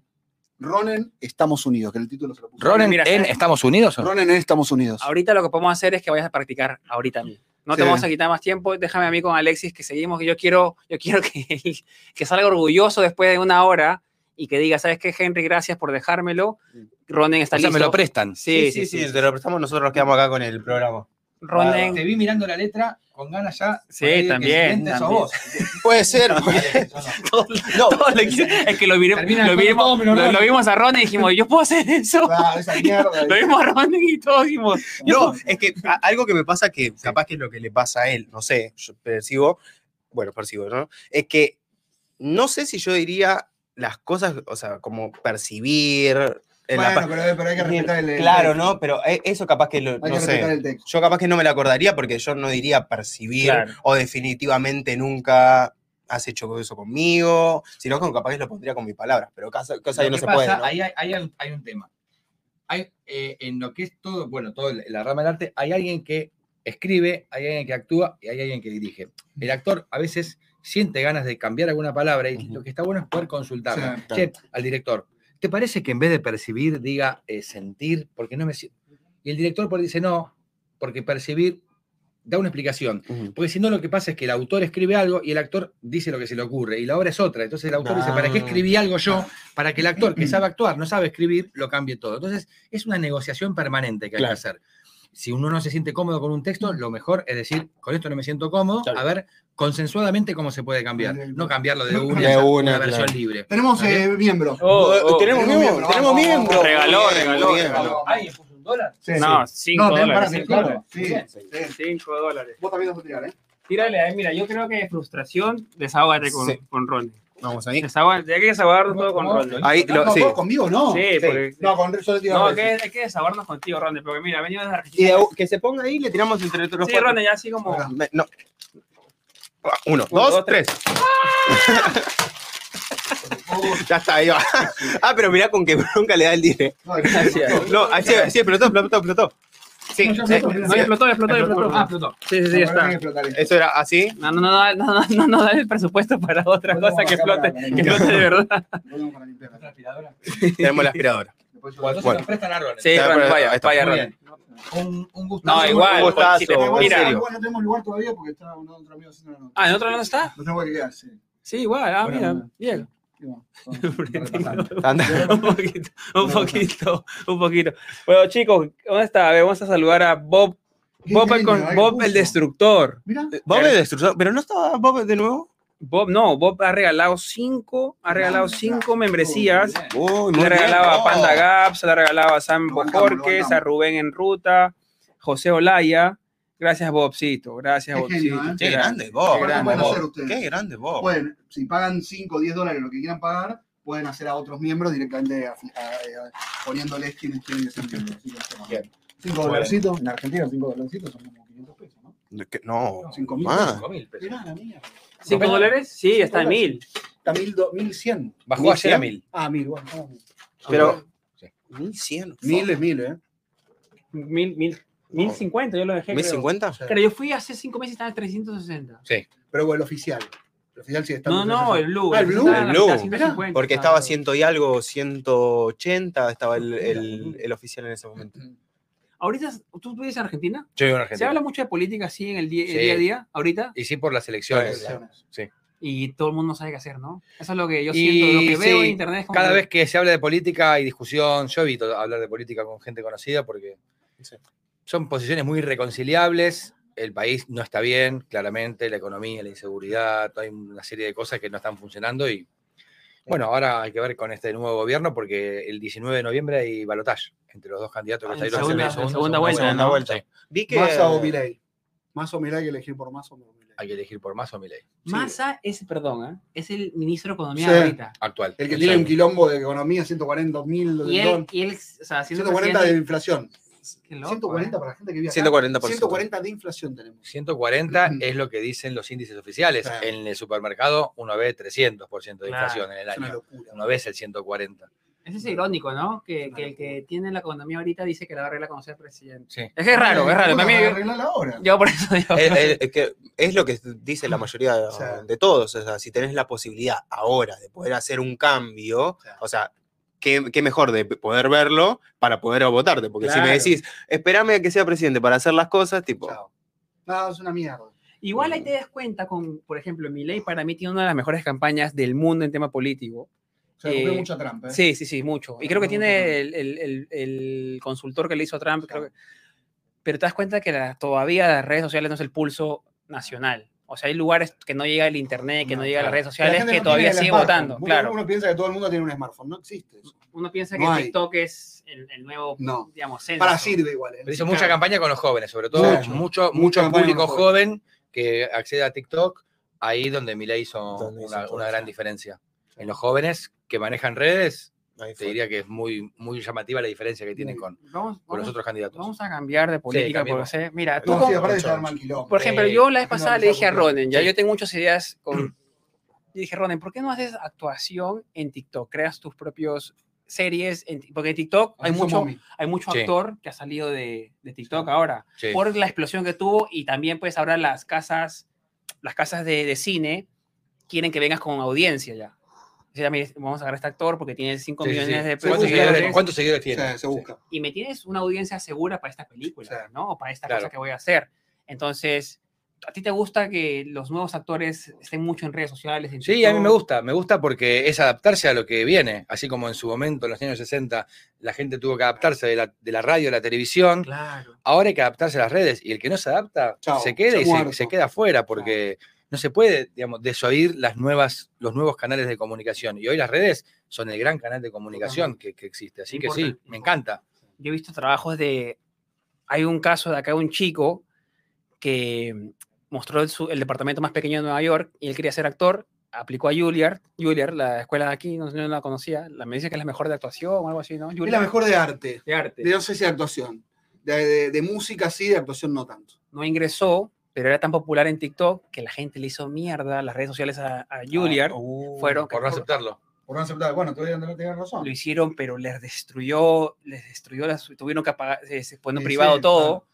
[SPEAKER 1] Ronen, Estamos Unidos, que el título se lo puse.
[SPEAKER 5] Ronen
[SPEAKER 4] Mira,
[SPEAKER 3] eh,
[SPEAKER 5] en
[SPEAKER 4] ¿sabes?
[SPEAKER 5] Estados Unidos. ¿o no?
[SPEAKER 1] Ronen en Estamos Unidos.
[SPEAKER 4] Ahorita lo que podemos hacer es que vayas a practicar ahorita a mí. No te
[SPEAKER 1] Sí.
[SPEAKER 4] vamos a quitar más tiempo. Déjame a mí con Alexis que seguimos. que Yo quiero, yo quiero que, él- que salga orgulloso después de una hora y que diga, ¿sabes qué, Henry? Gracias por dejármelo. Ronen está
[SPEAKER 5] O sea,
[SPEAKER 4] listo.
[SPEAKER 5] me lo prestan.
[SPEAKER 4] sí, sí, sí,
[SPEAKER 7] te lo prestamos, nosotros nos quedamos acá con el programa.
[SPEAKER 3] Ronen.
[SPEAKER 5] Te vi mirando la letra con ganas ya.
[SPEAKER 3] Sí,
[SPEAKER 5] por ahí de que
[SPEAKER 3] también,
[SPEAKER 5] el siguiente sos
[SPEAKER 3] también.
[SPEAKER 5] vos.
[SPEAKER 9] Puede ser.
[SPEAKER 3] No, le- es que lo, miré-
[SPEAKER 5] Termina
[SPEAKER 3] lo
[SPEAKER 5] con
[SPEAKER 3] vimos,
[SPEAKER 5] todo menos
[SPEAKER 3] lo-
[SPEAKER 5] Ronen.
[SPEAKER 3] lo vimos a Ronen y dijimos, yo puedo hacer eso.
[SPEAKER 9] Claro, esa mierda.
[SPEAKER 3] Lo vimos a Ronen y todos dijimos,
[SPEAKER 2] No, es que a- algo que me pasa que capaz que es lo que le pasa a él, no sé, yo percibo, bueno, percibo, ¿no? Es que no sé si yo diría las cosas, o sea, como percibir. en la pa-
[SPEAKER 9] Bueno, pero, pero hay que respetar el. el
[SPEAKER 2] claro,
[SPEAKER 9] texto.
[SPEAKER 2] ¿no? Pero e- eso capaz que lo,
[SPEAKER 9] Hay
[SPEAKER 2] no
[SPEAKER 9] que respetar
[SPEAKER 2] sé.
[SPEAKER 9] el texto.
[SPEAKER 2] Yo capaz que no me la acordaría porque yo no diría percibir
[SPEAKER 3] Claro.
[SPEAKER 2] o definitivamente nunca has hecho eso conmigo, sino que capaz que lo pondría con mis palabras, pero cosa, cosa que
[SPEAKER 5] Lo
[SPEAKER 2] no
[SPEAKER 5] que
[SPEAKER 2] se
[SPEAKER 5] pasa,
[SPEAKER 2] puede, ¿no?
[SPEAKER 5] Ahí hay, hay un- hay un tema. Hay, eh, en lo que es todo, bueno, todo el- la rama del arte, hay alguien que escribe, hay alguien que actúa y hay alguien que dirige. El actor a veces siente ganas de cambiar alguna palabra y
[SPEAKER 2] Ujú.
[SPEAKER 5] lo que está bueno es poder consultarla.
[SPEAKER 9] Sí,
[SPEAKER 5] Che, al director, ¿te parece que en vez de percibir diga eh, sentir? Porque no me si- Y el director por ahí dice no, porque percibir da una explicación.
[SPEAKER 2] Ujú.
[SPEAKER 5] Porque si no, lo que pasa es que el autor escribe algo y el actor dice lo que se le ocurre y la obra es otra. Entonces el autor dice, ¿para qué
[SPEAKER 2] Ah.
[SPEAKER 5] escribí algo yo? Para que el actor
[SPEAKER 2] [clears throat]
[SPEAKER 5] que sabe actuar, no sabe escribir, lo cambie todo. Entonces es una negociación permanente que hay que hacer. Si uno no se siente cómodo con un texto, lo mejor es decir, con esto no me siento cómodo, a ver consensuadamente cómo se puede cambiar.
[SPEAKER 9] Bien.
[SPEAKER 5] No cambiarlo de una,
[SPEAKER 2] De
[SPEAKER 5] hacer
[SPEAKER 2] una,
[SPEAKER 5] una versión
[SPEAKER 2] claro.
[SPEAKER 5] libre.
[SPEAKER 9] Tenemos
[SPEAKER 5] ¿Está
[SPEAKER 9] eh,
[SPEAKER 5] bien?
[SPEAKER 9] miembro.
[SPEAKER 3] oh, oh.
[SPEAKER 2] tenemos miembro, tenemos miembro.
[SPEAKER 3] Regaló,
[SPEAKER 2] Muy bien,
[SPEAKER 3] regaló,
[SPEAKER 2] muy bien.
[SPEAKER 3] regaló.
[SPEAKER 5] ¿Alguien puso un dólar?
[SPEAKER 9] Sí,
[SPEAKER 3] no,
[SPEAKER 9] sí.
[SPEAKER 3] 5
[SPEAKER 9] No, tenés para
[SPEAKER 3] dólares.
[SPEAKER 9] sí,
[SPEAKER 5] cinco
[SPEAKER 9] claro.
[SPEAKER 5] dólares.
[SPEAKER 9] Sí, sí.
[SPEAKER 3] 5 dólares.
[SPEAKER 9] Vos también vas a tirar, ¿eh?
[SPEAKER 3] Tírale, eh, mira, yo creo que frustración, desahógate con,
[SPEAKER 2] Sí.
[SPEAKER 3] con Ronen.
[SPEAKER 2] Vamos ahí.
[SPEAKER 3] Desahógate, hay que desahogarnos todo con Ronen.
[SPEAKER 2] Ahí,
[SPEAKER 9] No,
[SPEAKER 2] lo-
[SPEAKER 9] no,
[SPEAKER 2] sí.
[SPEAKER 9] vos conmigo no.
[SPEAKER 3] Sí, porque-
[SPEAKER 9] No, con yo le tiro
[SPEAKER 3] No,
[SPEAKER 9] a
[SPEAKER 3] hay que,
[SPEAKER 9] Rey.
[SPEAKER 3] hay que desahogarnos contigo, Ronen, porque mira, venimos de
[SPEAKER 2] Y
[SPEAKER 3] Argentina.
[SPEAKER 2] de- que se ponga ahí, le tiramos entre los
[SPEAKER 3] Sí,
[SPEAKER 2] cuatro.
[SPEAKER 3] Ronen, ya así como...
[SPEAKER 2] Me- no. Ah, Uno, dos,
[SPEAKER 3] dos,
[SPEAKER 2] tres. [laughs] ya está, ahí va. [laughs] ah, pero mirá con qué bronca le da el dinero.
[SPEAKER 9] No, gracias.
[SPEAKER 2] No, ah, sí, sí, explotó, explotó, explotó. Sí,
[SPEAKER 9] No, yo
[SPEAKER 2] sí,
[SPEAKER 9] no, no,
[SPEAKER 3] No,
[SPEAKER 2] sí.
[SPEAKER 3] explotó, explotó, explotó.
[SPEAKER 5] Ah, explotó.
[SPEAKER 3] Sí, sí, sí, ya está.
[SPEAKER 2] Eso era así.
[SPEAKER 3] No, no, no, no, no, no, no, dale el presupuesto para otra
[SPEAKER 9] Volvemos
[SPEAKER 3] cosa que
[SPEAKER 9] a la cámara,
[SPEAKER 3] explote,
[SPEAKER 9] ¿no?
[SPEAKER 3] que explote de verdad.
[SPEAKER 2] Tenemos la aspiradora.
[SPEAKER 5] Bueno, entonces
[SPEAKER 2] Bueno.
[SPEAKER 5] nos prestan a Ronen.
[SPEAKER 3] Sí,
[SPEAKER 2] Está,
[SPEAKER 3] Ron,
[SPEAKER 2] pero- ahí
[SPEAKER 3] vaya,
[SPEAKER 2] está,
[SPEAKER 3] vaya,
[SPEAKER 5] Muy
[SPEAKER 3] Ron.
[SPEAKER 5] bien. Un, un [laughs] gusto.
[SPEAKER 3] No, igual.
[SPEAKER 2] Un
[SPEAKER 3] porque si te-
[SPEAKER 2] gustazo,
[SPEAKER 3] mira.
[SPEAKER 2] en serio.
[SPEAKER 9] No tenemos lugar todavía porque está un otro amigo haciendo una nota.
[SPEAKER 3] Ah, ¿en otro no está?
[SPEAKER 9] No tengo que quedar, sí.
[SPEAKER 3] Sí, igual. Ah,
[SPEAKER 9] Bueno,
[SPEAKER 3] mira,
[SPEAKER 9] bueno.
[SPEAKER 3] bien.
[SPEAKER 9] Y bueno,
[SPEAKER 2] Anda.
[SPEAKER 3] [laughs] un poquito, un poquito, un poquito. Bueno, chicos, ¿dónde está? A ver, vamos a saludar a Bob,
[SPEAKER 9] Qué
[SPEAKER 3] Bob, el,
[SPEAKER 9] genio,
[SPEAKER 3] con-
[SPEAKER 9] ¿eh?
[SPEAKER 3] Bob
[SPEAKER 9] Puso.
[SPEAKER 3] el Destructor.
[SPEAKER 9] Mira,
[SPEAKER 2] Bob el destructor, pero no estaba Bob de nuevo.
[SPEAKER 3] Bob, no, Bob ha regalado cinco, ha regalado
[SPEAKER 9] Vamos,
[SPEAKER 3] cinco
[SPEAKER 9] claro.
[SPEAKER 3] membresías.
[SPEAKER 9] Muy bien.
[SPEAKER 2] Uy, muy
[SPEAKER 3] Le regalaba
[SPEAKER 2] bien.
[SPEAKER 3] a Panda Gaps, le regalaba a Sam
[SPEAKER 9] Lo bancamos, lo
[SPEAKER 3] Bojorques, a
[SPEAKER 9] bancamos.
[SPEAKER 3] Rubén en Ruta, José Olaya. Gracias, Bobcito. Gracias,
[SPEAKER 9] Qué genio,
[SPEAKER 3] Bobcito.
[SPEAKER 9] ¿eh?
[SPEAKER 2] Qué grande
[SPEAKER 3] Qué
[SPEAKER 2] Bob.
[SPEAKER 3] grande,
[SPEAKER 9] pueden
[SPEAKER 3] Bob.
[SPEAKER 9] hacer ustedes?
[SPEAKER 2] Qué grande Bob.
[SPEAKER 9] Pueden, si pagan 5 o 10 dólares lo que quieran pagar, pueden hacer a otros miembros directamente a- a- a- poniéndoles quienes quieren que sean miembros. Así que está bueno.
[SPEAKER 5] Bien.
[SPEAKER 9] Cinco dolarcitos, en Argentina 5 dolarcitos son como 500 pesos, ¿no?
[SPEAKER 2] Que- No.
[SPEAKER 9] Cinco mil
[SPEAKER 2] más.
[SPEAKER 5] Cinco mil pesos.
[SPEAKER 9] Mirá, la mierda.
[SPEAKER 3] ¿Cinco
[SPEAKER 5] Bueno,
[SPEAKER 3] dólares? Sí,
[SPEAKER 9] cinco
[SPEAKER 3] está en
[SPEAKER 9] dólares.
[SPEAKER 3] mil.
[SPEAKER 9] Está 1000 do- 1100.
[SPEAKER 5] Bajó ayer a mil.
[SPEAKER 9] Ah, 1000, bueno. no, no.
[SPEAKER 2] Pero.
[SPEAKER 5] Sí.
[SPEAKER 2] 1100.
[SPEAKER 9] Mil es 1000, ¿eh?
[SPEAKER 3] Mil, mil, mil cincuenta, yo lo dejé. creo.
[SPEAKER 2] 1050.
[SPEAKER 3] Pero yo fui hace cinco meses y estaba en 360.
[SPEAKER 9] Pero bueno, el oficial. El oficial sí está.
[SPEAKER 3] No, no, el Blue.
[SPEAKER 9] Ah, el Blue.
[SPEAKER 3] estaba en la
[SPEAKER 2] El Blue.
[SPEAKER 3] mitad, 150.
[SPEAKER 2] Porque estaba ciento y algo, 180 estaba el, el, el oficial en ese momento.
[SPEAKER 3] Ahorita, ¿tú vives en Argentina?
[SPEAKER 5] Yo vivo en
[SPEAKER 3] Se
[SPEAKER 5] Argentina.
[SPEAKER 3] habla mucho de política así en el día, el
[SPEAKER 5] Sí.
[SPEAKER 3] día a día, ahorita,
[SPEAKER 5] Y sí, por las elecciones.
[SPEAKER 3] y todo el mundo no sabe qué hacer, ¿no? Eso es lo que yo
[SPEAKER 5] Y
[SPEAKER 3] siento, lo que veo
[SPEAKER 5] sí,
[SPEAKER 3] en internet. es como
[SPEAKER 5] Cada
[SPEAKER 3] que-
[SPEAKER 5] vez que se habla de política y discusión, yo evito hablar de política con gente conocida porque
[SPEAKER 2] Sí.
[SPEAKER 5] son posiciones muy irreconciliables. El país no está bien, claramente, la economía, la inseguridad, hay una serie de cosas que no están funcionando y bueno, ahora hay que ver con este nuevo gobierno porque el 19 de noviembre hay balotaje entre los dos candidatos que
[SPEAKER 3] Ah, en
[SPEAKER 5] está ahí, los
[SPEAKER 3] segunda-
[SPEAKER 5] primeros
[SPEAKER 3] en
[SPEAKER 5] segundos,
[SPEAKER 3] segunda vuelta,
[SPEAKER 2] Segunda
[SPEAKER 3] ¿no?
[SPEAKER 2] vuelta. Vi que.
[SPEAKER 9] Massa o Milei. Massa o Milei que elegir por Massa o por Milei.
[SPEAKER 5] Hay que elegir por más o Milei.
[SPEAKER 3] Massa es, perdón, ¿eh? es el ministro de Economía
[SPEAKER 9] Sí.
[SPEAKER 3] ahorita.
[SPEAKER 5] Actual.
[SPEAKER 9] El que tiene un
[SPEAKER 5] Exacto.
[SPEAKER 9] quilombo de economía, 140 mil.
[SPEAKER 3] Y él, y él, o sea, siendo
[SPEAKER 9] 140 de
[SPEAKER 3] presidente-
[SPEAKER 9] inflación.
[SPEAKER 3] qué loco,
[SPEAKER 9] 140
[SPEAKER 3] ¿eh?
[SPEAKER 9] para la gente que vive acá.
[SPEAKER 2] 140%.
[SPEAKER 9] 140 de inflación tenemos.
[SPEAKER 5] 140 es lo que dicen los índices oficiales.
[SPEAKER 9] Mm. Claro.
[SPEAKER 5] En el supermercado uno ve 300% de inflación en el
[SPEAKER 9] Es una
[SPEAKER 5] año.
[SPEAKER 9] locura.
[SPEAKER 5] Uno ve el 140.
[SPEAKER 3] Eso es irónico, ¿no? Que, que el que tiene la economía ahorita dice que la va a arreglar cuando sea presidente.
[SPEAKER 5] Sí.
[SPEAKER 3] Es que es raro, es raro.
[SPEAKER 1] [laughs]
[SPEAKER 9] Bueno,
[SPEAKER 3] También yo,
[SPEAKER 9] arreglala ahora.
[SPEAKER 3] yo por eso
[SPEAKER 2] [laughs]
[SPEAKER 3] digo.
[SPEAKER 2] Es, es- es que es lo que dice la mayoría de,
[SPEAKER 9] sea.
[SPEAKER 2] de todos. O sea, si tenés la posibilidad ahora de poder hacer un cambio,
[SPEAKER 9] Claro.
[SPEAKER 2] o sea, qué, qué mejor de poder verlo para poder votarte. Porque si me
[SPEAKER 3] Claro.
[SPEAKER 2] decís, espérame a que sea presidente para hacer las cosas, tipo,
[SPEAKER 9] Chao. No, es una mierda.
[SPEAKER 3] [laughs] Igual ahí te das cuenta con, por ejemplo, Milei para mí tiene una de las mejores campañas del mundo en tema político.
[SPEAKER 9] Se comió
[SPEAKER 3] Eh,
[SPEAKER 9] mucha trampa. ¿eh?
[SPEAKER 3] Sí, sí, sí, mucho. Y creo que
[SPEAKER 9] Mucho, mucho.
[SPEAKER 3] tiene el, el- el- el consultor que le hizo a Trump, creo que pero te das cuenta que la- todavía las redes sociales no es el pulso nacional. O sea, hay lugares que no llega el internet, que no,
[SPEAKER 1] No,
[SPEAKER 3] llega las
[SPEAKER 1] claro.
[SPEAKER 3] redes
[SPEAKER 1] La
[SPEAKER 3] sociales,
[SPEAKER 1] gente
[SPEAKER 3] que
[SPEAKER 1] no
[SPEAKER 3] todavía
[SPEAKER 1] tiene el
[SPEAKER 3] sigue
[SPEAKER 1] smartphone.
[SPEAKER 3] votando.
[SPEAKER 1] Uno-
[SPEAKER 3] Claro.
[SPEAKER 1] Uno piensa que todo el mundo tiene un smartphone. No existe eso.
[SPEAKER 3] Uno piensa que
[SPEAKER 1] No hay.
[SPEAKER 3] TikTok es el, el nuevo,
[SPEAKER 1] No.
[SPEAKER 3] digamos, censo.
[SPEAKER 1] Para sirve igual. ¿eh?
[SPEAKER 5] Pero hizo mucha campaña con los jóvenes, sobre todo
[SPEAKER 1] Mucho.
[SPEAKER 5] mucho, mucho,
[SPEAKER 1] Mucha campaña con
[SPEAKER 5] público
[SPEAKER 1] los jóvenes.
[SPEAKER 5] joven que accede a TikTok, ahí donde Milei hizo
[SPEAKER 2] Donde hizo
[SPEAKER 5] una,
[SPEAKER 2] todo
[SPEAKER 5] una
[SPEAKER 2] eso.
[SPEAKER 5] gran diferencia. En los jóvenes que manejan redes,
[SPEAKER 2] Ahí
[SPEAKER 5] te
[SPEAKER 2] fue.
[SPEAKER 5] diría que es muy, muy llamativa la diferencia que tienen con,
[SPEAKER 3] Vamos,
[SPEAKER 5] con los
[SPEAKER 3] vamos-
[SPEAKER 5] otros candidatos.
[SPEAKER 3] vamos a cambiar de política.
[SPEAKER 5] cambiemos.
[SPEAKER 3] porque sé- mira, tú
[SPEAKER 2] No,
[SPEAKER 1] No,
[SPEAKER 3] como-
[SPEAKER 1] sí, aparte
[SPEAKER 2] mucho,
[SPEAKER 1] se arma el
[SPEAKER 2] mucho.
[SPEAKER 1] quilombo.
[SPEAKER 3] Por ejemplo,
[SPEAKER 5] Eh,
[SPEAKER 3] yo la vez
[SPEAKER 1] no, no,
[SPEAKER 3] pasada le dije a
[SPEAKER 1] no.
[SPEAKER 3] Ronen, ya
[SPEAKER 5] Sí.
[SPEAKER 3] yo tengo muchas ideas
[SPEAKER 1] [clears throat]
[SPEAKER 3] con... Y dije, Ronen, ¿por qué no haces actuación en TikTok? Creas tus propios series, en ti- porque en TikTok hay
[SPEAKER 1] Así son
[SPEAKER 3] mucho,
[SPEAKER 1] momi.
[SPEAKER 3] hay mucho
[SPEAKER 5] Sí.
[SPEAKER 3] actor que ha salido de, de TikTok ahora,
[SPEAKER 5] Sí.
[SPEAKER 3] por la explosión que tuvo y también pues ahora las casas, las casas de, de cine quieren que vengas con audiencia ya. Dice, "Ya, mira, vamos a agarrar a este actor porque tiene 5
[SPEAKER 5] Sí, sí, sí.
[SPEAKER 3] millones de
[SPEAKER 5] ¿Cuántos,
[SPEAKER 1] busca,
[SPEAKER 5] seguidores,
[SPEAKER 3] seguidores
[SPEAKER 5] cuántos seguidores
[SPEAKER 1] Sí,
[SPEAKER 5] tiene?
[SPEAKER 1] se busca.
[SPEAKER 3] y me tienes una audiencia segura para esta película,
[SPEAKER 1] Claro.
[SPEAKER 3] ¿no? O para esta
[SPEAKER 5] Claro.
[SPEAKER 3] cosa que voy a hacer. Entonces, ¿a ti te gusta que los nuevos actores estén mucho en redes sociales? en
[SPEAKER 5] Sí, a mí me
[SPEAKER 3] TikTok?
[SPEAKER 5] gusta, me gusta porque es adaptarse a lo que viene, así como en su momento, en los años 60, la gente tuvo que adaptarse de la, de la radio a la televisión,
[SPEAKER 3] Claro.
[SPEAKER 5] ahora hay que adaptarse a las redes y el que no se adapta
[SPEAKER 1] Chao,
[SPEAKER 5] se queda y
[SPEAKER 1] muerto.
[SPEAKER 5] se, se queda afuera porque no se puede, digamos, desoír las nuevas, los nuevos canales de comunicación y hoy las redes son el gran canal de comunicación que, que existe, así que sí,
[SPEAKER 3] Importante.
[SPEAKER 5] me encanta.
[SPEAKER 3] Yo he visto trabajos de... Hay un caso de acá, un chico que mostró el, su- el departamento más pequeño de Nueva York y él quería ser actor, aplicó a Juilliard, Juilliard, la escuela de aquí, no, sé, no la conocía, la, me dice que es la mejor de actuación o algo así, ¿no?
[SPEAKER 1] Es la
[SPEAKER 3] Juilliard
[SPEAKER 1] mejor de arte.
[SPEAKER 3] de arte.
[SPEAKER 1] De no sé si de actuación. De, de- de música sí, de actuación no tanto.
[SPEAKER 3] no ingresó, pero era tan popular en TikTok que la gente le hizo mierda las redes sociales a,
[SPEAKER 1] Ah,
[SPEAKER 3] a Juilliard.
[SPEAKER 1] oh.
[SPEAKER 3] fueron
[SPEAKER 5] Por no aceptarlo.
[SPEAKER 1] Por no aceptar. Bueno, todavía no tenés razón.
[SPEAKER 3] Lo hicieron, pero les destruyó, les destruyó, las, tuvieron que apagar, se, se pone en
[SPEAKER 1] Sí,
[SPEAKER 3] privado
[SPEAKER 1] sí,
[SPEAKER 3] todo.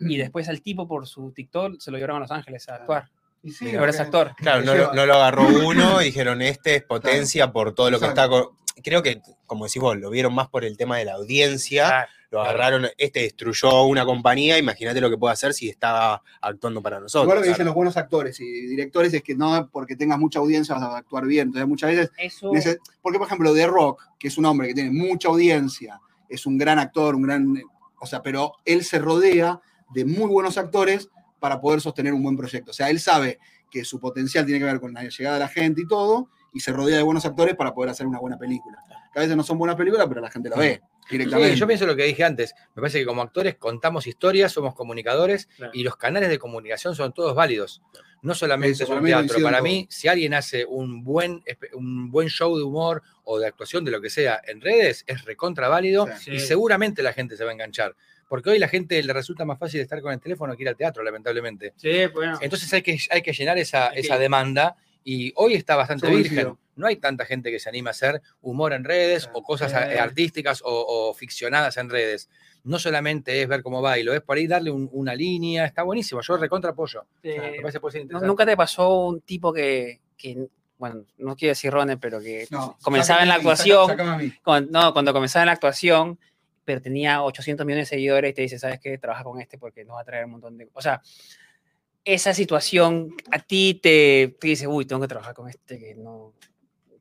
[SPEAKER 3] Y después al tipo por su TikTok se lo llevaron a Los Ángeles a actuar.
[SPEAKER 1] Y
[SPEAKER 3] Y
[SPEAKER 1] sí,
[SPEAKER 3] ahora es
[SPEAKER 1] porque-
[SPEAKER 3] actor.
[SPEAKER 2] Claro,
[SPEAKER 1] Te
[SPEAKER 2] no, lo-
[SPEAKER 1] lleva.
[SPEAKER 2] no lo agarró uno y dijeron, este es potencia por todo lo que
[SPEAKER 1] Exacto.
[SPEAKER 2] está... co-". Creo que, como decís vos, lo vieron más por el tema de la audiencia,
[SPEAKER 3] Claro.
[SPEAKER 2] lo agarraron, este destruyó una compañía, imagínate lo que puede hacer si está actuando para nosotros.
[SPEAKER 1] eh, Igual lo que dicen
[SPEAKER 2] claro.
[SPEAKER 1] los buenos actores y directores es que no porque tengas mucha audiencia vas a actuar bien. Entonces muchas veces
[SPEAKER 3] Eso,
[SPEAKER 1] Nece- Porque, por ejemplo, The Rock, que es un hombre que tiene mucha audiencia, es un gran actor, un gran. O sea, pero él se rodea de muy buenos actores para poder sostener un buen proyecto. O sea, él sabe que su potencial tiene que ver con la llegada de la gente y todo, y se rodea de buenos actores para poder hacer una buena película. Que a veces no son buenas películas, pero la gente la ve directamente.
[SPEAKER 5] Sí, yo pienso lo que dije antes. Me parece que como actores contamos historias, somos comunicadores
[SPEAKER 3] Claro.
[SPEAKER 5] y los canales de comunicación son todos válidos. No solamente
[SPEAKER 1] Eso,
[SPEAKER 5] es
[SPEAKER 1] para
[SPEAKER 5] un
[SPEAKER 1] mí
[SPEAKER 5] teatro.
[SPEAKER 1] coincido en
[SPEAKER 5] Para
[SPEAKER 1] todo.
[SPEAKER 5] mí, si alguien hace un buen, espe- un buen show de humor o de actuación de lo que sea en redes, es recontra válido
[SPEAKER 3] Sí.
[SPEAKER 5] y seguramente la gente se va a enganchar. Porque hoy la gente le resulta más fácil estar con el teléfono que ir al teatro, lamentablemente.
[SPEAKER 3] Sí, bueno.
[SPEAKER 5] Entonces hay que, hay que llenar esa,
[SPEAKER 3] Hay que-
[SPEAKER 5] esa demanda y hoy está bastante
[SPEAKER 1] Yo
[SPEAKER 5] virgen.
[SPEAKER 1] coincido.
[SPEAKER 5] No hay tanta gente que se anima a hacer humor en redes
[SPEAKER 1] Claro.
[SPEAKER 5] o cosas
[SPEAKER 3] Ah, Sí.
[SPEAKER 5] a- artísticas o, o ficcionadas en redes. No solamente es ver cómo bailo, es por ahí darle un- una línea. Está buenísimo. Yo recontra apoyo.
[SPEAKER 3] eh,
[SPEAKER 5] Me parece que puede ser
[SPEAKER 3] ¿no-
[SPEAKER 5] interesante.
[SPEAKER 3] ¿Nunca te pasó un tipo que, que, bueno, no quiero decir Ronen, pero que
[SPEAKER 1] No,
[SPEAKER 3] comenzaba en la
[SPEAKER 1] sácame a mí,
[SPEAKER 3] actuación,
[SPEAKER 1] sácame a mí.
[SPEAKER 3] cuando, no, cuando comenzaba en la actuación, pero tenía 800 millones de seguidores y te dice, ¿sabes qué? Trabaja con este porque nos va a traer un montón de... O sea, esa situación a ti te, te dice, uy, tengo que trabajar con este que no...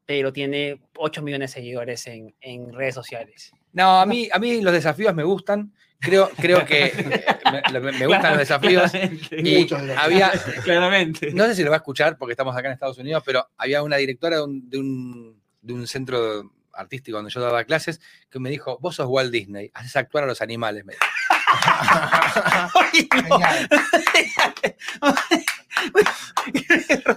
[SPEAKER 3] Pero tiene 8 millones de seguidores en, en redes sociales.
[SPEAKER 5] No, a mí, a mí los desafíos me gustan. Creo,
[SPEAKER 3] [laughs]
[SPEAKER 5] creo que eh, me, me- me gustan los desafíos. Y
[SPEAKER 1] Muchos desafíos.
[SPEAKER 5] había,
[SPEAKER 3] [laughs] Claramente.
[SPEAKER 5] no sé si lo va a escuchar porque estamos acá en Estados Unidos, pero había una directora de un, de un, de un centro artístico donde yo daba clases que me dijo, vos sos Walt Disney, haces actuar a los animales. me dijo.
[SPEAKER 1] Genial.
[SPEAKER 3] Ron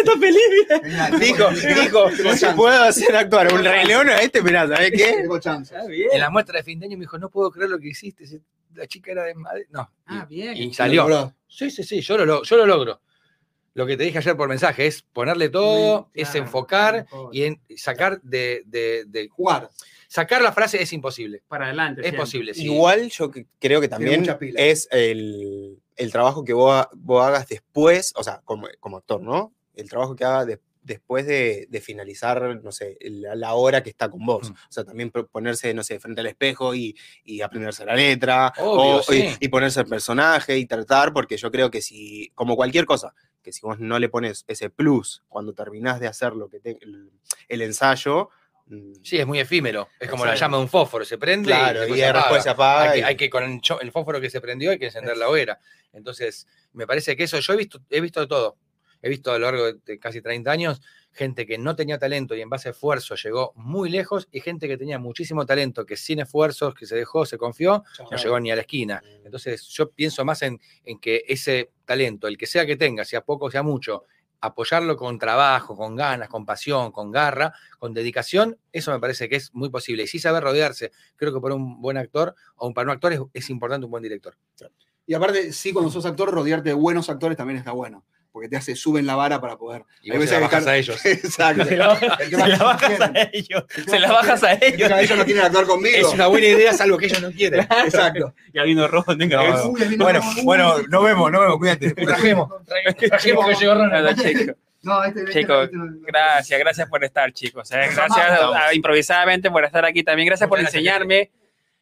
[SPEAKER 3] está feliz. mira.
[SPEAKER 1] Genial.
[SPEAKER 2] Dijo, dijo, si puedo hacer actuar un Rey León a este, mirá, ¿sabes qué?
[SPEAKER 1] Tengo chance.
[SPEAKER 3] Ah, bien.
[SPEAKER 5] En la muestra de fin de año me dijo, no puedo creer lo que hiciste, si la chica era de madre. No,
[SPEAKER 3] Ah, bien.
[SPEAKER 5] y salió. Sí, sí, sí, yo lo, lo- yo lo logro. Lo que te dije ayer por mensaje es ponerle todo, es
[SPEAKER 3] Claro,
[SPEAKER 5] enfocar
[SPEAKER 3] mejor.
[SPEAKER 5] y en- sacar de, de- de-
[SPEAKER 1] Jugar.
[SPEAKER 5] Sacar la frase es imposible.
[SPEAKER 3] Para adelante.
[SPEAKER 5] Es
[SPEAKER 3] siempre.
[SPEAKER 5] posible, sí.
[SPEAKER 2] Igual yo que- creo que también
[SPEAKER 1] mucha pila.
[SPEAKER 2] es el, el trabajo que vos, ha- vos hagas después, o sea, como, como actor, ¿no? El trabajo que haga de- después de, de finalizar, no sé, la, la hora que está con vos.
[SPEAKER 5] Mm.
[SPEAKER 2] O sea, también pro- ponerse, no sé, frente al espejo y, y aprenderse la letra,
[SPEAKER 5] Obvio,
[SPEAKER 2] o-
[SPEAKER 5] sí.
[SPEAKER 2] y, y ponerse el personaje y tratar, porque yo creo que si, como cualquier cosa, que si vos no le pones ese plus cuando terminás de hacer lo que te- el, el ensayo, Mm,
[SPEAKER 5] Sí, es muy efímero. Es como la
[SPEAKER 2] Exacto.
[SPEAKER 5] llama de un fósforo, se prende
[SPEAKER 2] Claro, y después se apaga.
[SPEAKER 5] Hay
[SPEAKER 2] y-
[SPEAKER 5] que, hay que con el, cho- el fósforo que se prendió hay que encender la hoguera. Entonces, me parece que eso, yo he visto, he visto de todo. He visto a lo largo de- de casi 30 años gente que no tenía talento y en base a esfuerzo llegó muy lejos y gente que tenía muchísimo talento, que sin esfuerzos, que se dejó, se confió, no llegó ni a la esquina. Entonces, yo pienso más en, en que ese talento, el que sea que tenga, sea poco, sea mucho, apoyarlo con trabajo, con ganas, con pasión, con garra, con dedicación, eso me parece que es muy posible. Y sí saber rodearse, creo que para un buen actor o un- para un actor es, es importante un buen director.
[SPEAKER 1] Y aparte, sí, cuando sos actor, rodearte de buenos actores también está bueno. Porque te hace, suben la vara para poder.
[SPEAKER 5] Y
[SPEAKER 1] Hay
[SPEAKER 5] vos
[SPEAKER 1] veces
[SPEAKER 5] se la
[SPEAKER 1] que
[SPEAKER 5] bajas
[SPEAKER 1] están-
[SPEAKER 5] a
[SPEAKER 3] [laughs]
[SPEAKER 5] ellos.
[SPEAKER 1] Exacto.
[SPEAKER 4] Se la,
[SPEAKER 1] [laughs]
[SPEAKER 4] se la bajas a ellos. Se la bajas a
[SPEAKER 1] Ellos
[SPEAKER 4] ellos.
[SPEAKER 1] no- ellos no quieren actuar conmigo.
[SPEAKER 5] Es una buena idea, salvo que ellos no quieran.
[SPEAKER 1] Exacto.
[SPEAKER 4] Ya vino Ron, venga, vamos.
[SPEAKER 1] Uy, ahí viene-
[SPEAKER 5] Bueno,
[SPEAKER 1] uy,
[SPEAKER 5] bueno, nos vemos, nos vemos, cuídate. Trajemos, trajemos que llegó Ronald.
[SPEAKER 3] Chicos,
[SPEAKER 1] No, este, este-
[SPEAKER 3] Chicos,
[SPEAKER 1] este no- no-
[SPEAKER 3] gracias, gracias por estar, chicos. eh. Gracias a, a improvisadamente por estar aquí también. Gracias por
[SPEAKER 5] Muchas gracias,
[SPEAKER 3] enseñarme.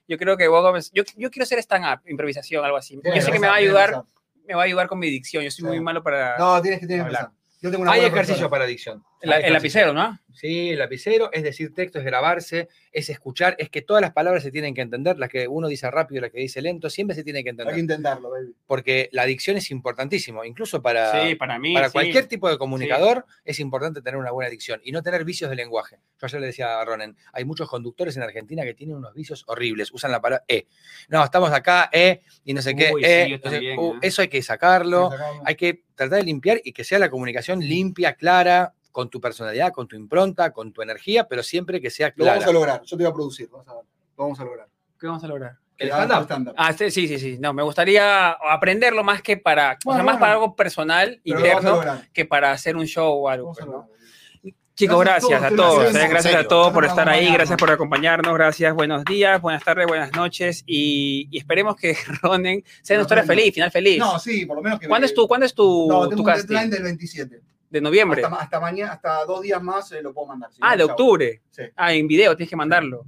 [SPEAKER 3] Yo creo que vos, Gómez- yo, yo quiero ser stand-up, improvisación, algo así. Yo
[SPEAKER 1] Tienes
[SPEAKER 3] sé que me va a
[SPEAKER 1] razón,
[SPEAKER 3] ayudar,
[SPEAKER 1] tienes
[SPEAKER 3] me va a ayudar con mi dicción. Yo soy muy
[SPEAKER 1] Sí.
[SPEAKER 3] malo para
[SPEAKER 1] razón. No, tienes que tener
[SPEAKER 3] Hablar.
[SPEAKER 1] Yo tengo una
[SPEAKER 5] Hay
[SPEAKER 1] buena
[SPEAKER 5] ejercicio
[SPEAKER 1] profesora.
[SPEAKER 5] para adicción.
[SPEAKER 3] la- el lapicero, ¿no?
[SPEAKER 5] Sí, el lapicero es decir texto, es grabarse, es escuchar, es que todas las palabras se tienen que entender, las que uno dice rápido, las que dice lento, siempre se tiene que
[SPEAKER 1] Hay que
[SPEAKER 5] entender.
[SPEAKER 1] intentarlo, baby.
[SPEAKER 5] Porque la adicción es importantísimo, incluso para,
[SPEAKER 3] Sí, para mí.
[SPEAKER 5] para
[SPEAKER 3] sí.
[SPEAKER 5] cualquier tipo de comunicador es importante tener una buena dicción y no tener vicios de lenguaje. Yo ayer le decía a Ronen, hay muchos conductores en Argentina que tienen unos vicios horribles, usan la palabra E. No, estamos acá, E, y no sé qué,
[SPEAKER 3] Uy,
[SPEAKER 5] E.
[SPEAKER 3] sí, yo
[SPEAKER 5] no sé-
[SPEAKER 3] también,
[SPEAKER 5] uh,
[SPEAKER 3] ¿eh?
[SPEAKER 5] Eso hay que sacarlo,
[SPEAKER 1] Sacamos.
[SPEAKER 5] hay que tratar de limpiar y que sea la comunicación limpia, clara, con tu personalidad, con tu impronta, con tu energía, pero siempre que sea
[SPEAKER 1] Lo
[SPEAKER 5] clara.
[SPEAKER 1] vamos a lograr. Yo te voy a producir. vas a ver. Lo vamos a lograr.
[SPEAKER 3] ¿Qué vamos a lograr?
[SPEAKER 5] El
[SPEAKER 1] Que hagas tu
[SPEAKER 5] stand-up.
[SPEAKER 1] stand-up.
[SPEAKER 3] Ah, sí, sí, sí, sí. No, me gustaría aprenderlo más que para, o
[SPEAKER 1] Bueno,
[SPEAKER 3] sea, más
[SPEAKER 1] bueno.
[SPEAKER 3] para algo personal,
[SPEAKER 1] Pero lo vamos a
[SPEAKER 3] interno,
[SPEAKER 1] lograr.
[SPEAKER 3] que para hacer un show o algo.
[SPEAKER 1] Vamos a
[SPEAKER 3] pues, ¿no?
[SPEAKER 1] lograr.
[SPEAKER 3] Chicos,
[SPEAKER 1] Gracias
[SPEAKER 3] gracias
[SPEAKER 1] a
[SPEAKER 3] a
[SPEAKER 1] todos,
[SPEAKER 3] todos.
[SPEAKER 1] gracias,
[SPEAKER 3] eh,
[SPEAKER 1] en
[SPEAKER 3] Gracias a
[SPEAKER 2] serio.
[SPEAKER 3] todos por
[SPEAKER 1] Nos vemos
[SPEAKER 3] estar ahí,
[SPEAKER 1] mañana.
[SPEAKER 3] gracias por acompañarnos, gracias, buenos días, buenas tardes, buenas noches y, y esperemos que [laughs] Ronen sea una
[SPEAKER 1] Nos
[SPEAKER 3] historia
[SPEAKER 1] vemos.
[SPEAKER 3] feliz, final feliz.
[SPEAKER 1] No, sí, por lo menos que.
[SPEAKER 3] ¿Cuándo es tu, cuándo es tu,
[SPEAKER 1] No, tengo
[SPEAKER 3] tu
[SPEAKER 1] un deadline
[SPEAKER 3] casting?
[SPEAKER 1] del 27.
[SPEAKER 3] De noviembre.
[SPEAKER 1] Hasta, ma- hasta mañana, hasta dos días más eh, lo puedo mandar. si
[SPEAKER 3] Ah,
[SPEAKER 1] no,
[SPEAKER 3] de
[SPEAKER 1] chao.
[SPEAKER 3] octubre.
[SPEAKER 1] Sí.
[SPEAKER 3] Ah, en video, tienes que mandarlo.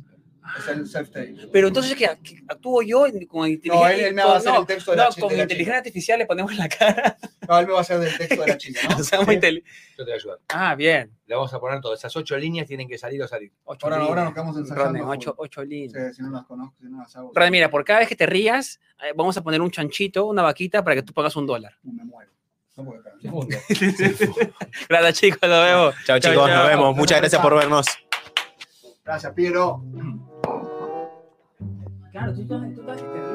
[SPEAKER 1] Es el self-tape.
[SPEAKER 3] Pero entonces, ¿qué? ¿Qué ¿Actúo yo con
[SPEAKER 1] No,
[SPEAKER 3] inteligencia?
[SPEAKER 1] él, él me va a hacer
[SPEAKER 3] no,
[SPEAKER 1] el texto de
[SPEAKER 3] no,
[SPEAKER 1] la chi-
[SPEAKER 3] con
[SPEAKER 1] de la
[SPEAKER 3] inteligencia artificial le ponemos la cara. [laughs]
[SPEAKER 1] chica. No, él me va a hacer el texto de la chica, ¿no?
[SPEAKER 3] o sea, muy tele-
[SPEAKER 5] Yo te voy a ayudar.
[SPEAKER 3] Ah, bien.
[SPEAKER 5] Le vamos a poner todas esas ocho líneas, tienen que salir o salir.
[SPEAKER 3] Ocho
[SPEAKER 1] Ahora, ahora nos
[SPEAKER 3] líneas.
[SPEAKER 1] quedamos ensayando.
[SPEAKER 3] Ronen,
[SPEAKER 1] full.
[SPEAKER 3] ocho, ocho líneas.
[SPEAKER 1] Sí, si no las conozco, si no las hago.
[SPEAKER 3] Ronen, mira, por cada vez que te rías, eh, vamos a poner un chanchito, una vaquita para que tú pagas un dólar.
[SPEAKER 1] Me muero. No puedo esperar.
[SPEAKER 3] [laughs] Gracias, chicos, nos vemos.
[SPEAKER 2] Chao
[SPEAKER 3] Chau,
[SPEAKER 2] chicos,
[SPEAKER 3] chau.
[SPEAKER 2] nos vemos. Muchas gracias por vernos.
[SPEAKER 1] Gracias, Piero.
[SPEAKER 3] Claro, tú estás, tú estás